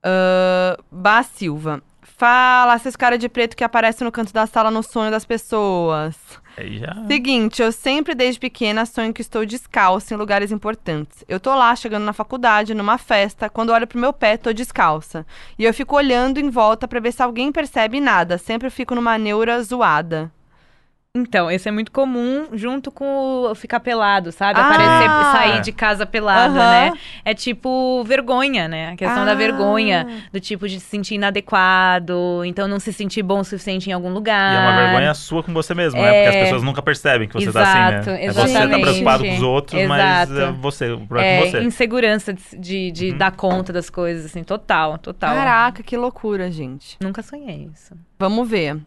Ah, Bá Silva. Fala, esses caras de preto que aparecem no canto da sala no sonho das pessoas. Aí já. Ah. Seguinte, eu sempre desde pequena sonho que estou descalça em lugares importantes. Eu tô lá chegando na faculdade, numa festa, quando olho pro meu pé, tô descalça. E eu fico olhando em volta pra ver se alguém percebe e nada. Sempre eu fico numa neura zoada. Então, esse é muito comum junto com o ficar pelado, sabe? Ah! Aparecer, sair de casa pelado, Aham. né? É tipo vergonha, né? A questão da Ah. vergonha, do tipo de se sentir inadequado, então não se sentir bom o suficiente em algum lugar. E é uma vergonha sua com você mesmo, né? Ah, É. Porque as pessoas nunca percebem que você tá assim, Exato, né? É você que tá exatamente. preocupado com os outros, mas é Exato. você, o problema é com É, você. insegurança de, de, de Uhum. dar conta das coisas, assim, total, total. Caraca, que loucura, gente. Nunca sonhei isso. Vamos ver.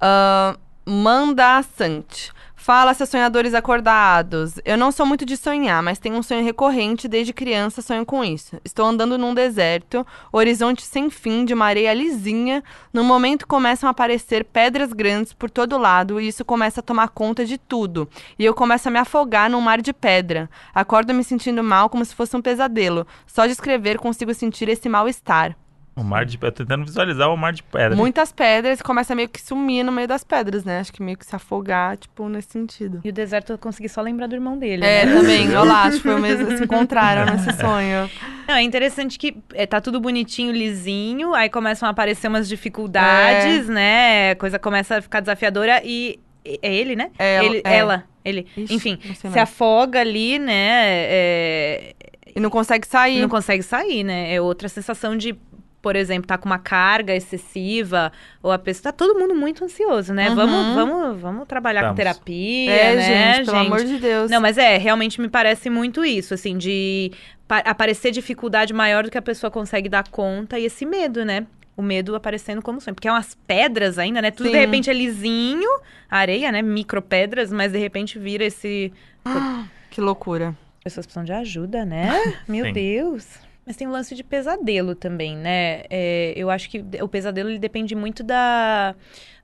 Ah, Manda Sante. Fala, seus sonhadores acordados. Eu não sou muito de sonhar, mas tenho um sonho recorrente desde criança, sonho com isso. Estou andando num deserto, horizonte sem fim, de uma areia lisinha. No momento começam a aparecer pedras grandes por todo lado e isso começa a tomar conta de tudo. E eu começo a me afogar num mar de pedra. Acordo me sentindo mal como se fosse um pesadelo. Só de escrever consigo sentir esse mal-estar. O mar de pedra. Tô tentando visualizar o mar de pedra. Muitas pedras e começa a meio que sumir no meio das pedras, né? Acho que meio que se afogar, tipo, nesse sentido. E o deserto eu consegui só lembrar do irmão dele. É, né? também. Olha lá, acho que foi o mesmo- se encontraram nesse sonho. Não, é interessante que é, tá tudo bonitinho, lisinho, aí começam a aparecer umas É. dificuldades, né? A coisa começa a ficar desafiadora e. e- É ele, né? É, ele, é. Ela. Ele. Ixi, Enfim, não sei se mais. afoga ali, né? é, E não consegue e sair. não consegue sair, né? É outra sensação de. Por exemplo, tá com uma carga excessiva, ou a pessoa. Tá todo mundo muito ansioso, né? Uhum. Vamos, vamos, vamos trabalhar Vamos. com terapia, É, né, gente, pelo amor de Deus. não, mas é, realmente me parece muito isso, assim, de pa- aparecer dificuldade maior do que a pessoa consegue dar conta e esse medo, né? O medo aparecendo como sonho. Porque é umas pedras ainda, né? Tudo Sim. de repente é lisinho, areia, né? Micropedras, mas de repente vira esse. Ah, Que loucura. Pessoas precisam de ajuda, né? Meu Sim. Deus. Mas tem o lance de pesadelo também, né? É, eu acho que o pesadelo ele depende muito da,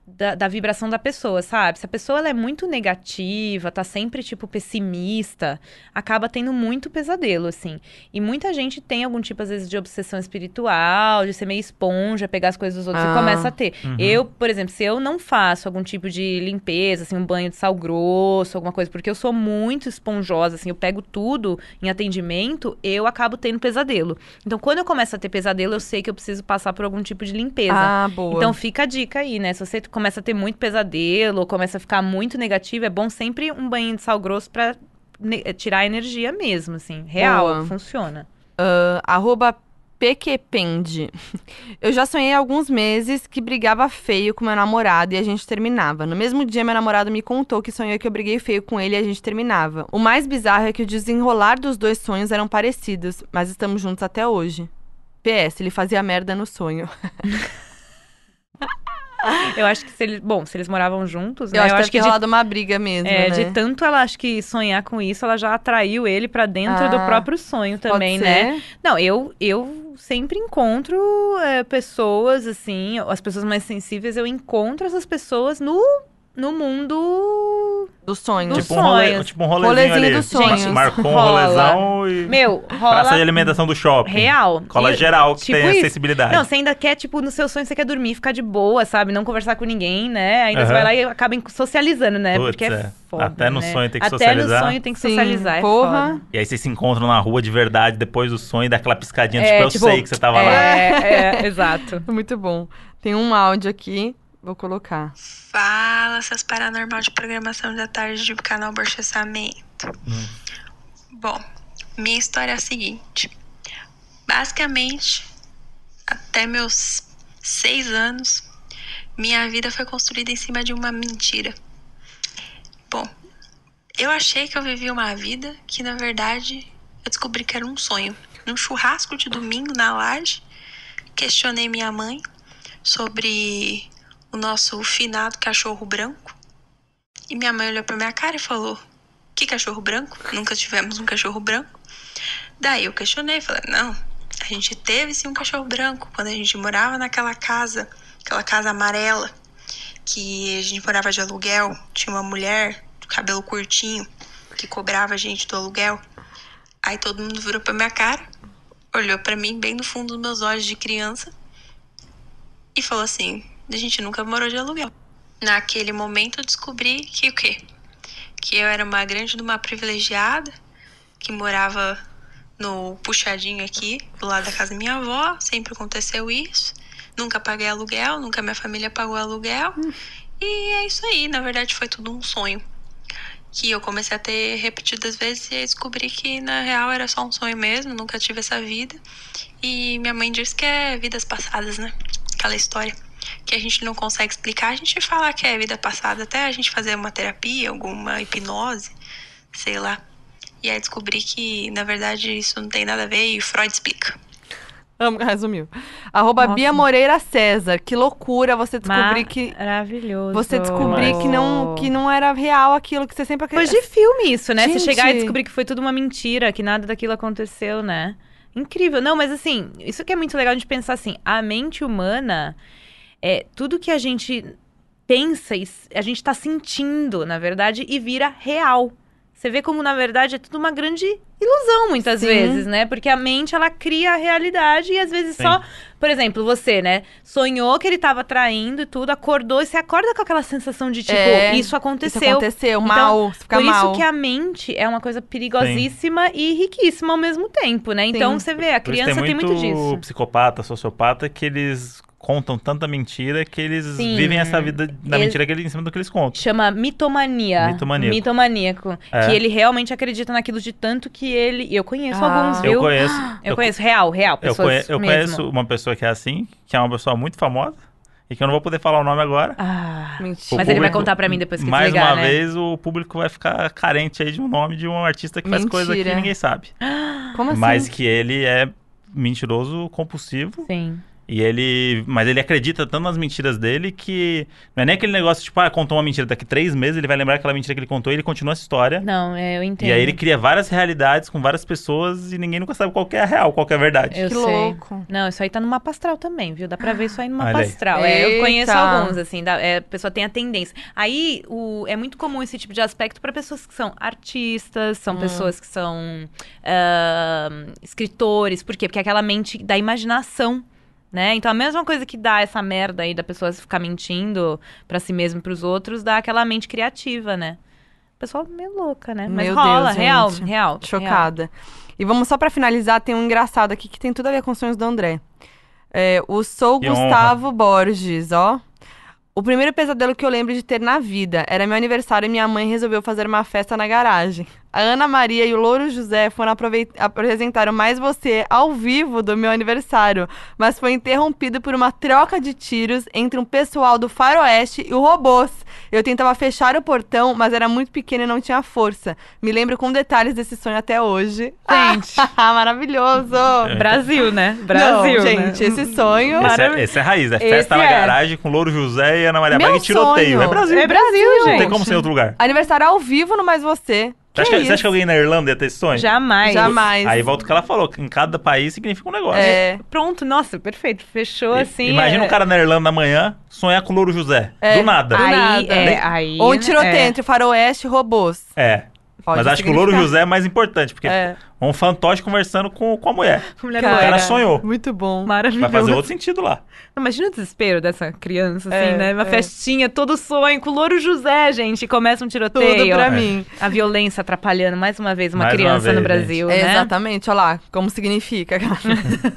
da, da vibração da pessoa, sabe? Se a pessoa ela é muito negativa, tá sempre, tipo, pessimista, acaba tendo muito pesadelo, assim. E muita gente tem algum tipo, às vezes, de obsessão espiritual, de ser meio esponja, pegar as coisas dos outros Ah. e começa a ter. Uhum. Eu, por exemplo, se eu não faço algum tipo de limpeza, assim, um banho de sal grosso, alguma coisa, porque eu sou muito esponjosa, assim, eu pego tudo em atendimento, eu acabo tendo pesadelo. Então, quando eu começo a ter pesadelo, eu sei que eu preciso passar por algum tipo de limpeza. Ah, boa. Então fica a dica aí, né? Se você começa a ter muito pesadelo, ou começa a ficar muito negativo, é bom sempre um banho de sal grosso pra ne- eh, tirar a energia mesmo, assim. Real, Boa. funciona. Ah, Arroba PQPende. Eu já sonhei há alguns meses que brigava feio com meu namorado e a gente terminava. No mesmo dia, meu namorado me contou que sonhou que eu briguei feio com ele e a gente terminava. O mais bizarro é que o desenrolar dos dois sonhos eram parecidos, mas estamos juntos até hoje. PS, ele fazia merda no sonho. Eu acho que se eles. Bom, se eles moravam juntos, né? Eu acho que de deve ter rolado uma briga mesmo, né? É, de tanto ela acho que sonhar com isso, ela já atraiu ele pra dentro Ah, do próprio sonho Pode também, ser. né? Não, eu, eu sempre encontro é, pessoas assim, as pessoas mais sensíveis, eu encontro essas pessoas no, no mundo. Do sonho. Dos Tipo um, rolê, sonhos. tipo um rolezinho, Rolezinho ali. dos sonhos. Mar- Marcou um Rola. rolezão e. Meu, Praça de rola alimentação do shopping. real. Cola E- geral que tipo tem isso. acessibilidade. Não, você ainda quer, tipo, no seu sonho você quer dormir, ficar de boa, sabe? Não conversar com ninguém, né? Ainda você Aham. vai lá e acaba em- socializando, né? Putz, Porque é. é foda. Até no né? sonho tem que Até socializar. no sonho tem que Sim, socializar. é porra. foda. E aí vocês se encontram na rua de verdade depois do sonho, dá aquela piscadinha, tipo, É, eu tipo, sei que você tava lá. É, é, exato. Muito bom. Tem um áudio aqui, vou colocar. Fala, seus paranormal de programação da tarde de canal Borchessamento. Bom, minha história é a seguinte. Basicamente, até meus seis anos, minha vida foi construída em cima de uma mentira. Bom, eu achei que eu vivia uma vida que, na verdade, eu descobri que era um sonho. Num churrasco de domingo na laje, questionei minha mãe sobre o nosso finado cachorro branco. E minha mãe olhou pra minha cara e falou: Que cachorro branco? Nunca tivemos um cachorro branco. Daí eu questionei, falei: Não, a gente teve sim um cachorro branco quando a gente morava naquela casa, aquela casa amarela, que a gente morava de aluguel. Tinha uma mulher de cabelo curtinho que cobrava a gente do aluguel. Aí todo mundo virou pra minha cara, olhou pra mim bem no fundo dos meus olhos de criança e falou assim: a gente nunca morou de aluguel. Naquele momento eu descobri que o quê? Que eu era uma grande de uma privilegiada que morava no puxadinho aqui, do lado da casa da minha avó, sempre aconteceu isso. Nunca paguei aluguel, nunca minha família pagou aluguel. E é isso aí, na verdade foi tudo um sonho. Que eu comecei a ter repetidas vezes e aí descobri que na real era só um sonho mesmo, nunca tive essa vida. E minha mãe diz que é vidas passadas, né? Aquela história que a gente não consegue explicar, a gente fala que é vida passada, até a gente fazer uma terapia, alguma hipnose, sei lá. E aí descobri que, na verdade, isso não tem nada a ver e Freud explica. Amo que Resumiu. Arroba Nossa. Bia Moreira César. Que loucura você descobrir que. Maravilhoso. Você descobrir que não, que não era real aquilo que você sempre Foi acreditava. de filme isso, né? Você Gente. chegar e descobrir que foi tudo uma mentira, que nada daquilo aconteceu, né? Incrível. Não, mas assim, isso que é muito legal de pensar assim, a mente humana é tudo que a gente pensa e s- a gente tá sentindo, na verdade, e vira real. Você vê como, na verdade, é tudo uma grande ilusão, muitas Sim. vezes, né? Porque a mente, ela cria a realidade e às vezes Sim. só. Por exemplo, você, né? Sonhou que ele tava traindo e tudo, acordou e você acorda com aquela sensação de tipo, É, isso Isso aconteceu. aconteceu, Então, mal, você fica Por isso mal. que a mente é uma coisa perigosíssima e riquíssima ao mesmo tempo, né? Então você vê, a Por isso criança tem muito, disso. psicopata, sociopata, que eles contam tanta mentira que eles Sim. vivem essa vida da Ex- mentira que eles, em cima do que eles contam. Chama mitomania. Mitomaníaco. Mitomaníaco. É. Que ele realmente acredita naquilo de tanto que ele. E eu conheço Ah. alguns, viu? Eu conheço. Eu conheço, real, real, Eu, pessoas conhe- eu mesmo. conheço uma pessoa que é assim, que é uma pessoa muito famosa, e que eu não vou poder falar o nome agora. Ah, O Mentira. mas ele vai público- contar pra mim depois que Mais desligar, uma né? vez, o público vai ficar carente aí de um nome de um artista que faz coisa que Mentira. ninguém sabe. Como assim? Mas que ele é mentiroso compulsivo. Sim. E ele. Mas ele acredita tanto nas mentiras dele que. Não é nem aquele negócio, tipo, ah, contou uma mentira, daqui três meses ele vai lembrar aquela mentira que ele contou e ele continua essa história. Não, é, eu entendo. E aí ele cria várias realidades com várias pessoas e ninguém nunca sabe qual que é a real, qual que é a verdade. Eu que sei. louco. Ah. Não, isso aí tá no mapa astral também, viu? Dá pra ver isso aí no mapa Olha aí. astral. É, eu conheço Eita. alguns, assim, dá- é, a pessoa tem a tendência. Aí o- é muito comum esse tipo de aspecto pra pessoas que são artistas, são pessoas que são ah, escritores. Por quê? Porque é aquela mente da imaginação. Né? Então a mesma coisa que dá essa merda aí da pessoa ficar mentindo pra si mesmo e pros outros, dá aquela mente criativa, né? O pessoal meio louca, né? Mas Meu rola, Deus, real, gente. real. real. Chocada. E vamos só pra finalizar, tem um engraçado aqui que tem tudo a ver com os sonhos do André. É, o Sou Que Gustavo Borges, ó. O primeiro pesadelo que eu lembro de ter na vida era meu aniversário e minha mãe resolveu fazer uma festa na garagem. A Ana Maria e o Louro José foram aprovei- apresentaram mais você ao vivo do meu aniversário, mas foi interrompido por uma troca de tiros entre um pessoal do Faroeste e o robôs. Eu tentava fechar o portão, mas era muito pequeno e não tinha força. Me lembro com detalhes desse sonho até hoje. Ah, Gente. maravilhoso! Brasil, né? Não, Brasil. né? gente, esse sonho. É, então Esse é, esse é a raiz, é Esse festa na é. garagem com Louro José e Ana Maria Meu Braga e tiroteio. sonho. É Brasil. É Brasil, Não gente. tem como ser em outro lugar. Aniversário ao vivo no Mais Você Você. Que acha, que, isso? você acha que alguém na Irlanda ia ter esse sonho? Jamais. Jamais. Aí volta o que ela falou, que em cada país significa um negócio. É, Pronto, nossa, perfeito. Fechou I- assim. Imagina é- um cara na Irlanda amanhã sonhar com o Louro José. É. Do nada. Ah. Aí, nada. é, Tem- aí. ou um tiroteio é. entre faroeste e robôs. É. Pode Mas acho que o Louro significar. José é mais importante, porque é É. um fantoche conversando com, com a mulher. Mulher O Cara. cara loira. sonhou. Muito bom. Vai Maravilhoso. fazer outro sentido lá. Imagina o desespero dessa criança, assim, É, né? Uma é. festinha, todo sonho, com o Louro José, gente. e Começa um Tudo tiroteio. pra É. mim. A violência atrapalhando mais uma vez uma Mais uma criança no vez, Brasil, É, né? Exatamente, olha lá, como significa.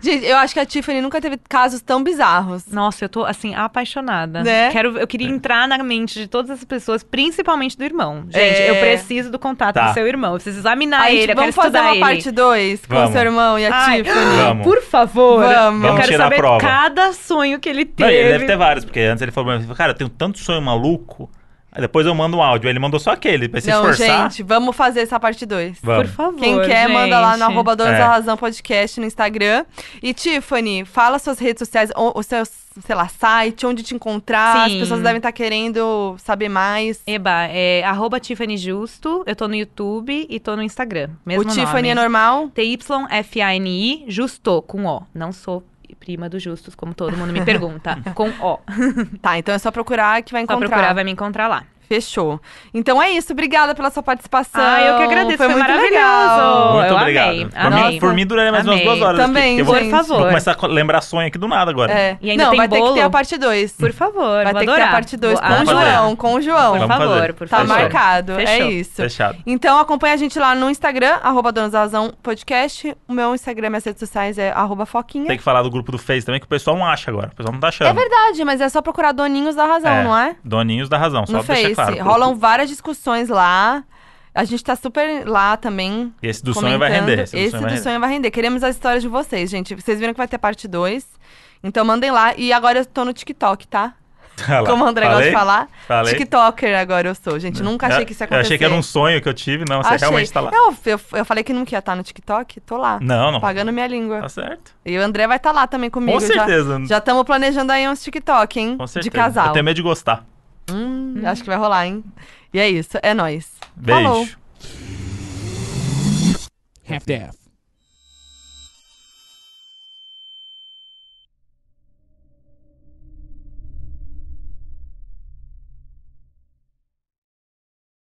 Gente, eu acho que a Tiffany nunca teve casos tão bizarros. Nossa, eu tô, assim, apaixonada. Né? Quero, eu É. queria entrar na mente de todas as pessoas, principalmente do irmão. Gente, É. eu preciso do contato Tá. do seu irmão. Eu preciso examinar Aí, ele, eu quero vamos fazer estudar uma ele. parte 2 com o Vamos. seu irmão e a Ai, Tiffany. Vamos. Por favor. Vamos. Eu Vamos quero tirar a saber prova. cada sonho que ele Não, teve. e ele deve ter vários, porque antes ele falou pra mim, cara, eu tenho tanto sonho maluco, aí depois eu mando um áudio. Aí ele mandou só aquele, pra se Não, esforçar. gente, vamos fazer essa parte 2. Por Vamos. favor, Quem quer, gente. manda lá no arroba Donos É. da Razão Podcast no Instagram. E, Tiffany, fala suas redes sociais, o, o seu, sei lá, site, onde te encontrar. Sim. Ah, As pessoas devem tá estar querendo saber mais. Eba, é arroba Tiffany Justo. Eu tô no YouTube e tô no Instagram. Mesmo o Tiffany é nome. normal? T-Y-F-A-N-I, Justo, com O. Não sou prima dos justos, como todo mundo me pergunta. com O. Tá, então é só procurar que vai Só encontrar. procurar, vai me encontrar lá. Fechou. Então é isso, obrigada pela sua participação. Ah, eu que agradeço, foi, muito maravilhoso. legal. Muito eu obrigado. amei, Por, amei. Mim, por mim duraria mais Amei. umas duas horas. aqui, Também, porque eu vou, gente. Por favor. vou começar a co- lembrar sonho aqui do nada agora. É. E ainda Não, tem vai ter que bolo? ter a parte 2. Por favor, Vai vou ter que ter adorar. a parte 2 Vou com o Vamos fazer. João, com o João. Por Vamos favor, fazer. por Tá favor. marcado, Fechou. é isso. Fechado. Então acompanha a gente lá no Instagram, arroba Donos da Razão Podcast. O meu Instagram, minhas redes sociais é arroba Foquinha. Tem que falar do grupo do Face também, que o pessoal não acha agora. O pessoal não tá achando. É verdade, mas é só procurar Doninhos da Razão, não é? Doninhos da razão, só No deixar Face. um claro. Rolam várias discussões lá. A gente tá super lá também. E Esse do sonho vai comentando. render. Esse, do sonho vai do render. sonho vai render. Queremos as histórias de vocês, gente. Vocês viram que vai ter parte 2. Então mandem lá. E agora eu tô no TikTok, tá? Olha lá. Como o André gosta de Falei? falar. Falei. TikToker agora eu sou, gente. Nunca achei que isso ia Eu acontecer. achei que era um sonho que eu tive. Não, você Achei. É realmente tá lá. Eu, eu, eu falei que não que ia estar no TikTok, tô lá. Não, não. Pagando minha língua. Tá certo. E o André vai estar lá também comigo. Com certeza. Já estamos planejando aí uns TikTok, hein? Com certeza. um De casal. Eu tenho medo de gostar. Hum, Acho que vai rolar, hein? E é isso. É nóis. Beijo. Falou. half-daff.